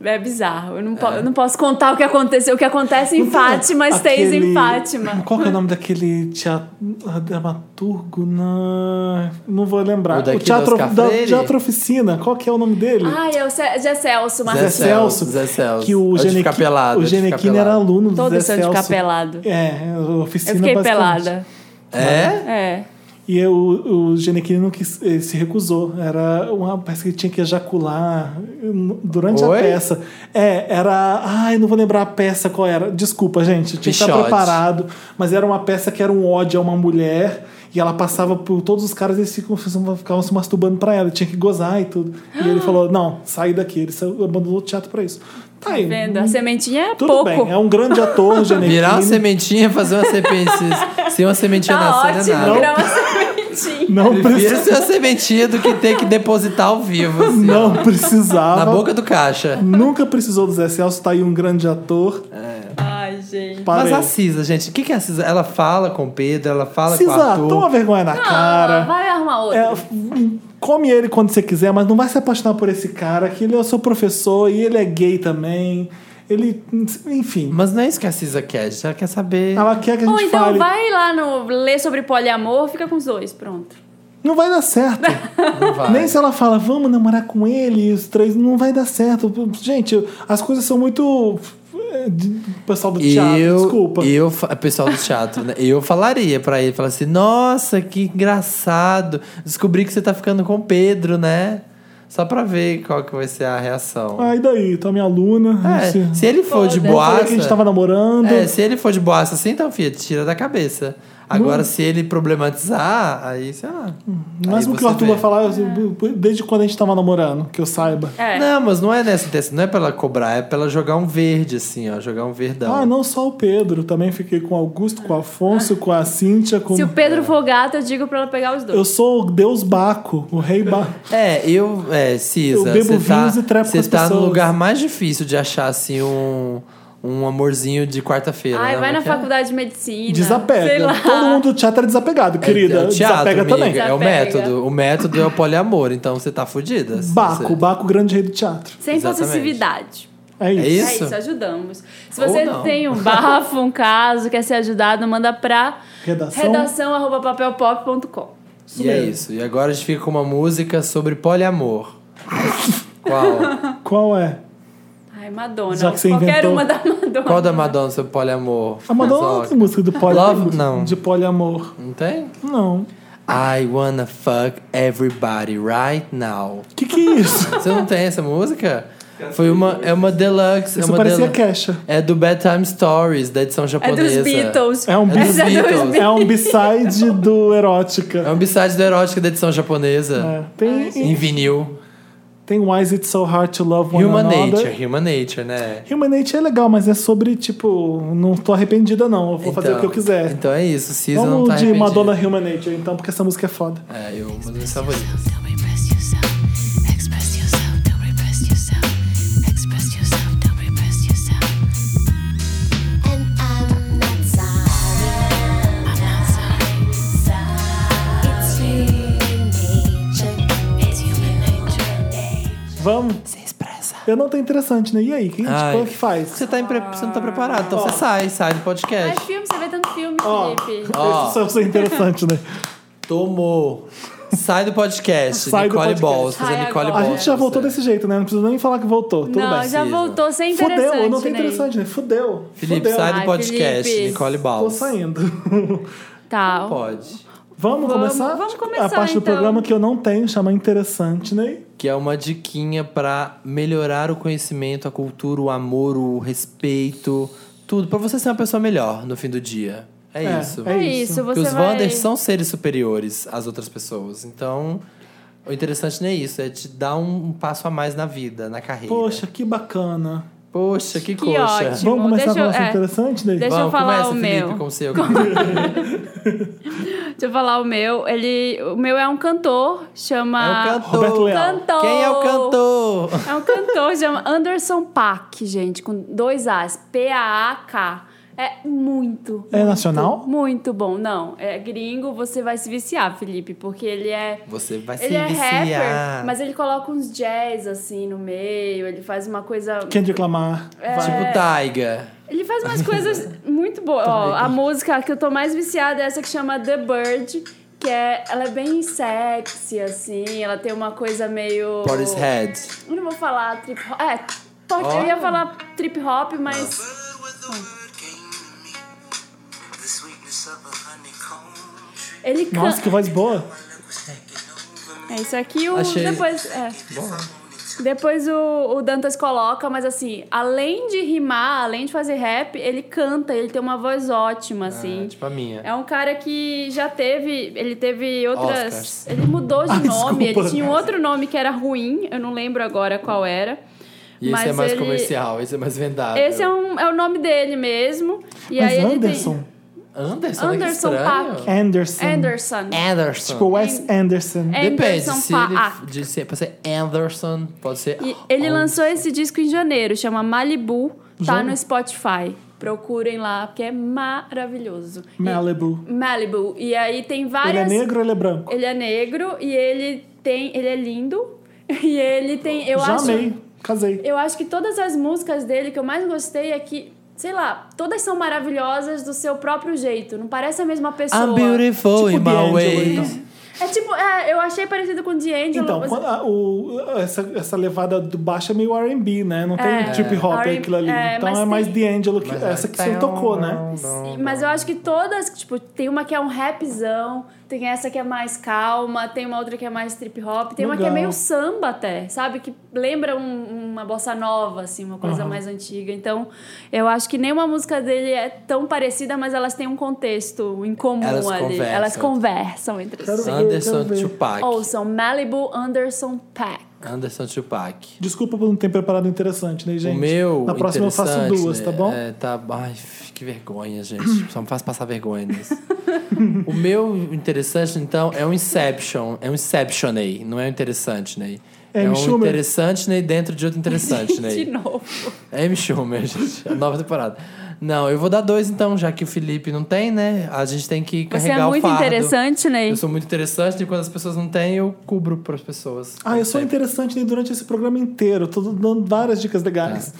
S3: É bizarro. Eu não, po- eu não posso contar o que aconteceu. O que acontece em Fátima, stays em Fátima.
S1: Qual que é o nome daquele teatro, dramaturgo? Não, não vou lembrar.
S2: O daqui
S1: teatro,
S2: da Oscar
S1: da-
S2: Freire?
S1: teatro Oficina, qual que é o nome dele?
S3: Ai, é o Ce- Zé Celso,
S1: Zé
S3: Marcos.
S1: Celso,
S2: Zé Celso.
S1: Que o
S2: Onde fica
S1: Genequini,
S2: pelado,
S1: o
S2: onde fica
S1: Genequini era
S2: pelado.
S1: aluno do
S3: Todo
S1: Zé
S3: seu de
S1: Celso.
S3: capelado.
S1: É, a
S3: Eu
S1: oficina
S3: fiquei
S1: basicamente.
S3: pelada.
S2: É?
S3: É.
S1: E eu- o Genequini não quis, eh, se recusou. Era uma peça que tinha que ejacular hum, durante
S2: Oi?
S1: a peça. É, era. Ai, não vou lembrar a peça qual era. Desculpa, gente. Tinha que estar
S2: Pichote.
S1: preparado. Mas era uma peça que era um ódio a uma mulher. E ela passava por todos os caras e eles ficam- ficavam, se masturbando pra ela. Tinha que gozar e tudo. E ele falou: não, sai daqui. Ele saiu- abandonou o teatro pra isso. Tá aí.
S3: Vendo? A sementinha é
S1: Tudo
S3: pouco.
S1: bem. É um grande ator, o Genequini.
S2: Virar uma sementinha, fazer uma sementinha. Sem uma sementinha
S3: Tá
S1: né?
S2: nascer, é
S3: ótimo,
S2: nada.
S3: virar uma sementinha.
S1: Não,
S2: Prefiro
S1: precisa,
S2: ser uma sementinha do que ter que depositar ao vivo, assim, ó,
S1: não precisava.
S2: na boca do caixa.
S1: Nunca precisou do Zé Celso, tá aí um grande ator.
S3: Ai, gente.
S1: Parei.
S2: Mas a Cisa, gente, o que, que é a Cisa? Ela fala com o Pedro, ela fala com o
S1: Cisa,
S2: Arthur.
S1: toma vergonha na
S3: Ah,
S1: cara.
S3: vai arrumar outro.
S1: É, f- come ele quando você quiser, mas não vai se apaixonar por esse cara, que ele é o seu professor e ele é gay também. Ele. Enfim.
S2: Mas não é isso que a Cisa quer, gente. ela quer saber.
S1: Ela quer que a gente
S3: Ou então
S1: fale.
S3: vai lá no ler sobre poliamor, fica com os dois, pronto.
S1: Não vai dar certo.
S2: Não vai.
S1: Nem se ela fala, vamos namorar com ele, os três, não vai dar certo. Gente, as coisas são muito. eh, de- Pessoal do teatro,
S2: eu,
S1: desculpa.
S2: Eu, fa- pessoal do teatro, né? Eu falaria pra ele, falar assim, nossa, que engraçado. Descobri que você tá ficando com o Pedro, né? Só pra ver qual que vai ser a reação.
S1: Aí daí, tu é minha aluna.
S2: É,
S1: você-
S2: se ele for de
S3: Foda. Eu
S1: Eu falei
S2: boaça.
S1: que a gente tava namorando.
S2: É, se ele for de boaça assim, então, filha, tira da cabeça. Agora, se ele problematizar, aí, sei lá.
S1: Mas
S2: Aí
S1: o que
S2: você
S1: o Arthur
S2: vê.
S1: vai falar, é eu- desde quando a gente tava namorando, que eu saiba.
S3: É.
S2: Não, mas não é nessa intenção, não é pra ela cobrar, é pra ela jogar um verde, assim, ó, jogar um verdão.
S1: Ah, não só o Pedro, também fiquei com o Augusto, com o Afonso, com a Cíntia, com.
S3: Se o Pedro for gato, eu digo pra ela pegar os dois.
S1: É. Eu sou o Deus Baco, o rei Baco.
S2: É, eu, é, Cisa,
S1: Eu bebo
S2: você tá,
S1: vinhos e trepo com
S2: você
S1: as
S2: tá no
S1: pessoas.
S2: lugar mais difícil de achar, assim, um, um amorzinho de quarta-feira.
S3: Ai,
S2: né?
S3: vai
S2: Como
S3: na
S2: é que é?
S3: faculdade de medicina. Sei lá.
S1: Desapega. Todo mundo do teatro é desapegado, querida.
S2: É o teatro,
S1: desapega
S2: amiga,
S1: também.
S2: É o
S3: Desapega.
S2: método. O método é o poliamor, então você tá fudida. se
S1: Baco,
S2: você-
S1: Baco, grande rei do teatro.
S3: Sem
S2: Exatamente.
S3: possessividade.
S1: É isso.
S2: É isso?
S3: É isso, ajudamos. Se
S2: Ou
S3: você
S2: não.
S3: tem um bafo, um caso, quer ser ajudado, manda pra
S1: Redação.
S3: redação arroba papelpop.com.
S2: E é isso. E agora a gente fica com uma música sobre poliamor. Qual?
S1: Qual é?
S3: Ai, Madonna.
S1: Já que você
S3: Qualquer
S1: inventou.
S3: uma da Madonna.
S2: Qual da Madonna sobre poliamor?
S1: A Madonna Ah, não
S2: Zoca.
S1: tem música do poli...
S2: Love? Não.
S1: de poliamor.
S2: Não tem?
S1: Não.
S2: I wanna fuck everybody right now.
S1: Que que é isso?
S2: Você não tem essa música? Foi uma, é uma deluxe. É
S1: Isso
S2: uma
S1: parecia
S2: delu-
S1: Kesha.
S2: É do Bedtime Stories, da edição
S3: É
S2: japonesa.
S3: dos Beatles.
S1: É um
S2: É dos
S1: bis-
S3: Essa é dos
S2: Beatles.
S1: é um b-side do
S2: É
S1: erótica.
S2: um b-side do erótica da edição japonesa.
S1: É. Tem,
S2: Em vinil.
S1: tem Why Is It So Hard to Love One
S2: Human
S1: Another.
S2: Nature, Human Nature, né?
S1: Human Nature é legal, mas é sobre, tipo, não tô arrependida, não. Eu vou fazer o que eu quiser.
S2: Então é isso, Cisa não
S1: Vamos
S2: tá
S1: de
S2: arrependido.
S1: Madonna Human Nature, então, porque essa música é foda.
S2: É, eu, uma das minhas favoritas.
S6: Don't repress yourself. Express yourself. Don't repress yourself. Express yourself. Don't repress yourself. And I'm not sorry. I'm not sorry. Sorry. It's human nature. It's human nature.
S1: Vamos?
S6: Se expressa.
S1: Eu não tô interessante, né? E aí? Quem
S2: Ai.
S1: qual é que faz?
S2: Você, tá impre- você não tá preparado, então você sai, sai do
S3: Mas
S2: podcast.
S3: É filme, você vê tanto filme,
S1: Ó.
S3: Felipe.
S2: Ó.
S1: Isso só ser interessante, né?
S2: Tomou. Sai do podcast,
S1: Sai do
S2: Nicole
S1: podcast.
S2: Balls. Fazer
S3: Sai
S2: Nicole
S1: A
S3: agora.
S2: Balls.
S1: gente já voltou desse jeito, né? Não precisa nem falar que voltou. Tudo
S3: não,
S1: bem.
S3: já
S2: Cisma.
S3: voltou sem interessante.
S1: Fudeu, eu não tô
S3: Ney.
S1: interessante, né? Fudeu.
S2: Felipe,
S1: Fudeu.
S2: sai do
S3: Ai,
S2: podcast,
S3: Felipe.
S2: Nicole
S1: Tô
S2: Balls.
S1: saindo.
S3: Tá.
S2: Pode.
S1: Vamos,
S3: Vamos-
S1: começar?
S3: vamos começar,
S1: A parte do
S3: então.
S1: programa que eu não tenho chama Interessante, né?
S2: Que é uma diquinha pra melhorar o conhecimento, a cultura, o amor, o respeito, tudo. Pra você ser uma pessoa melhor no fim do dia. É,
S1: É,
S2: isso.
S1: é
S3: É
S1: isso.
S3: isso,
S2: Porque
S3: você
S2: os
S3: vai...
S2: Wanders são seres superiores às outras pessoas. Então, o interessante não é isso, é te dar um, um passo a mais na vida, na carreira.
S1: Poxa, que bacana.
S2: Poxa, que,
S3: Que
S2: coxa.
S3: ótimo.
S1: Vamos começar
S3: deixa
S1: com o
S3: eu-
S1: nosso
S3: é.
S1: interessante, Ney?
S3: Deixa- eu
S2: Vamos,
S3: falar
S2: começa,
S3: o
S2: Felipe,
S3: meu.
S2: com o seu.
S3: Deixa eu falar o meu. Ele... O meu é um cantor, chama...
S2: É um cantor.
S1: Roberto Leal.
S3: Ah, Cantor.
S2: Quem é o cantor?
S3: É um cantor, chama Anderson Paak, gente, com dois As. P-A-A-K. É muito.
S1: É
S3: muito,
S1: nacional?
S3: Muito bom. Não, é gringo, você vai se viciar, Felipe, porque ele é.
S2: Você vai
S3: Ele
S2: se
S3: é
S2: viciar.
S3: rapper, mas ele coloca uns jazz assim no meio, ele faz uma coisa.
S1: Quem é reclamar?
S3: é
S2: Tipo Taiga.
S3: Ele faz umas coisas muito boas. Ó, a música que eu tô mais viciada é essa que chama The Bird, que é. Ela é bem sexy, assim, ela tem uma coisa meio.
S2: Boris Head.
S3: Eu não vou falar trip hop. É, pode,
S2: Ó.
S3: eu ia falar trip hop, mas. Ele
S1: Nossa, que
S3: canta.
S1: voz boa.
S3: É isso aqui, o.
S2: Achei.
S3: Depois. É. Depois o, o Dantas coloca, mas assim, além de rimar, além de fazer rap, ele canta, ele tem uma voz ótima, assim.
S2: tipo a minha.
S3: É um cara que já teve. Ele teve outras.
S2: Oscars.
S3: Ele mudou de
S1: Ah,
S3: nome.
S1: desculpa.
S3: Ele tinha um outro nome que era ruim. Eu não lembro agora qual era.
S2: E esse é mais
S3: ele-
S2: comercial, esse é mais vendável.
S3: Esse é, um, é o nome dele mesmo. E
S1: Mas
S3: aí
S1: Anderson.
S2: Anderson,
S3: Anderson
S2: olha que estranho.
S3: Paak.
S1: Anderson.
S3: ele tem. Anderson.
S2: É.
S3: É,
S2: Anderson.
S1: Tipo Wes Anderson.
S2: Depende,
S3: Anderson
S2: se
S3: Paak.
S2: ele de ser, pode ser Anderson, pode ser...
S3: E ele
S2: Anderson.
S3: lançou esse disco em janeiro, chama Malibu, tá
S1: Jane-
S3: no Spotify. Procurem lá, porque é maravilhoso. E-
S1: Malibu.
S3: Malibu. E aí tem
S1: Ele é
S3: várias.
S1: negro ou ele é branco?
S3: Ele é negro e ele tem. Ele é lindo. E ele tem. Eu
S1: Já
S3: acho.
S1: amei. Casei.
S3: Eu acho que todas as músicas dele que eu mais gostei é que, sei lá, todas são maravilhosas do seu próprio jeito. Não parece a mesma pessoa.
S2: I'm beautiful
S1: Tipo
S2: in
S1: The
S2: my
S1: Angelo,
S2: way.
S1: então.
S3: É tipo, é, eu achei parecido com o D'Angelo.
S1: Então,
S3: mas-
S1: quando a- o, essa, essa levada do baixo é meio R&B, né? Não tem
S3: É.
S1: trip hop
S3: R&B,
S1: aquilo ali.
S3: é,
S1: então
S3: mas
S1: é mais
S3: tem-
S1: The Angelo, que,
S2: Mas é, um
S1: essa
S2: vai-
S1: que você tocou, né?
S3: Sim, mas eu acho que todas, tipo, tem uma que é um rapzão, tem essa que é mais calma, tem uma outra que é mais trip hop, tem uma que é
S1: Legal.
S3: meio samba até, sabe? Que lembra um- uma bossa nova, assim, uma coisa
S1: Aham.
S3: mais antiga. Então, eu acho que nenhuma música dele é tão parecida, mas elas têm um contexto em comum
S2: Elas
S3: ali.
S2: conversam.
S3: Elas conversam entre
S1: Quero
S3: si.
S1: ver.
S2: Anderson
S1: quero ver.
S2: Tupac.
S3: Ouçam Malibu Anderson Pack.
S2: Anderson Tupac.
S1: Desculpa por não ter preparado interessante, né, gente?
S2: o meu.
S1: Na próxima eu faço
S2: interessante,
S1: duas,
S2: né,
S1: tá bom?
S2: É, tá. Ai, f- que vergonha, gente. Só me faz passar vergonha nisso. o meu interessante, então, é um Inception. É um Inception aí. Não é um interessante, Ney.
S1: É M.
S2: um
S1: Schumer.
S2: interessante Ney dentro de outro interessante, Ney.
S3: De novo.
S2: É M. Schumer, gente. A nova temporada. Não, eu vou dar dois então, já que o Felipe não tem, né? A gente tem que
S3: Você
S2: carregar
S3: é
S2: o
S3: muito
S2: fardo.
S3: interessante, Ney.
S2: Eu sou muito interessante e quando as pessoas não têm, eu cubro para as pessoas.
S1: Ah, eu sou
S2: Sempre.
S1: interessante né, durante esse programa inteiro. Tô dando várias dicas
S2: Tá.
S1: legais.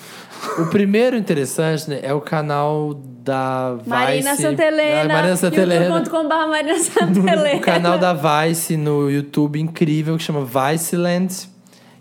S2: O primeiro interessante né, é o canal da Vice.
S3: Marina Santa Helena.
S2: Ah, Marina Santa Helena.
S3: youtube.com.br Marina Santa Helena.
S2: O canal da Vice no YouTube incrível que chama Viceland.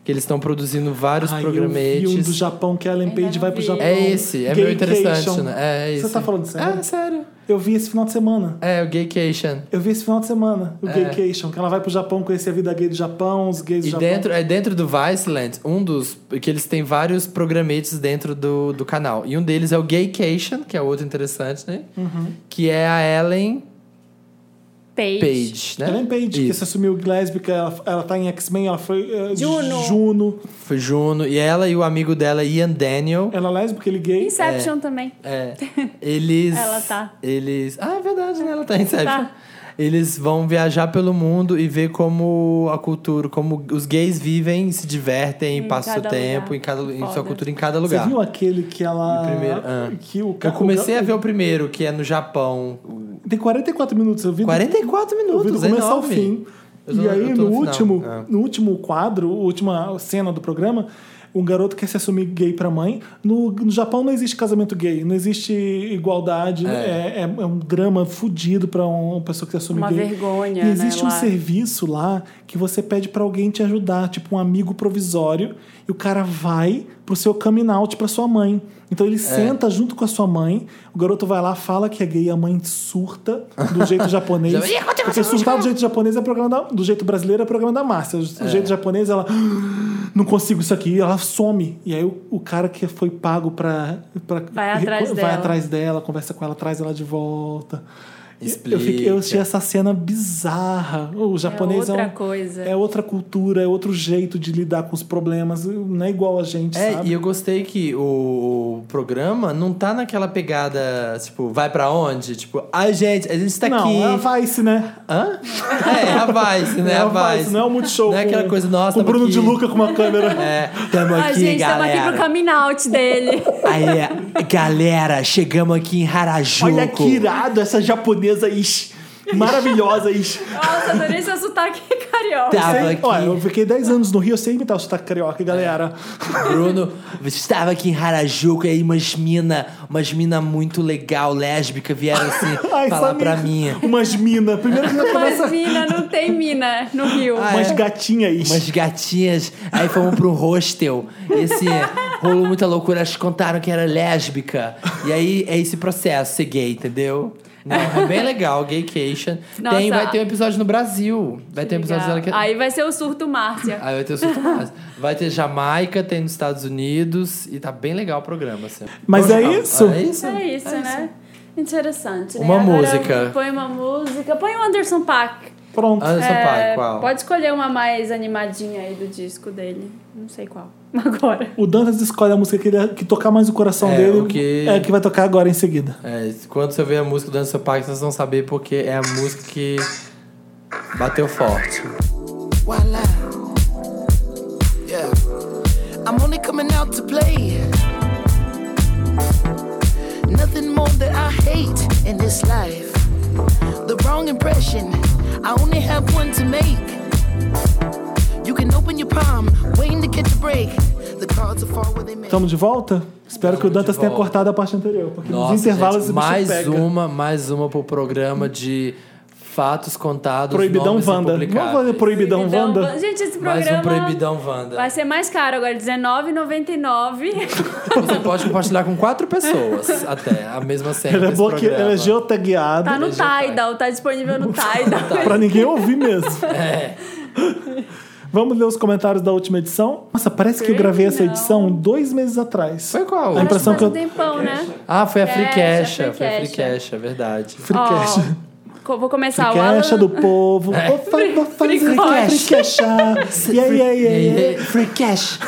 S2: Que eles estão produzindo vários
S1: Ai, eu
S2: programetes.
S1: vi um do Japão que a Ellen
S3: Ainda
S1: Page vai
S3: não
S1: pro
S3: vi.
S1: Japão.
S2: É esse, é meu interessante,
S1: Gaycation.
S2: né? É, é esse.
S1: Você tá falando sério?
S2: É, sério.
S1: Eu vi esse final de semana.
S2: É, o Gaycation.
S1: Eu vi esse final de semana, o
S2: É.
S1: Gaycation, que ela vai pro Japão conhecer a vida gay do Japão, os gays do
S2: E
S1: Japão.
S2: dentro, é dentro do Viceland, um dos. que eles têm vários programetes dentro do, do canal. E um deles é o Gaycation, que é outro interessante, né?
S1: Uhum.
S2: Que é a Ellen
S3: Page.
S2: Page, né?
S1: Ellen Page, que
S2: Isso.
S1: se assumiu lésbica, ela, ela tá em X-Men, ela foi eh,
S3: Juno.
S1: Juno.
S2: Foi Juno. E ela e o amigo dela, Ian Daniel.
S1: Ela é lésbica, ele gay.
S3: Inception também.
S2: É, eles.
S3: Ela tá.
S2: Eles. Ah, é verdade, né? Ela tá em Inception.
S3: Tá.
S2: Eles vão viajar pelo mundo e ver como a cultura, como os gays vivem, se divertem,
S3: Em
S2: passam o
S3: cada
S2: tempo,
S3: lugar.
S2: em, cada, em sua
S3: Foda.
S2: cultura, em cada
S1: Você
S2: lugar.
S1: viu aquele que ela.
S2: E o primeiro, ah.
S1: que o
S2: Eu
S1: ca-
S2: comecei
S1: o-
S2: a ver o primeiro, que é no Japão.
S1: Tem 44 minutos, eu vi.
S2: 44
S1: Eu vi
S2: minutos,
S1: do
S2: é
S1: começo ao
S2: enorme.
S1: fim.
S2: Eu tô-
S1: E aí,
S2: eu tô
S1: no,
S2: final.
S1: último,
S2: Ah.
S1: no último quadro, última cena do programa, um garoto quer se assumir gay pra mãe. No, no Japão não existe casamento gay, não existe igualdade. É, é- é um drama fudido pra um, uma pessoa que se assume
S3: Uma
S1: gay.
S3: vergonha,
S1: E
S3: né,
S1: existe um
S3: lá.
S1: serviço lá que você pede pra alguém te ajudar, tipo um amigo provisório, e o cara vai pro seu coming out pra sua mãe. Então
S2: É.
S1: ele senta junto com a sua mãe, o garoto vai lá, fala que é gay, a mãe surta do jeito japonês.
S2: Já- Ih, aconteceu,
S1: Porque surtar do jeito japonês é programa da, do jeito brasileiro é programa da Márcia. Do
S2: É.
S1: jeito japonês ela "Ah, não consigo isso aqui, e ela some. E aí o, o cara que foi pago pra, pra
S3: Vai atrás
S1: vai
S3: dela.
S1: atrás dela, conversa com ela, traz ela de volta.
S2: Explica.
S1: Eu, fiquei- eu achei essa cena bizarra. O japonês é,
S3: outra
S1: um-
S3: coisa.
S1: é outra cultura, é outro jeito de lidar com os problemas. Não é igual a gente,
S2: É,
S1: sabe?
S2: e eu gostei que o, o programa não tá naquela pegada, tipo, vai pra onde? Tipo, ai, gente, a gente tá
S1: não,
S2: aqui.
S1: é a Vice, né?
S2: Hã? É, a Vice, né?
S1: É
S2: a Vice.
S1: não é o Multishow.
S2: Não é
S1: com-
S2: aquela coisa, nossa,
S1: Com o
S2: tamo
S1: Bruno de
S2: aqui.
S1: Luca com uma câmera.
S2: É, tamo
S3: A
S2: aqui,
S3: gente tava aqui
S2: galera.
S3: pro coming out dele.
S2: Aí, é, galera, chegamos aqui em Harajuku.
S1: Olha que irado essa japonesa ish. Maravilhosa ish.
S3: Nossa, adorei seu sotaque carioca.
S2: Tá. Tava
S1: Sei-
S2: aqui.
S1: Olha, eu fiquei 10 anos no Rio, eu sei imitar o sotaque carioca, galera.
S2: Bruno estava aqui em Harajuku e aí umas mina, umas mina muito legal, lésbica, vieram assim
S1: Ai,
S2: falar
S1: Samir,
S2: pra É. mim.
S1: Umas Ah, mina. Primeiro que já
S3: Mas
S1: começa.
S3: mina, não tem mina no Rio.
S2: Ah,
S1: Umas
S2: é?
S1: gatinhas ish.
S2: Umas gatinhas, aí fomos pro hostel. E assim, rolou muita loucura, elas contaram que era lésbica. E aí é esse processo, ser gay, entendeu? Não, é bem legal, gaycation. Tem,
S3: Nossa.
S2: vai ter um episódio no Brasil. Vai ter um episódio dela que.
S3: Aí vai ser o surto Márcia.
S2: Aí vai ter o Surto Massa. Vai ter Jamaica, tem nos Estados Unidos. E tá bem legal o programa, assim.
S1: Mas é isso.
S2: É isso?
S3: É isso, né? Interessante, né?
S2: Uma
S3: Agora
S2: música.
S3: Põe uma música. Põe o Anderson Paak.
S1: Pronto.
S2: Anderson
S3: É,
S2: Paak, qual?
S3: Pode escolher uma mais animadinha aí do disco dele. Não sei qual. Agora.
S1: O Dantas escolhe a música que, ele- é, que tocar mais o coração
S2: É,
S1: dele.
S2: o que-
S1: É, que vai tocar agora em seguida.
S2: É, quando você ver a música do Anderson Paak, vocês vão saber porque é a música que bateu forte.
S7: Voila. Yeah. I'm only coming out to play. Nothing more that I hate in this life. The wrong impression. I only have one to make. You can open your palm, waiting to catch a break. The cards are far where they may.
S1: Estamos de volta? Espero que o
S2: Tamo de
S1: Dantas tenha
S2: volta.
S1: cortado a parte anterior. Porque
S2: Nossa,
S1: nos intervalos
S2: gente,
S1: esse bicho
S2: mais
S1: pega.
S2: um uma, mais uma pro programa de fatos contados.
S1: Proibidão
S2: nomes
S1: Wanda. Vamos
S2: impublicáveis.
S1: fazer Proibidão Wanda?
S3: Gente, esse programa...
S2: Mais um Proibidão Wanda.
S3: Vai ser mais caro agora, R$19,99.
S2: Você pode compartilhar com quatro pessoas até a mesma cena.
S1: Ela é,
S2: desse
S1: bloque...
S2: programa.
S1: Ela é geotagueada.
S3: Tá no
S2: Veja, pai.
S3: Tidal, tá disponível no Tidal.
S1: Pra ninguém ouvir mesmo.
S2: É.
S1: Vamos ler os comentários da última edição. Nossa, parece que eu gravei essa
S3: Não.
S1: edição dois meses atrás.
S2: Foi qual?
S1: A é impressão
S3: Faz
S1: que
S3: um
S1: eu.
S3: tempão, né?
S2: Ah, foi a Free
S3: Cash,
S2: Cash.
S3: a Free
S2: Foi a Free
S3: Cash.
S2: Cash, é verdade.
S1: Free
S3: Ó,
S1: cash.
S3: co- vou começar o Alan.
S1: Cash é do povo. Vou fa- vou fazer
S3: Free cash.
S1: free cash. Yeah, yeah,
S2: E
S1: yeah, yeah.
S2: aí, Free Cash.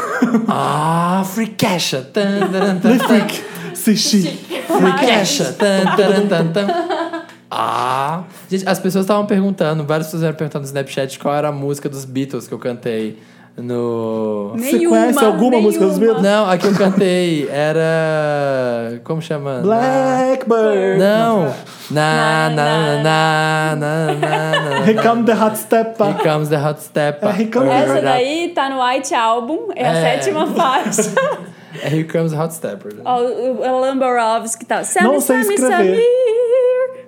S2: Ah, Free Cash. Tan, tan,
S1: é
S2: tan, tan.
S1: Se chique.
S2: Free Cash. Tan, tan, tan, tan. Ah, gente, as pessoas estavam perguntando, várias pessoas vieram perguntando no Snapchat qual era a música dos Beatles que eu cantei no.
S1: Você conhece alguma música dos Beatles?
S2: Não, a que eu cantei era. Como chama?
S1: Blackbird.
S2: Não! Na, na, na, na, na, na, na.
S1: Here come the hot step.
S2: Here comes the hot step.
S1: É, here comes the-
S3: Essa daí tá no White Album, é a
S2: É.
S3: sétima faixa.
S2: É, Here comes the hot stepper.
S3: Ó, o o Lamborovski tá.
S1: Não
S3: Sammy,
S1: sei
S3: Sammy,
S1: escrever.
S3: Samir.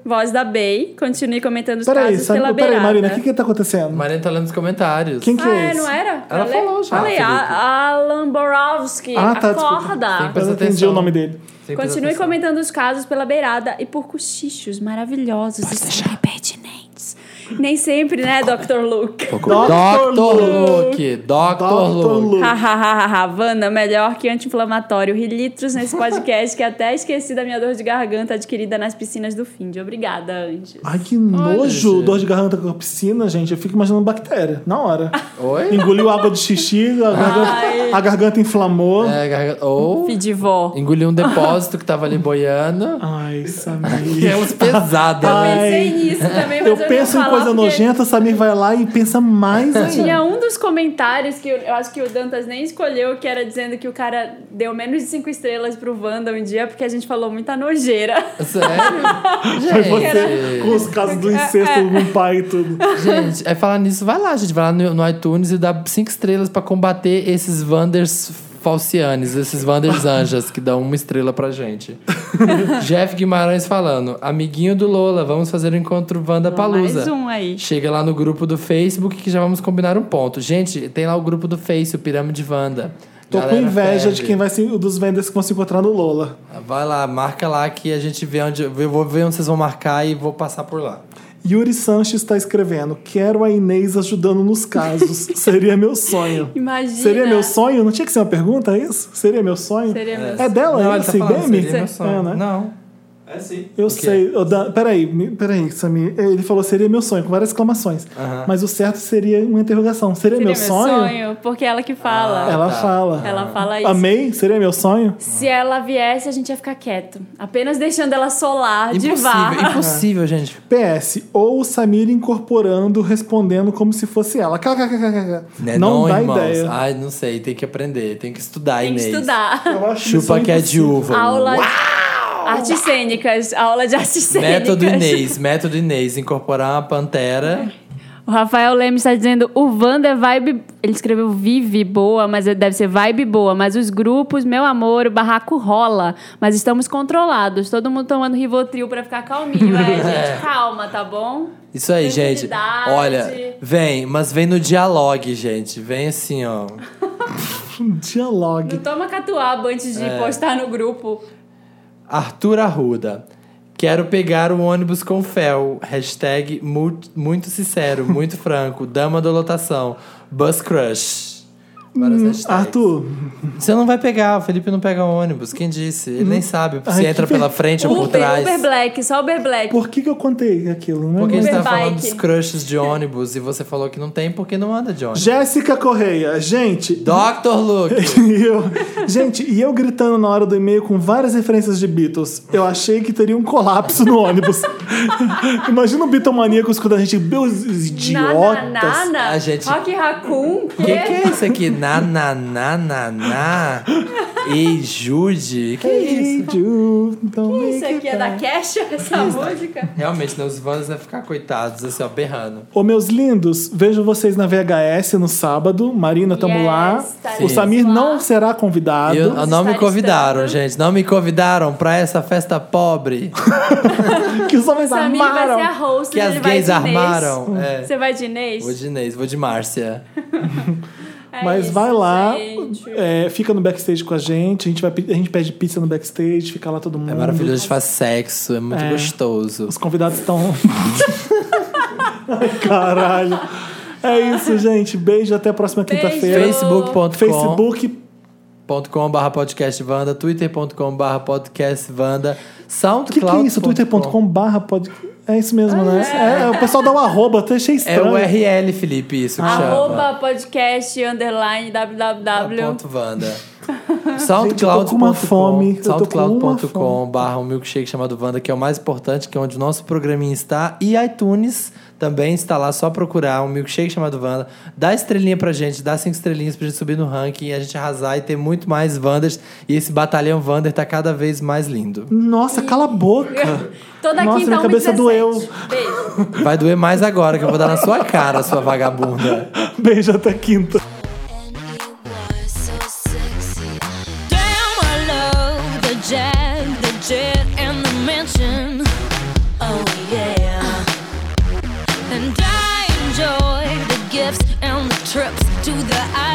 S3: Voz da Bey. Continue comentando os
S1: Peraí,
S3: casos pela
S1: sabe, peraí,
S3: beirada.
S1: Marina, o que que tá acontecendo?
S2: Mariana tá lendo os comentários.
S1: Quem que
S3: Ah,
S1: é
S3: é,
S1: esse?
S3: não era?
S2: Ela
S3: Falei-
S2: falou já,
S3: Falei,
S2: Felipe.
S3: a, a Lamborovski.
S1: Ah, tá, desculpa.
S3: acorda.
S1: Eu não entendi
S2: Presta
S1: o nome dele.
S2: Sem
S3: Continue
S2: apresentação.
S3: comentando os casos pela beirada e por cochichos maravilhosos e sempre pertinentes. Nem sempre, né, Dr. Luke?
S1: Dr.
S2: Dr. Luke. Dr.
S1: Dr.
S2: Luke.
S1: Lu.
S3: Ah. Hahaha, Wanda, melhor que anti-inflamatório. Ri litros nesse podcast que até esqueci da minha dor de garganta adquirida nas piscinas do Finde. Obrigada, Anjos.
S1: Ai, que nojo.
S2: gente.
S1: Dor de garganta com a piscina, gente. Eu fico imaginando bactéria, na hora.
S2: Oi?
S1: Engoliu água de xixi, a garganta, a garganta inflamou.
S2: É, garganta- Ou
S3: Fidivó.
S2: engoliu um depósito que tava ali boiando. é
S1: Ai,
S2: E
S1: Samir.
S2: elas pesadas.
S1: Ai.
S3: Pensei nisso também, mas
S1: Eu
S3: não
S1: penso
S3: vou
S1: em coisa
S3: falar porque
S1: nojenta, Samir vai lá e pensa mais ainda.
S3: Tinha um dos comentários que eu, eu acho que o Dantas nem escolheu, que era dizendo que o cara deu menos de cinco estrelas pro Wanda um dia porque a gente falou muita nojeira. um
S2: Sério?
S1: Aí você, com os casos
S3: É,
S1: do incesto com o pai e tudo.
S2: Gente, é falar nisso, vai lá, gente. Vai lá no, no iTunes e dá cinco estrelas pra combater esses Wanders falcianes, esses Wanders Anjas, que dão uma estrela pra gente. Jeff Guimarães falando, amiguinho do Lola, vamos fazer o encontro Wanda Palusa.
S3: Mais um aí.
S2: Chega lá no grupo do Facebook que já vamos combinar um ponto. Gente, tem lá o grupo do Face, o Pirâmide Wanda.
S1: Tô
S2: Galera
S1: com inveja
S2: ferve.
S1: de quem vai se, dos vendors que vão se encontrar no Lola.
S2: Vai lá, marca lá que a gente vê onde. Eu vou ver onde vocês vão marcar e vou passar por lá.
S1: Yuri Sanches está escrevendo: Quero a Inês ajudando nos casos. Seria meu sonho.
S3: Imagina.
S1: Seria meu sonho? Não tinha que ser uma pergunta, é isso? Seria meu sonho?
S3: Seria meu
S1: É
S3: sonho.
S1: dela
S2: Não, ele
S1: esse
S2: tá falando,
S1: DM?
S2: seria meu sonho.
S1: É, né?
S2: Não.
S4: É sim.
S1: Eu
S2: quê?
S1: sei. ô, Dan- peraí, me- peraí, Samir. Ele falou seria meu sonho, com várias exclamações.
S2: Aham.
S1: Mas o certo seria uma interrogação. Seria,
S3: Seria
S1: meu, sonho?
S3: Porque é ela que fala.
S1: Ela
S2: tá.
S1: fala.
S3: Ela fala isso.
S1: Amei? Seria meu sonho?
S3: Se ela viesse, a gente ia ficar quieto. Apenas deixando ela solar, de
S2: Impossível,
S3: vá.
S2: impossível, gente.
S1: PS, ou o Samir incorporando, respondendo como se fosse ela. KKKKK.
S2: Né?
S1: Não, dá
S2: irmãos.
S1: ideia.
S2: Ai, não sei, tem que aprender, tem que estudar,
S3: Tem que
S2: Inês.
S3: estudar.
S1: Eu acho
S2: Chupa
S1: missão
S2: que é de
S1: impossível.
S2: uva.
S3: Aula artes cênicas. Aula de artes cênicas.
S2: Método Inês, método Inês, incorporar uma pantera.
S3: O Rafael Leme está dizendo, o Wanda é vibe... Ele escreveu vive boa, mas é, deve ser vibe boa. Mas os grupos, meu amor, o barraco rola. Mas estamos controlados. Todo mundo tomando Rivotril pra ficar calminho. É, gente, calma, tá bom?
S2: Isso aí, gente.
S3: Tranquilidade.
S2: Olha, vem, mas vem no dialogue, gente. Vem assim, ó.
S1: Dialogue.
S3: Não toma catuaba antes
S2: É.
S3: de postar no grupo.
S2: Arthur Arruda. Quero pegar o ônibus com fel. Hashtag mu- muito sincero, muito franco. Dama da lotação. Bus crush. Várias hashtags.
S1: Arthur,
S2: Você não vai pegar, o Felipe não pega ônibus. Quem disse? Ele nem sabe se
S1: Ai, que
S2: entra
S1: ver-
S2: pela frente ou por
S3: Uber,
S2: trás.
S3: Uber Black, só Uber Black.
S1: por que, que eu contei aquilo? né? Não
S2: Porque a
S1: lembro.
S2: gente
S3: Uber
S2: tava falando
S3: bike.
S2: dos crushes de ônibus e você falou que não tem porque não anda de ônibus.
S1: Jéssica Correia, gente.
S2: Dr. Luke!
S1: E eu- gente, e eu gritando na hora do e-mail com várias referências de Beatles. Eu achei que teria um colapso no ônibus. Imagina o Beatlemaníacos quando a gente meus idiotas.
S3: Nananana,
S2: A gente-
S3: Rock Raccoon,
S2: O que,
S3: quê?
S2: que é isso aqui? Na, na, na, na, na. Ei, Jude. Que
S1: Hey,
S2: isso?
S1: Jude, don't make
S3: Isso aqui
S1: it
S3: é da
S1: bad.
S3: Cash, essa
S2: é
S3: música?
S2: Realmente, né, os vans vão ficar coitados, assim, ó, berrando.
S1: Ô, meus lindos, vejo vocês na VHS no sábado. Marina, tamo
S3: Yes,
S1: lá.
S3: estaremos
S1: O Samir
S3: lá.
S1: não será convidado.
S2: Eu, não me
S3: estar
S2: convidaram,
S3: estando.
S2: gente. Não me convidaram pra essa festa pobre
S1: Que os homens
S3: Samir vai ser a
S1: armaram.
S3: host,
S2: que as
S3: ele vai
S2: gays
S3: de Inês.
S2: armaram. É.
S3: Você vai de Inês?
S2: Vou de Inês, vou de Márcia.
S3: É
S1: Mas
S3: isso,
S1: vai lá,
S3: gente.
S1: é, fica no backstage com a gente. A gente, vai, pe- a gente pede pizza no backstage, fica lá todo mundo.
S2: É maravilhoso, a
S3: Uhum.
S2: gente faz sexo, é muito
S1: É.
S2: gostoso.
S1: Os convidados estão. Ai, Caralho. É isso, gente. Beijo até a próxima
S3: Beijo.
S1: quinta-feira.
S2: Facebook.com
S1: Facebook.
S2: facebook.com.br podcastvanda, twitter.com.br podcastvanda,
S1: O que, que é
S2: soundcloud.com.
S1: isso? twitter.com/barra pode. É isso mesmo, né? É, o pessoal dá um arroba, até achei
S2: É
S1: estranho.
S2: o URL, Felipe, isso que
S3: Arroba podcast underline www.
S2: chama. Ponto Vanda.
S1: eu tô com uma fome, eu tô com uma
S2: soundcloud.com barra um milkshake chamado Vanda, que é o mais importante, que é onde o nosso programinha está. E iTunes também está lá, só procurar um milkshake chamado Vanda. Dá estrelinha pra gente, dá cinco estrelinhas pra gente subir no ranking, a gente arrasar e ter muito mais Wanders. E esse batalhão Vander tá cada vez mais lindo.
S1: Nossa, cala a
S2: tá
S1: boca.
S3: Toda
S1: Nossa,
S3: quinta
S1: minha
S3: 1
S1: cabeça
S3: 17.
S1: doeu.
S3: Beijo.
S2: Vai doer mais agora, que eu vou dar na sua cara, sua vagabunda.
S1: Beijo até quinta.
S6: And you were so sexy. Damn, I love the jag, the jet, and the mansion. Oh yeah. And I enjoy the gifts and the trips to the Oh,